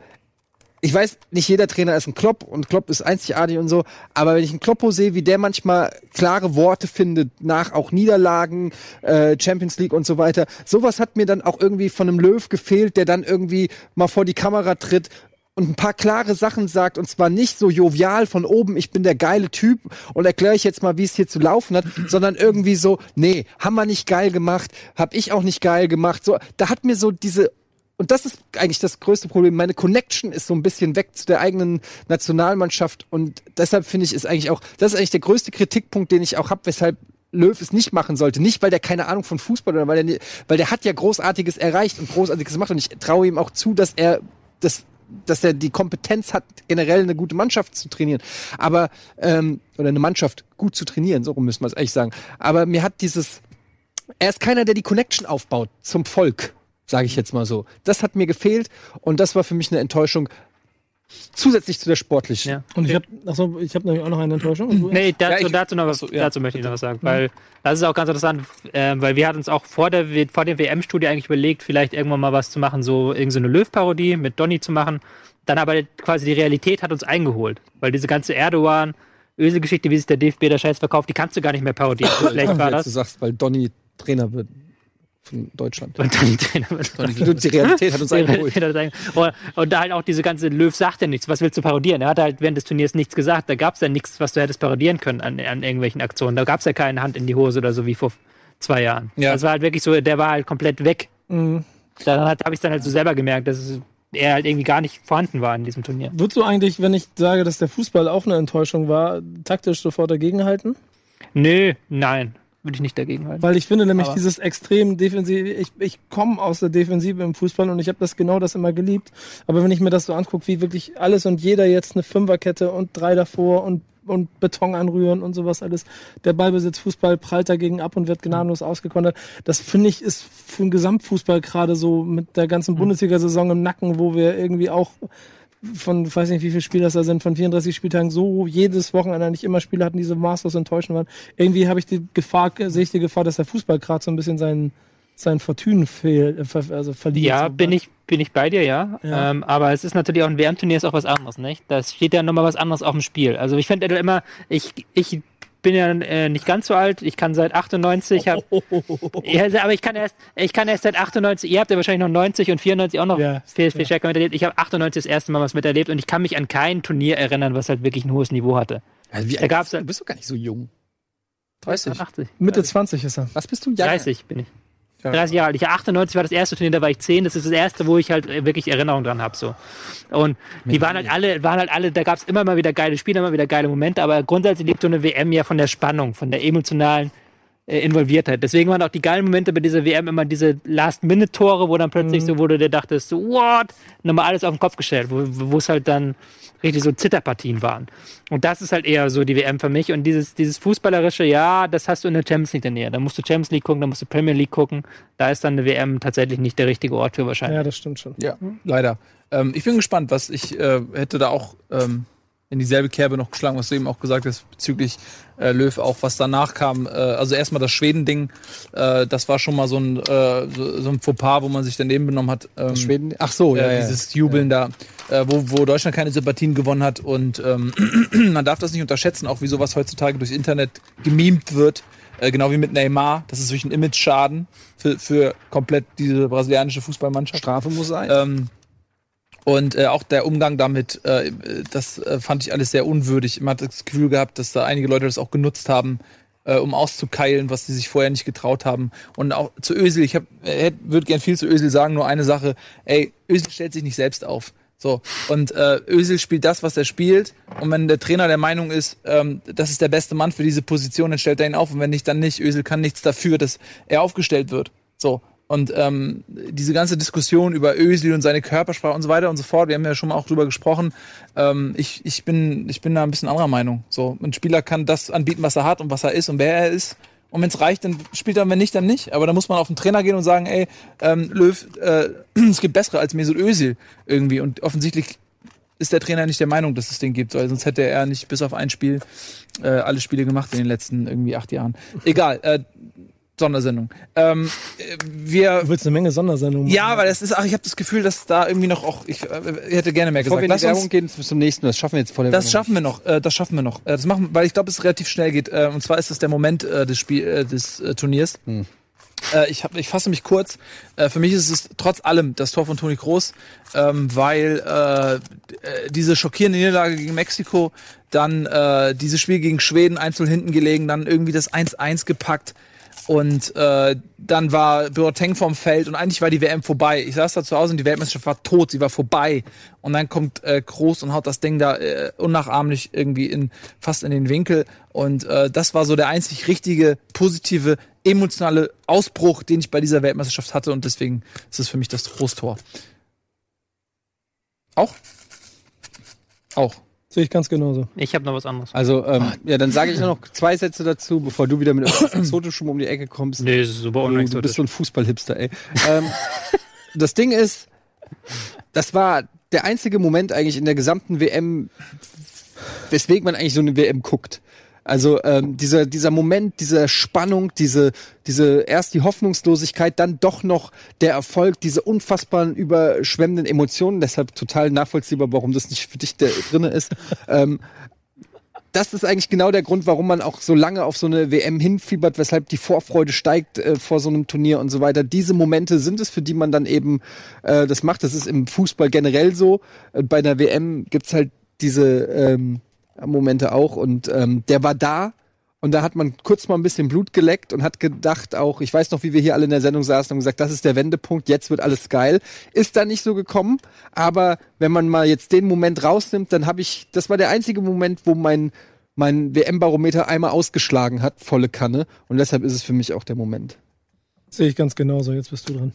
Speaker 1: ich weiß, nicht jeder Trainer ist ein Klopp und Klopp ist einzigartig und so, aber wenn ich einen Kloppo sehe, wie der manchmal klare Worte findet, nach auch Niederlagen, äh, Champions League und so weiter, sowas hat mir dann auch irgendwie von einem Löw gefehlt, der dann irgendwie mal vor die Kamera tritt und ein paar klare Sachen sagt und zwar nicht so jovial von oben, ich bin der geile Typ und erkläre ich jetzt mal, wie es hier zu laufen hat, sondern irgendwie so, nee, haben wir nicht geil gemacht, hab ich auch nicht geil gemacht. So, da hat mir so diese und das ist eigentlich das größte Problem. Meine Connection ist so ein bisschen weg zu der eigenen Nationalmannschaft und deshalb finde ich ist eigentlich auch, das ist eigentlich der größte Kritikpunkt, den ich auch habe, weshalb Löw es nicht machen sollte. Nicht, weil der keine Ahnung von Fußball oder weil der, nie- weil der hat ja Großartiges erreicht und Großartiges gemacht und ich traue ihm auch zu, dass er das dass er die Kompetenz hat, generell eine gute Mannschaft zu trainieren. Aber, ähm, oder eine Mannschaft gut zu trainieren, so rum müssen wir es eigentlich sagen. Aber mir hat dieses, er ist keiner, der die Connection aufbaut zum Volk, sage ich jetzt mal so. Das hat mir gefehlt und das war für mich eine Enttäuschung zusätzlich zu der sportlichen.
Speaker 6: Ja.
Speaker 5: Und ich habe achso, ich habe nämlich auch noch eine Enttäuschung.
Speaker 6: Nee, dazu,
Speaker 4: Ja, ich-
Speaker 6: dazu, noch, was-
Speaker 4: Achso, ja, Mhm.
Speaker 6: dazu möchte ich noch was sagen, weil das ist auch ganz interessant, äh, weil wir hatten uns auch vor der, W- vor der WM-Studie eigentlich überlegt, vielleicht irgendwann mal was zu machen, so irgendeine Löw-Parodie mit Donny zu machen. Dann aber quasi die Realität hat uns eingeholt, weil diese ganze Erdogan, Öse-Geschichte, wie sich der DFB der Scheiß verkauft, die kannst du gar nicht mehr
Speaker 4: [LAUGHS]
Speaker 6: parodieren. So schlecht war
Speaker 1: Du
Speaker 6: das.
Speaker 1: sagst, weil Donny Trainer wird von Deutschland.
Speaker 6: Und dann die Trainer mit
Speaker 1: Die Realität hat uns eingeholt.
Speaker 6: und, und da halt auch diese ganze Löw sagt ja nichts, was willst du parodieren? Er hat halt während des Turniers nichts gesagt, da gab es ja nichts, was du hättest parodieren können an, an irgendwelchen Aktionen. Da gab es ja keine Hand in die Hose oder so wie vor zwei Jahren.
Speaker 4: Ja.
Speaker 6: Das war halt wirklich so, der war halt komplett weg. Dann hat, habe ich dann halt so selber gemerkt, dass es- er halt irgendwie gar nicht vorhanden war in diesem Turnier.
Speaker 5: Würdest du eigentlich, wenn ich sage, dass der Fußball auch eine Enttäuschung war, taktisch sofort dagegenhalten?
Speaker 6: Nö, nein, würde ich nicht dagegen halten.
Speaker 5: Weil ich finde nämlich
Speaker 6: Aber-
Speaker 5: dieses extrem defensiv, ich, ich komme aus der Defensive im Fußball und ich habe das genau das immer geliebt. Aber wenn ich mir das so angucke, wie wirklich alles und jeder jetzt eine Fünferkette und drei davor und und Beton anrühren und sowas alles. Der Ballbesitz Fußball prallt dagegen ab und wird gnadenlos ausgekontert. Das finde ich ist für den Gesamtfußball gerade so mit der ganzen Bundesliga-Saison im Nacken, wo wir irgendwie auch von, weiß nicht, wie viele Spiele das da sind, von 34 Spieltagen so jedes Wochenende nicht immer Spiele hatten, die so maßlos enttäuschend waren. Irgendwie habe ich die Gefahr, äh, sehe ich die Gefahr, dass der Fußball gerade so ein bisschen seinen, seinen Fortun fehl, äh, ver, also verliert.
Speaker 6: Ja,
Speaker 5: so.
Speaker 6: bin ich, bin ich bei dir, ja.
Speaker 5: Ja.
Speaker 6: Ähm, aber es ist natürlich auch ein WM-Turnier ist auch was anderes, nicht? Da steht ja nochmal was anderes auf dem Spiel. Also ich finde immer, ich, ich bin ja äh, nicht ganz so alt, ich kann seit 98,
Speaker 5: [LAUGHS]
Speaker 6: hab, ja, also, aber ich kann erst, ich kann erst seit 98, ihr habt ja wahrscheinlich noch 90 und 94 auch noch
Speaker 5: Ja,
Speaker 6: viel, viel stärker miterlebt. Ich habe 98 das erste Mal was miterlebt und ich kann mich an kein Turnier erinnern, was halt wirklich ein hohes Niveau hatte.
Speaker 1: Also wie
Speaker 6: Da
Speaker 1: alt
Speaker 6: gab's-
Speaker 1: bist du? du bist doch gar nicht so jung. 30.
Speaker 6: 80.
Speaker 5: Mitte 20 ist er.
Speaker 1: Was bist du? Ja,
Speaker 6: 30 bin ich. 30 Jahre alt. Ich, 98 war das erste Turnier, da war ich 10. Das ist das erste, wo ich halt äh, wirklich Erinnerung dran habe. So. Und die waren halt alle, waren halt alle, da gab es immer mal wieder geile Spiele, immer wieder geile Momente, aber grundsätzlich lebt so eine WM ja von der Spannung, von der emotionalen äh, Involviertheit. Deswegen waren auch die geilen Momente bei dieser WM immer diese Last-Minute-Tore, wo dann plötzlich so wurde, der dachte, so, what? Nochmal alles auf den Kopf gestellt, wo wo es halt dann richtig so Zitterpartien waren. Und das ist halt eher so die WM für mich. Und dieses, dieses Fußballerische, ja, das hast du in der Champions League dann eher. Da musst du Champions League gucken, da musst du Premier League gucken. Da ist dann eine WM tatsächlich nicht der richtige Ort für wahrscheinlich.
Speaker 5: Ja, das stimmt schon.
Speaker 4: Ja,
Speaker 1: Hm?
Speaker 4: leider. Ähm, ich bin gespannt, was ich äh, hätte da auch ähm, in dieselbe Kerbe noch geschlagen, was du eben auch gesagt hast bezüglich äh, Löw, auch was danach kam. Äh, also erstmal das Schweden-Ding, äh, das war schon mal so ein, äh, so, so ein Fauxpas, wo man sich daneben benommen hat. Ähm,
Speaker 1: Schweden. Ach so, ja.
Speaker 4: äh,
Speaker 1: ja.
Speaker 4: dieses Jubeln da, äh, wo, wo Deutschland keine Sympathien gewonnen hat. Und ähm, [CLEARS THROAT] man darf das nicht unterschätzen, auch wie sowas heutzutage durchs Internet gemimt wird. Äh, genau wie mit Neymar. Das ist wirklich ein Image-Schaden für, für komplett diese brasilianische Fußballmannschaft.
Speaker 1: Strafe muss sein.
Speaker 4: Ähm, und äh, auch der Umgang damit, äh, das äh, fand ich alles sehr unwürdig. Man hat das Gefühl gehabt, dass da einige Leute das auch genutzt haben, äh, um auszukeilen, was sie sich vorher nicht getraut haben. Und auch zu Ösel, ich hab- äh, würde gern viel zu Ösel sagen, nur eine Sache. Ey, Ösel stellt sich nicht selbst auf. So, und äh, Ösel spielt das, was er spielt. Und wenn der Trainer der Meinung ist, ähm, das ist der beste Mann für diese Position, dann stellt er ihn auf. Und wenn nicht, dann nicht. Ösel kann nichts dafür, dass er aufgestellt wird. So, und ähm, diese ganze Diskussion über Özil und seine Körpersprache und so weiter und so fort, wir haben ja schon mal auch drüber gesprochen. Ähm, ich, ich, bin, ich bin da ein bisschen anderer Meinung. So, ein Spieler kann das anbieten, was er hat und was er ist und wer er ist. Und wenn es reicht, dann spielt er, wenn nicht, dann nicht. Aber da muss man auf den Trainer gehen und sagen, ey, ähm, Löw, äh, [CLEARS THROAT] es gibt bessere als Mesut Özil irgendwie. Und offensichtlich ist der Trainer nicht der Meinung, dass es den gibt, weil sonst hätte er nicht bis auf ein Spiel äh, alle Spiele gemacht in den letzten irgendwie acht Jahren. Egal, äh, Sondersendung. Ähm, äh, wir
Speaker 5: Du willst eine Menge Sondersendungen
Speaker 4: ja,
Speaker 5: machen.
Speaker 4: aber das ist, ach, ich habe das Gefühl, dass da irgendwie noch auch, ich äh, hätte gerne mehr
Speaker 1: Bevor wir
Speaker 4: gesagt.
Speaker 1: in die
Speaker 4: Lass
Speaker 1: Werbung
Speaker 4: uns,
Speaker 1: gehen, bis zum nächsten. Das schaffen wir jetzt vor der
Speaker 4: das
Speaker 1: Werbung.
Speaker 4: schaffen wir noch, äh, das schaffen wir noch. Äh, das machen, weil ich glaube, es relativ schnell geht. Äh, und zwar ist das der Moment äh, des Spiel, äh, des äh, Turniers. Äh, ich, hab, ich fasse mich kurz. Äh, für mich ist es trotz allem das Tor von Toni Kroos, ähm, weil äh, diese schockierende Niederlage gegen Mexiko, dann äh, dieses Spiel gegen Schweden einzeln hinten gelegen, dann irgendwie das 1-1 gepackt. Und äh, dann war Boateng vom Feld und eigentlich war die WM vorbei. Ich saß da zu Hause und die Weltmeisterschaft war tot, sie war vorbei. Und dann kommt äh, Groß und haut das Ding da äh, unnachahmlich irgendwie in, fast in den Winkel. Und äh, das war so der einzig richtige, positive, emotionale Ausbruch, den ich bei dieser Weltmeisterschaft hatte. Und deswegen ist es für mich das Großtor. Auch? Auch.
Speaker 5: Sehe ich ganz genauso.
Speaker 6: Ich habe noch was anderes.
Speaker 1: Also, ähm, ja, dann sage ich nur noch zwei Sätze dazu, bevor du wieder mit irgendwas Exotischem um die Ecke kommst.
Speaker 6: Nee, das ist super
Speaker 1: du, du bist so ein Fußballhipster, ey. ähm, [LAUGHS] das Ding ist, das war der einzige Moment eigentlich in der gesamten WM, weswegen man eigentlich so eine WM guckt. Also ähm, dieser, dieser Moment, diese Spannung, diese, diese erst die Hoffnungslosigkeit, dann doch noch der Erfolg, diese unfassbaren überschwemmenden Emotionen, deshalb total nachvollziehbar, warum das nicht für dich da drin ist. ähm, das ist eigentlich genau der Grund, warum man auch so lange auf so eine WM hinfiebert, weshalb die Vorfreude steigt äh, vor so einem Turnier und so weiter. Diese Momente sind es, für die man dann eben äh, das macht. Das ist im Fußball generell so. Äh, bei einer WM gibt's halt diese ähm, Momente auch. Und ähm, der war da. Und da hat man kurz mal ein bisschen Blut geleckt und hat gedacht auch, ich weiß noch, wie wir hier alle in der Sendung saßen und gesagt, das ist der Wendepunkt, jetzt wird alles geil. Ist da nicht so gekommen, aber wenn man mal jetzt den Moment rausnimmt, dann habe ich, das war der einzige Moment, wo mein, mein WM-Barometer einmal ausgeschlagen hat, volle Kanne. Und deshalb ist es für mich auch der Moment.
Speaker 5: Sehe ich ganz genauso, jetzt bist du dran.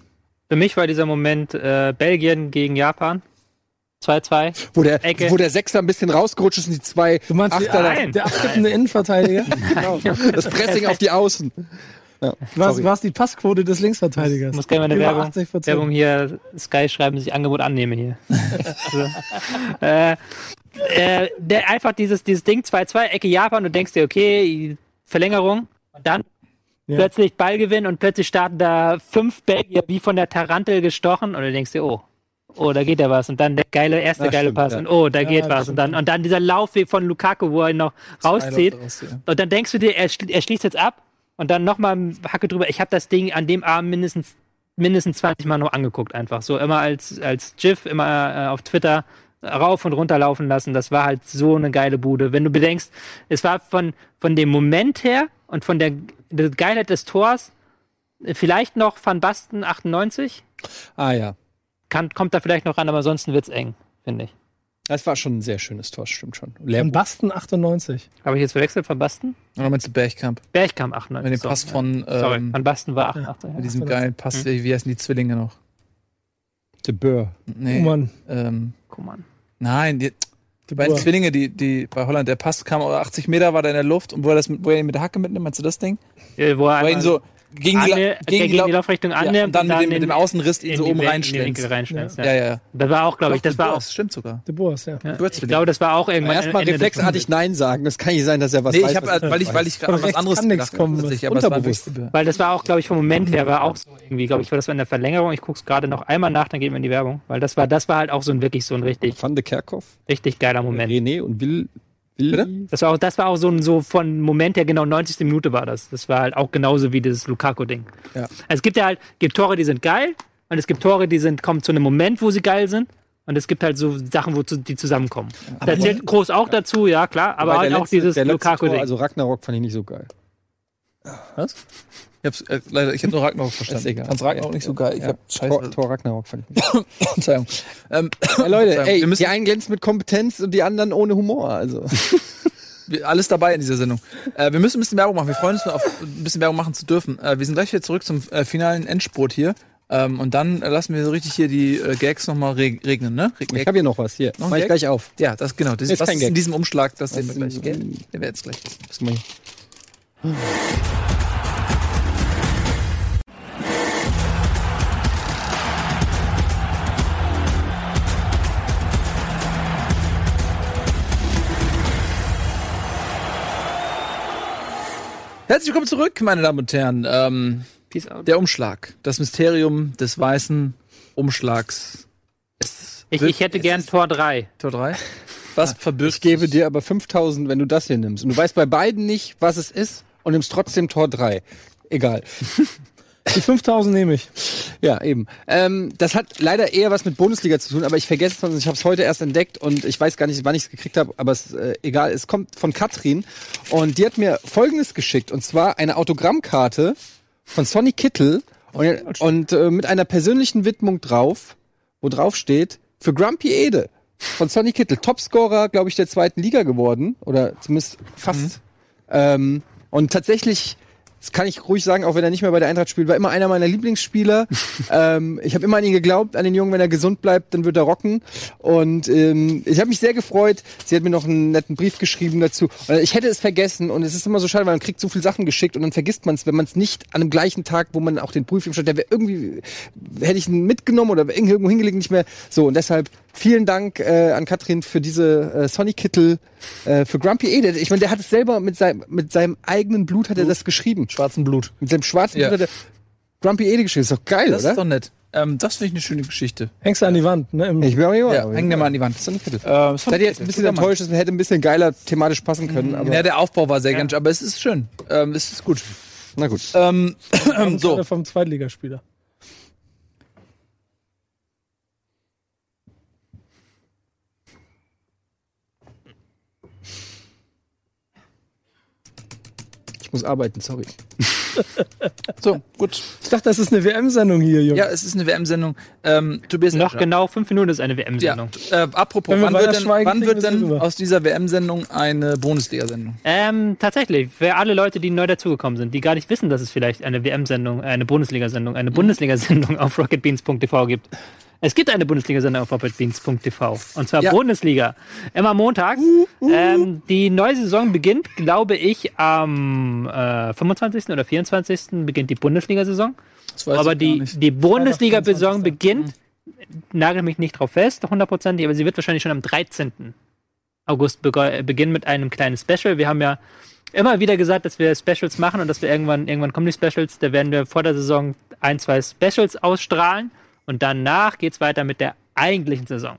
Speaker 6: Für mich war dieser Moment äh, Belgien gegen Japan. 2-2.
Speaker 1: Wo der,
Speaker 6: Ecke.
Speaker 1: wo der Sechser ein bisschen rausgerutscht ist und die zwei
Speaker 5: Du meinst die-
Speaker 1: Achter
Speaker 5: [LAUGHS]
Speaker 1: da-
Speaker 6: Nein.
Speaker 5: der
Speaker 6: [LAUGHS]
Speaker 5: abkippende Innenverteidiger? genau.
Speaker 1: das Pressing auf die Außen. Ja,
Speaker 5: Was
Speaker 1: sorry.
Speaker 5: war die Passquote des Linksverteidigers?
Speaker 6: muss gerne mal eine
Speaker 5: Über
Speaker 6: Werbung,
Speaker 5: 80%.
Speaker 6: Werbung hier, Sky schreiben, sich Angebot annehme hier. [LAUGHS] also, äh, äh, der, einfach dieses, dieses Ding 2-2, Ecke Japan, du denkst dir, okay, Verlängerung. Und dann
Speaker 5: Ja.
Speaker 6: plötzlich Ballgewinn und plötzlich starten da fünf Belgier wie von der Tarantel gestochen und du denkst dir, oh. Oh, da geht ja was und dann der geile erste
Speaker 1: Ja,
Speaker 6: geile
Speaker 1: stimmt,
Speaker 6: Pass
Speaker 1: ja.
Speaker 6: und oh, da geht
Speaker 5: das
Speaker 6: was und
Speaker 5: stimmt,
Speaker 6: dann und dann dieser Laufweg von Lukaku, wo er ihn noch rauszieht und dann denkst du dir, er, schli er schließt jetzt ab und dann nochmal Hacke drüber. Ich habe das Ding an dem Abend mindestens, mindestens 20 Mal noch angeguckt, einfach. So immer als, als GIF, immer äh, auf Twitter rauf und runter laufen lassen. Das war halt so eine geile Bude. Wenn du bedenkst, es war von, von dem Moment her und von der, der Geilheit des Tors, äh, vielleicht noch Van Basten 98,
Speaker 1: Ah ja,
Speaker 6: kann, kommt da vielleicht noch ran, aber ansonsten wird's eng, finde ich.
Speaker 1: das war schon ein sehr schönes Tor, stimmt schon.
Speaker 5: Von
Speaker 1: Lehrbuch.
Speaker 5: Basten 98.
Speaker 6: Habe ich jetzt verwechselt, Van Basten?
Speaker 4: Oder meinst du Bergkamp?
Speaker 6: Bergkamp
Speaker 4: Mit
Speaker 6: 98.
Speaker 4: dem Pass
Speaker 6: so.
Speaker 4: von
Speaker 6: Sorry, Hm.
Speaker 4: ähm,
Speaker 6: Van Basten war 88.
Speaker 4: mit diesem geilen Pass, wie wie heißen die Zwillinge noch?
Speaker 1: De Boer.
Speaker 5: Oh
Speaker 4: Nee.
Speaker 5: Mann.
Speaker 4: ähm,
Speaker 6: Guck mal. an.
Speaker 4: nein, die, die
Speaker 5: Boer.
Speaker 4: beiden Zwillinge, die, die bei Holland, der Pass kam, 80 Meter war da in der Luft und wo er, das mit, wo er ihn mit der Hacke mitnimmt, meinst du das Ding?
Speaker 6: Äh, wo er
Speaker 4: Wo er ihn
Speaker 6: einmal-
Speaker 4: so gegen die, La-
Speaker 6: Anne, gegen die Laufrichtung
Speaker 4: ja,
Speaker 6: annimmt
Speaker 4: und dann, mit, dem, mit
Speaker 6: in-
Speaker 4: dem Außenriss ihn
Speaker 6: in
Speaker 4: so
Speaker 6: die
Speaker 4: oben
Speaker 6: Wen- in die
Speaker 4: reinschlägt.
Speaker 6: Winkel reinschlägst. Ja.
Speaker 4: Ja, ja, ja.
Speaker 6: Das war auch, glaube ich,
Speaker 4: Doch,
Speaker 6: das war auch.
Speaker 4: Boas, Stimmt sogar.
Speaker 5: De Boas, ja.
Speaker 6: Ja,
Speaker 4: Boas
Speaker 6: ich glaube, das war auch irgendwann.
Speaker 1: Erstmal
Speaker 6: Ende des-
Speaker 1: reflexartig Nein sagen, das kann nicht sein, dass er was
Speaker 4: nee,
Speaker 1: weiß.
Speaker 4: ich habe,
Speaker 1: was er
Speaker 4: weil
Speaker 1: nicht
Speaker 4: ich, weil
Speaker 1: weiß.
Speaker 4: ich gerade an was
Speaker 5: rechts
Speaker 4: anderes
Speaker 5: kann nichts
Speaker 4: gedacht habe,
Speaker 5: kommen,
Speaker 4: tatsächlich, aber es war
Speaker 1: unterbewusst.
Speaker 4: wirklich-
Speaker 6: Weil das war auch, glaube ich, vom Moment her war auch so irgendwie, glaube ich, war das war in der Verlängerung. Ich gucke es gerade noch einmal nach, dann gehen wir in die Werbung. Weil das war, das war halt auch so ein wirklich so ein richtig,
Speaker 1: Van de Kerkhoff,
Speaker 6: richtig geiler Moment.
Speaker 1: René und Will. Will
Speaker 6: Das war auch, das war auch so ein so von Moment her genau 90. Minute war das. Das war halt auch genauso wie dieses Lukaku-Ding.
Speaker 1: Ja.
Speaker 6: Also es gibt ja halt, gibt Tore, die sind geil und es gibt Tore, die sind, kommen zu einem Moment, wo sie geil sind. Und es gibt halt so Sachen, wo zu, die zusammenkommen. da zählt Groß auch dazu, ja klar, aber
Speaker 1: Wobei
Speaker 6: halt
Speaker 1: der
Speaker 6: auch
Speaker 1: letzte-
Speaker 6: dieses
Speaker 1: der letzte Tor,
Speaker 6: Lukaku-Ding.
Speaker 1: Also Ragnarok fand ich nicht so geil.
Speaker 4: Ich hab's, äh, leider, ich hab nur Ragnarok verstanden.
Speaker 1: Ist egal.
Speaker 4: Ich fand's Ragnarok nicht so geil. Ich
Speaker 1: Ja.
Speaker 4: hab
Speaker 1: Tor,
Speaker 4: scheiße.
Speaker 1: Tor Ragnarok fand ich nicht.
Speaker 4: Verzeihung. Ähm,
Speaker 1: Ja, Leute,
Speaker 4: Verzeihung.
Speaker 1: ey,
Speaker 4: Wir müssen-
Speaker 1: die einen glänzen mit Kompetenz und die anderen ohne Humor. [LAUGHS] Also
Speaker 4: wir- alles dabei in dieser Sendung. Äh, wir müssen ein bisschen Werbung machen. Wir freuen uns, nur auf ein bisschen Werbung machen zu dürfen. Äh, wir sind gleich wieder zurück zum äh, finalen Endspurt hier. Ähm, und dann äh, lassen wir so richtig hier die äh, Gags nochmal reg regnen, ne? Reg
Speaker 1: ich habe hier noch was. Hier,
Speaker 4: Noch ein
Speaker 1: mach ich
Speaker 4: Gag?
Speaker 1: gleich auf.
Speaker 4: ja, das genau. Das,
Speaker 1: Ist
Speaker 4: das
Speaker 1: kein
Speaker 4: ist
Speaker 1: Gag.
Speaker 4: in diesem Umschlag, das sehen wir
Speaker 1: Das
Speaker 4: gleich.
Speaker 1: ist-
Speaker 4: Gell? Den wir jetzt gleich.
Speaker 1: Das mach ich.
Speaker 4: Herzlich willkommen zurück, meine Damen und Herren. Ähm,
Speaker 6: Peace out.
Speaker 4: der Umschlag. Das Mysterium des weißen Umschlags.
Speaker 6: Ich, ich hätte gern Tor 3.
Speaker 4: Tor 3. Was verbirgt
Speaker 1: Ah, Ich gebe dir aber 5000, wenn du das hier nimmst. Und du weißt bei beiden nicht, was es ist und nimmst trotzdem Tor 3. Egal.
Speaker 5: Die 5000 nehme ich.
Speaker 1: Ja, eben. Ähm, das hat leider eher was mit Bundesliga zu tun, aber ich vergesse es sonst. Ich habe es heute erst entdeckt und ich weiß gar nicht, wann ich es gekriegt habe, aber es, äh, egal. Es kommt von Katrin und die hat mir Folgendes geschickt und zwar eine Autogrammkarte von Sonny Kittel und, und äh, mit einer persönlichen Widmung drauf, wo drauf steht, für Grumpy Ede von Sonny Kittel, Topscorer, glaube ich, der zweiten Liga geworden oder zumindest fast. Ähm, und tatsächlich das kann ich ruhig sagen, auch wenn er nicht mehr bei der Eintracht spielt, war immer einer meiner Lieblingsspieler. ähm, ich habe immer an ihn geglaubt, an den Jungen, wenn er gesund bleibt, dann wird er rocken. Und ähm, ich habe mich sehr gefreut. Sie hat mir noch einen netten Brief geschrieben dazu. Und ich hätte es vergessen und es ist immer so schade, weil man kriegt so viele Sachen geschickt und dann vergisst man es, wenn man es nicht an dem gleichen Tag, wo man auch den Brief stand, der wäre irgendwie, hätte ich ihn mitgenommen oder irgendwo hingelegt, nicht mehr. So, und deshalb vielen Dank äh, an Katrin für diese äh, Sonny Kittel, äh, für Grumpy Ede. Ich meine, der hat es selber mit, seinem mit seinem eigenen Blut hat er das geschrieben.
Speaker 4: Schwarzen Blut.
Speaker 1: Mit seinem schwarzen
Speaker 4: Ja.
Speaker 1: Blut hat er Grumpy Ede geschrieben. Ist doch geil,
Speaker 4: Das
Speaker 1: oder?
Speaker 4: ist doch nett. Ähm, das finde ich eine schöne Geschichte.
Speaker 5: Hängst du an die Wand, ne? Im
Speaker 1: ich bin auch jemand.
Speaker 4: Ja, häng dir mal an die Wand.
Speaker 1: Sonny Kittel.
Speaker 4: Ähm,
Speaker 1: Seid ihr jetzt ein bisschen enttäuscht, es hätte ein bisschen geiler thematisch passen können, aber
Speaker 4: Mhm. Ja, der Aufbau war sehr ganz, aber es ist schön. Ähm, es ist gut.
Speaker 1: na gut.
Speaker 4: Ähm, so.
Speaker 5: Oder vom Zweitligaspieler.
Speaker 1: Ich muss arbeiten, sorry.
Speaker 4: so, gut.
Speaker 5: Ich dachte, das ist eine WM-Sendung hier, Junge.
Speaker 4: Ja, es ist eine WM-Sendung. Ähm, Tobias,
Speaker 6: Noch
Speaker 4: ja.
Speaker 6: genau fünf Minuten ist eine
Speaker 4: Ja,
Speaker 6: WM-Sendung.
Speaker 4: äh, apropos,
Speaker 5: Wenn wir
Speaker 4: wann wird
Speaker 5: weiter
Speaker 4: denn,
Speaker 5: schweigen,
Speaker 4: wann
Speaker 5: kriegen
Speaker 4: wird
Speaker 5: wir's
Speaker 4: denn
Speaker 5: rüber.
Speaker 4: aus dieser WM-Sendung eine Bundesliga-Sendung?
Speaker 6: Ähm, tatsächlich, für alle Leute, die neu dazugekommen sind, die gar nicht wissen, dass es vielleicht eine WM-Sendung, eine Bundesliga-Sendung, eine Bundesliga-Sendung auf rocketbeans.tv gibt. Es gibt eine Bundesliga-Sendung auf rocketbeans.tv. Und zwar
Speaker 4: Ja.
Speaker 6: Bundesliga. Immer montags. Ähm, die neue Saison beginnt, glaube ich, am äh, 25. oder 24. beginnt die Bundesliga-Saison.
Speaker 4: Das weiß
Speaker 6: aber
Speaker 4: ich gar
Speaker 6: die,
Speaker 4: nicht. Mhm.
Speaker 6: die Bundesliga-Saison beginnt, nagel mich nicht drauf fest, hundertprozentig, aber sie wird wahrscheinlich schon am 13. August bege- äh, beginnen mit einem kleinen Special. Wir haben ja immer wieder gesagt, dass wir Specials machen und dass wir irgendwann, irgendwann kommen die Specials, da werden wir vor der Saison ein, zwei Specials ausstrahlen und danach geht's weiter mit der eigentlichen Saison.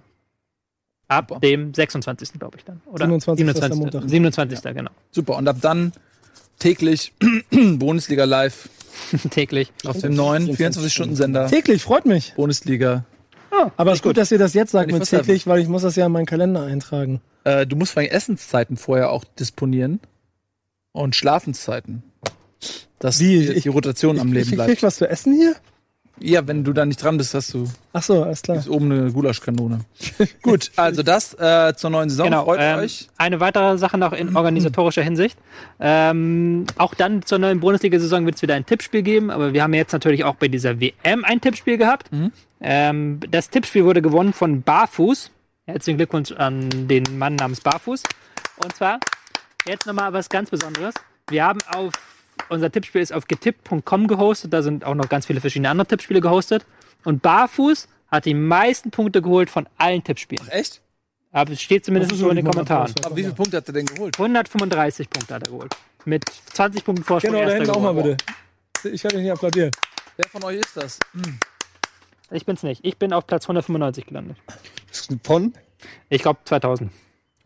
Speaker 6: Ab
Speaker 4: Super.
Speaker 6: dem 26. glaube ich dann. Oder
Speaker 5: 27. ist der
Speaker 6: 27.
Speaker 5: Montag.
Speaker 6: 27. genau. [LAUGHS]
Speaker 4: Super. Und ab dann täglich [CLEARS THROAT] Bundesliga live
Speaker 6: Täglich.
Speaker 4: auf dem neuen 24-Stunden-Sender
Speaker 5: Täglich, freut mich.
Speaker 4: Bundesliga.
Speaker 5: Aber es ist gut, dass ihr das jetzt sagt
Speaker 4: ich
Speaker 5: mit
Speaker 4: was sagen?
Speaker 5: täglich, weil ich muss das ja in meinen Kalender eintragen.
Speaker 4: Äh, du musst vor allem Essenszeiten vorher auch disponieren und Schlafenszeiten. Dass
Speaker 5: Wie?
Speaker 4: die,
Speaker 5: Ich-
Speaker 4: die Rotation am Leben
Speaker 5: ich
Speaker 4: bleibt.
Speaker 5: krieg was zu essen hier?
Speaker 4: Ja, wenn du da nicht dran bist, hast du
Speaker 5: Ach so, alles klar.
Speaker 4: ist oben eine [LAUGHS] Gulaschkanone. Gut, also das äh, zur neuen Saison.
Speaker 6: Genau.
Speaker 4: Freut
Speaker 6: ähm,
Speaker 4: euch.
Speaker 6: Eine weitere Sache noch in organisatorischer Hinsicht. Ähm, auch dann zur neuen Bundesliga-Saison wird es wieder ein Tippspiel geben, aber wir haben jetzt natürlich auch bei dieser WM ein Tippspiel gehabt.
Speaker 4: Mhm.
Speaker 6: Ähm, das Tippspiel wurde gewonnen von Barfuß. Herzlichen Glückwunsch an den Mann namens Barfuß. Und zwar jetzt nochmal was ganz Besonderes. Wir haben auf, unser Tippspiel ist auf getippt.com gehostet, da sind auch noch ganz viele verschiedene andere Tippspiele gehostet. Und Barfuß hat die meisten Punkte geholt von allen Tippspielen.
Speaker 4: Echt?
Speaker 6: Aber es steht zumindest so in den Kommentaren.
Speaker 4: Aber wie viele Punkte hat er denn geholt?
Speaker 6: 135 Punkte hat er geholt. Mit 20 Punkten Vorsprung.
Speaker 5: Genau, da
Speaker 6: erster
Speaker 5: hinten auch mal
Speaker 6: geworden.
Speaker 5: bitte. Ich werde nicht applaudieren.
Speaker 4: Wer von euch ist das?
Speaker 6: Ich bin's nicht. Ich bin auf Platz 195 gelandet.
Speaker 1: Von?
Speaker 6: Ich glaube 2000.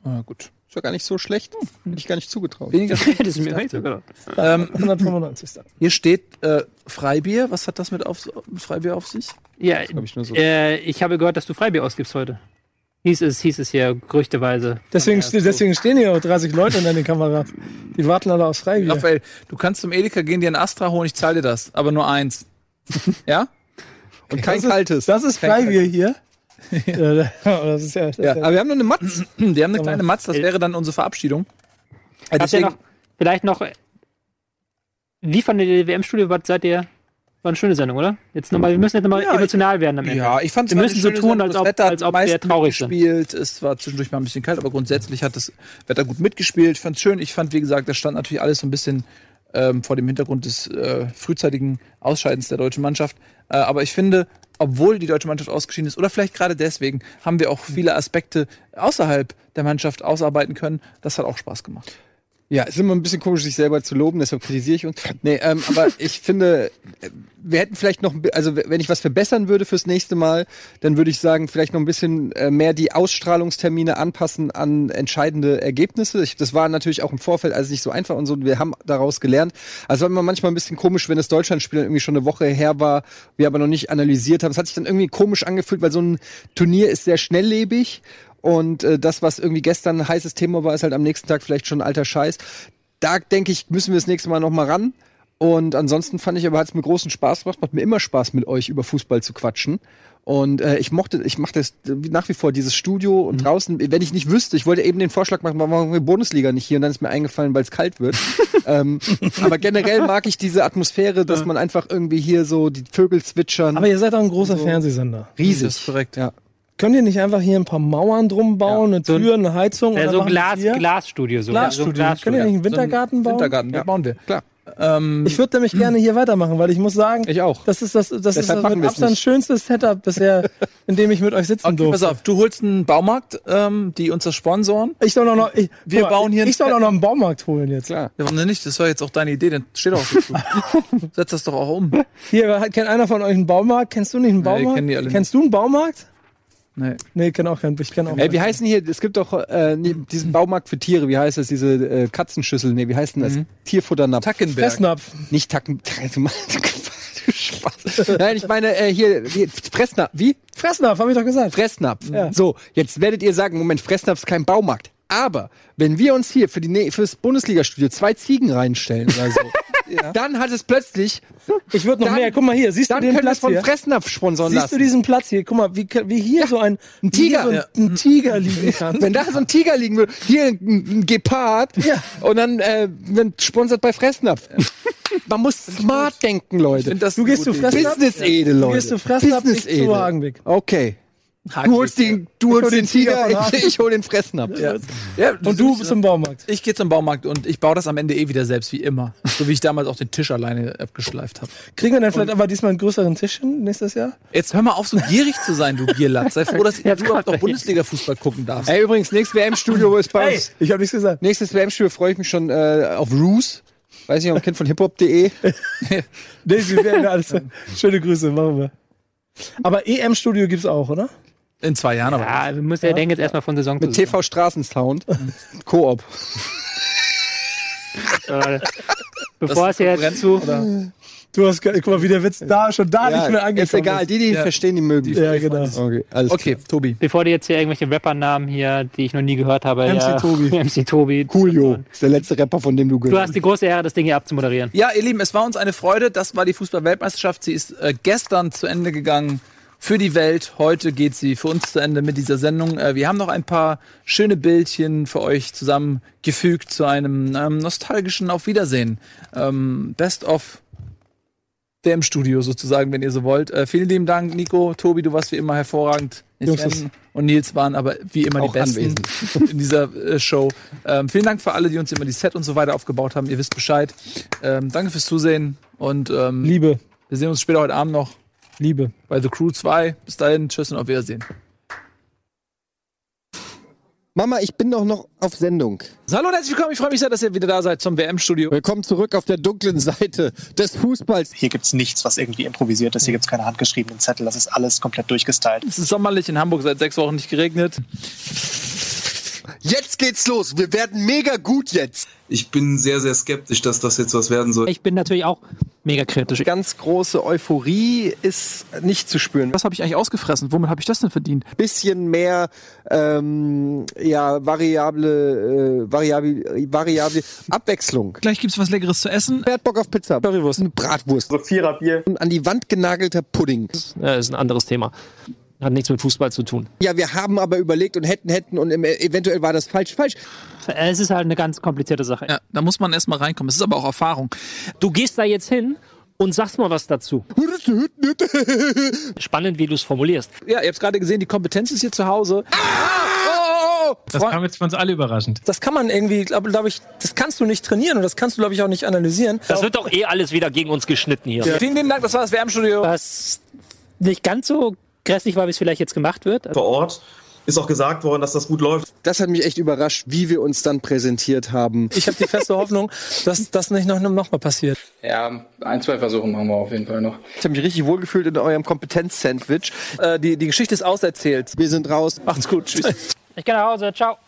Speaker 4: Ah, gut.
Speaker 1: Ist ja gar nicht so schlecht. Hätte ich gar nicht zugetraut.
Speaker 4: [LAUGHS]
Speaker 6: [LAUGHS]
Speaker 4: Weniger.
Speaker 6: das ist mir nicht so genau.
Speaker 4: ähm,
Speaker 5: 195.
Speaker 4: hier steht äh, Freibier. Was hat das mit, auf, mit Freibier auf sich?
Speaker 6: Ja,
Speaker 1: Glaub ich nur so.
Speaker 6: äh, ich habe gehört, dass du Freibier ausgibst heute. Hieß es, hieß es hier gerüchteweise.
Speaker 5: Deswegen, ste deswegen stehen hier auch 30 Leute in deiner Kamera. Die warten alle aufs Freibier.
Speaker 4: Raphael, du kannst zum Edeka gehen, dir einen Astra holen. Ich zahle dir das. Aber nur [LAUGHS] eins. ja?
Speaker 1: Und kein
Speaker 5: das ist-
Speaker 1: kaltes.
Speaker 5: Das ist
Speaker 4: [LAUGHS]
Speaker 5: Freibier hier. ja. Das ist ja, das
Speaker 1: ja.
Speaker 5: ist ja.
Speaker 1: Aber wir haben noch eine
Speaker 4: [CLEARS THROAT]
Speaker 1: Matz.
Speaker 4: Die haben eine kleine Matz. Das wäre dann unsere Verabschiedung. Äh,
Speaker 6: Habt ihr
Speaker 4: deswegen,
Speaker 6: noch, vielleicht noch. äh, Wie von der WM-Studie seid ihr? War eine schöne Sendung, oder? Jetzt nochmal, wir müssen jetzt nochmal
Speaker 4: Ja,
Speaker 6: emotional werden am Ende.
Speaker 4: ja, ich fand
Speaker 6: Wir müssen so tun, als ob, als ob wir traurig sind.
Speaker 4: gespielt. Es war zwischendurch mal ein bisschen kalt, aber grundsätzlich hat das Wetter gut mitgespielt. Ich fand schön. Ich fand, wie gesagt, das stand natürlich alles so ein bisschen ähm, vor dem Hintergrund des äh, frühzeitigen Ausscheidens der deutschen Mannschaft. Äh, aber ich finde, obwohl die deutsche Mannschaft ausgeschieden ist, oder vielleicht gerade deswegen, haben wir auch viele Aspekte außerhalb der Mannschaft ausarbeiten können. Das hat auch Spaß gemacht.
Speaker 1: Ja, es ist immer ein bisschen komisch, sich selber zu loben, deshalb kritisiere ich uns. Nee, ähm,
Speaker 4: [LAUGHS]
Speaker 1: aber ich finde, äh, wir hätten vielleicht noch, ein bi- also w- wenn ich was verbessern würde fürs nächste Mal, dann würde ich sagen, vielleicht noch ein bisschen äh, mehr die Ausstrahlungstermine anpassen an entscheidende Ergebnisse. Ich, das war natürlich auch im Vorfeld alles nicht so einfach und so. Wir haben daraus gelernt. Also war immer manchmal ein bisschen komisch, wenn das Deutschlandspiel dann irgendwie schon eine Woche her war, wir aber noch nicht analysiert haben. Es hat sich dann irgendwie komisch angefühlt, weil so ein Turnier ist sehr schnelllebig und äh, das, was irgendwie gestern ein heißes Thema war, ist halt am nächsten Tag vielleicht schon alter Scheiß. Da denke ich, müssen wir das nächste Mal nochmal ran. Und ansonsten fand ich aber, hat es mir großen Spaß gemacht. Macht mir immer Spaß, mit euch über Fußball zu quatschen. Und äh, ich mochte, ich mache das äh, nach wie vor, dieses Studio und draußen, wenn ich nicht wüsste, ich wollte eben den Vorschlag machen, warum machen wir Bundesliga nicht hier? Und dann ist mir eingefallen, weil es kalt wird. ähm, aber generell mag ich diese Atmosphäre, dass man einfach irgendwie hier so die Vögel zwitschern.
Speaker 5: Aber ihr seid auch ein großer Fernsehsender.
Speaker 1: riesig.
Speaker 4: Das ist korrekt.
Speaker 1: Ja.
Speaker 5: Könnt ihr nicht einfach hier ein paar Mauern drum bauen, eine
Speaker 6: So ein-
Speaker 5: Tür, eine Heizung?
Speaker 6: Ja,
Speaker 5: oder
Speaker 6: so ein
Speaker 5: machen
Speaker 6: Glas,
Speaker 5: wir-
Speaker 6: Glasstudio. So.
Speaker 5: Glasstudio.
Speaker 6: Ja, So ein
Speaker 5: Könnt ihr nicht einen Wintergarten bauen?
Speaker 4: Wintergarten, ja. bauen wir.
Speaker 1: Klar.
Speaker 4: Ähm,
Speaker 5: Ich würde nämlich gerne hier weitermachen, weil ich muss sagen,
Speaker 1: Ich auch.
Speaker 5: das ist das, das ist
Speaker 1: Deshalb
Speaker 5: das
Speaker 1: machen
Speaker 5: mit
Speaker 1: wir's
Speaker 5: Abstand
Speaker 1: nicht.
Speaker 5: schönste Setup bisher, in dem ich mit euch sitzen
Speaker 4: okay, pass
Speaker 5: durfte.
Speaker 4: auf, du holst einen Baumarkt, ähm, die uns das sponsoren.
Speaker 5: Ich soll auch noch, ich,
Speaker 4: Wir
Speaker 5: guck mal,
Speaker 4: bauen hier
Speaker 5: Ich soll
Speaker 4: einen-
Speaker 5: auch noch einen Baumarkt holen jetzt.
Speaker 1: Klar.
Speaker 4: Ja, warum denn nicht? Das war jetzt auch deine Idee, dann steht auch dazu.
Speaker 5: [LAUGHS]
Speaker 4: Setz das doch auch um.
Speaker 5: Hier, hat- kennt einer von euch einen Baumarkt? Kennst du nicht einen Baumarkt?
Speaker 4: kennen die alle nicht.
Speaker 5: Kennst du einen Baumarkt?
Speaker 4: Nee.
Speaker 5: Nee, ich kenn auch keinen. Ich kenn auch
Speaker 1: Ey, wie
Speaker 5: keinen.
Speaker 1: heißen hier, es gibt doch äh, nee, diesen Baumarkt für Tiere, wie heißt das, diese äh, Katzenschüssel, nee, wie heißt denn das? Tierfutternapf.
Speaker 4: Tackenberg.
Speaker 5: Fressnapf.
Speaker 1: Nicht Tacken, [LAUGHS] du Mann, du Spaß. Nein, ich meine äh, hier, hier Fressnapf, wie?
Speaker 5: Fressnapf, hab ich doch gesagt.
Speaker 1: Fressnapf.
Speaker 5: Ja.
Speaker 1: So, jetzt werdet ihr sagen, Moment, Fressnapf ist kein Baumarkt. Aber wenn wir uns hier für die Nä- fürs Bundesligastudio zwei Ziegen reinstellen oder
Speaker 5: [LAUGHS]
Speaker 1: so, dann hat es plötzlich,
Speaker 5: Ich würde noch
Speaker 1: Dann-
Speaker 5: mehr. Guck mal hier, siehst du
Speaker 1: dann
Speaker 5: den
Speaker 1: können wir
Speaker 5: Platz
Speaker 1: es von
Speaker 5: hier?
Speaker 1: Fressnapf sponsern
Speaker 5: Siehst
Speaker 1: lassen.
Speaker 5: du diesen Platz hier? Guck mal, wie, wie hier so ein, ein
Speaker 1: Tiger.
Speaker 5: Hier so ein, ein Tiger liegen kann. [LAUGHS]
Speaker 1: Wenn da so ein Tiger liegen würde, hier ein, ein Gepard
Speaker 5: Ja.
Speaker 1: und dann äh, wenn sponsert bei
Speaker 5: [LAUGHS]
Speaker 1: Fressnapf. Man muss smart denken, Leute.
Speaker 4: das
Speaker 5: du gehst zu Fressnapf.
Speaker 1: Business-Edel, Leute.
Speaker 5: gehst zu Fressnapf, ich zu
Speaker 1: Business-Edel.
Speaker 5: Wagenweg.
Speaker 1: Okay. Du holst den, du holst den Tiger, ich, ich hol den Fressnapf.
Speaker 4: Ja. Ja,
Speaker 5: Und du bist im Baumarkt.
Speaker 4: Ich gehe zum Baumarkt und ich baue das am Ende eh wieder selbst, wie immer. So wie ich damals auch den Tisch alleine abgeschleift habe.
Speaker 5: Kriegen wir dann vielleicht aber diesmal einen größeren Tisch hin nächstes Jahr?
Speaker 4: Jetzt hör mal auf, so gierig zu sein, du Bierlatz. Sei
Speaker 5: [LAUGHS]
Speaker 4: froh, dass du
Speaker 6: Jetzt
Speaker 4: überhaupt
Speaker 6: kommt
Speaker 4: noch
Speaker 6: er.
Speaker 4: Bundesliga-Fußball gucken darfst.
Speaker 1: Ey, übrigens, nächstes WM-Studio ist bei uns.
Speaker 5: ich habe nichts gesagt.
Speaker 1: Nächstes WM-Studio freue ich mich schon äh, auf Roos. Weiß nicht, ob ein Kind von hiphop.de.
Speaker 5: Nee, sie werden [LAUGHS] alles. Schöne Grüße, machen wir. Aber EM-Studio gibt's auch, oder?
Speaker 4: In zwei Jahren aber.
Speaker 6: Ja, wir müssen ja denken jetzt erstmal von Saison
Speaker 1: Mit TV Straßensound. Koop.
Speaker 7: [LAUGHS]
Speaker 6: Äh, Bevor es jetzt zu.
Speaker 5: Du hast, ge- guck mal, wie der Witz da schon da nicht mehr angekommen
Speaker 1: ist egal. Die, die ihn
Speaker 4: Ja.
Speaker 1: verstehen, die mögen.
Speaker 4: Die-
Speaker 5: Ja, genau.
Speaker 1: Okay, alles
Speaker 4: Okay, Tobi.
Speaker 6: Bevor du jetzt hier irgendwelche Rappernamen hier, die ich noch nie gehört habe.
Speaker 5: MC
Speaker 6: ja,
Speaker 5: Tobi.
Speaker 6: [LAUGHS] MC Tobi.
Speaker 1: Coolio ist der letzte Rapper, von dem du
Speaker 6: Du
Speaker 1: gehört
Speaker 6: hast die große Ehre, das Ding hier abzumoderieren.
Speaker 4: Ja, ihr Lieben, es war uns eine Freude. Das war die Fußball-Weltmeisterschaft. Sie ist äh, gestern zu Ende gegangen für die Welt. Heute geht sie für uns zu Ende mit dieser Sendung. Äh, wir haben noch ein paar schöne Bildchen für euch zusammengefügt zu einem ähm, nostalgischen Auf Wiedersehen. Ähm, Best of der im Studio sozusagen, wenn ihr so wollt. Äh, vielen lieben Dank, Nico, Tobi, du warst wie immer hervorragend.
Speaker 5: Jungs,
Speaker 4: Sven und Nils waren aber wie immer
Speaker 1: Auch
Speaker 4: die Besten [LAUGHS] in dieser äh, Show. Ähm, vielen Dank für alle, die uns immer die Set und so weiter aufgebaut haben. Ihr wisst Bescheid. Ähm, danke fürs Zusehen und ähm,
Speaker 5: Liebe,
Speaker 4: wir sehen uns später heute Abend noch
Speaker 5: Liebe.
Speaker 4: bei The Crew 2. Bis dahin, tschüss und auf Wiedersehen.
Speaker 1: Mama, ich bin doch noch auf Sendung.
Speaker 4: Hallo und herzlich willkommen. Ich freue mich sehr, dass ihr wieder da seid zum WM-Studio.
Speaker 1: Willkommen zurück auf der dunklen Seite des Fußballs.
Speaker 8: Hier gibt's nichts, was irgendwie improvisiert ist. Hier gibt's keine handgeschriebenen Zettel. Das ist alles komplett durchgestylt.
Speaker 4: Es ist sommerlich in Hamburg, seit sechs Wochen nicht geregnet.
Speaker 1: Jetzt geht's los. Wir werden mega gut jetzt.
Speaker 9: ich bin sehr, sehr skeptisch, dass das jetzt was werden soll.
Speaker 2: Ich bin natürlich auch mega kritisch.
Speaker 1: Ganz große Euphorie ist nicht zu spüren.
Speaker 4: Was habe ich eigentlich ausgefressen? Womit habe ich das denn verdient?
Speaker 1: bisschen mehr ähm, ja, variable, äh, variable, variable Abwechslung.
Speaker 4: Gleich gibt's was Leckeres zu essen.
Speaker 1: Wer hat Bock auf Pizza? Currywurst. Eine Bratwurst.
Speaker 8: So Viererbier.
Speaker 1: Ein an die Wand genagelter Pudding.
Speaker 7: Ja, ist ein anderes Thema. Hat nichts mit Fußball zu tun.
Speaker 1: Ja, wir haben aber überlegt und hätten, hätten und im, eventuell war das falsch, falsch.
Speaker 6: Es ist halt eine ganz komplizierte Sache.
Speaker 4: Ja, da muss man erstmal reinkommen. Es ist aber auch Erfahrung.
Speaker 7: Du gehst da jetzt hin und sagst mal was dazu. Spannend, wie du es formulierst.
Speaker 4: Ja, ihr habt gerade gesehen, die Kompetenz ist hier zu Hause.
Speaker 10: Das kam jetzt für uns alle überraschend.
Speaker 5: Das kann man irgendwie, glaube glaub ich, das kannst du nicht trainieren und das kannst du, glaube ich, auch nicht analysieren.
Speaker 7: Das wird doch eh alles wieder gegen uns geschnitten hier.
Speaker 4: Vielen lieben Dank, das war das WM-Studio.
Speaker 6: Was nicht ganz so grässlich war, wie es vielleicht jetzt gemacht wird.
Speaker 8: Vor Ort
Speaker 9: ist auch gesagt worden, dass das gut läuft.
Speaker 1: Das hat mich echt überrascht, wie wir uns dann präsentiert haben.
Speaker 5: Ich habe die feste Hoffnung, dass das nicht noch, noch mal passiert.
Speaker 11: Ja, ein, zwei Versuche machen wir auf jeden Fall noch.
Speaker 1: Ich habe mich richtig wohlgefühlt in eurem Kompetenz-Sandwich.
Speaker 5: Äh, die, die Geschichte ist auserzählt.
Speaker 1: Äh, Wir sind raus.
Speaker 5: Macht's gut. Tschüss.
Speaker 6: Ich gehe nach Hause. Ciao.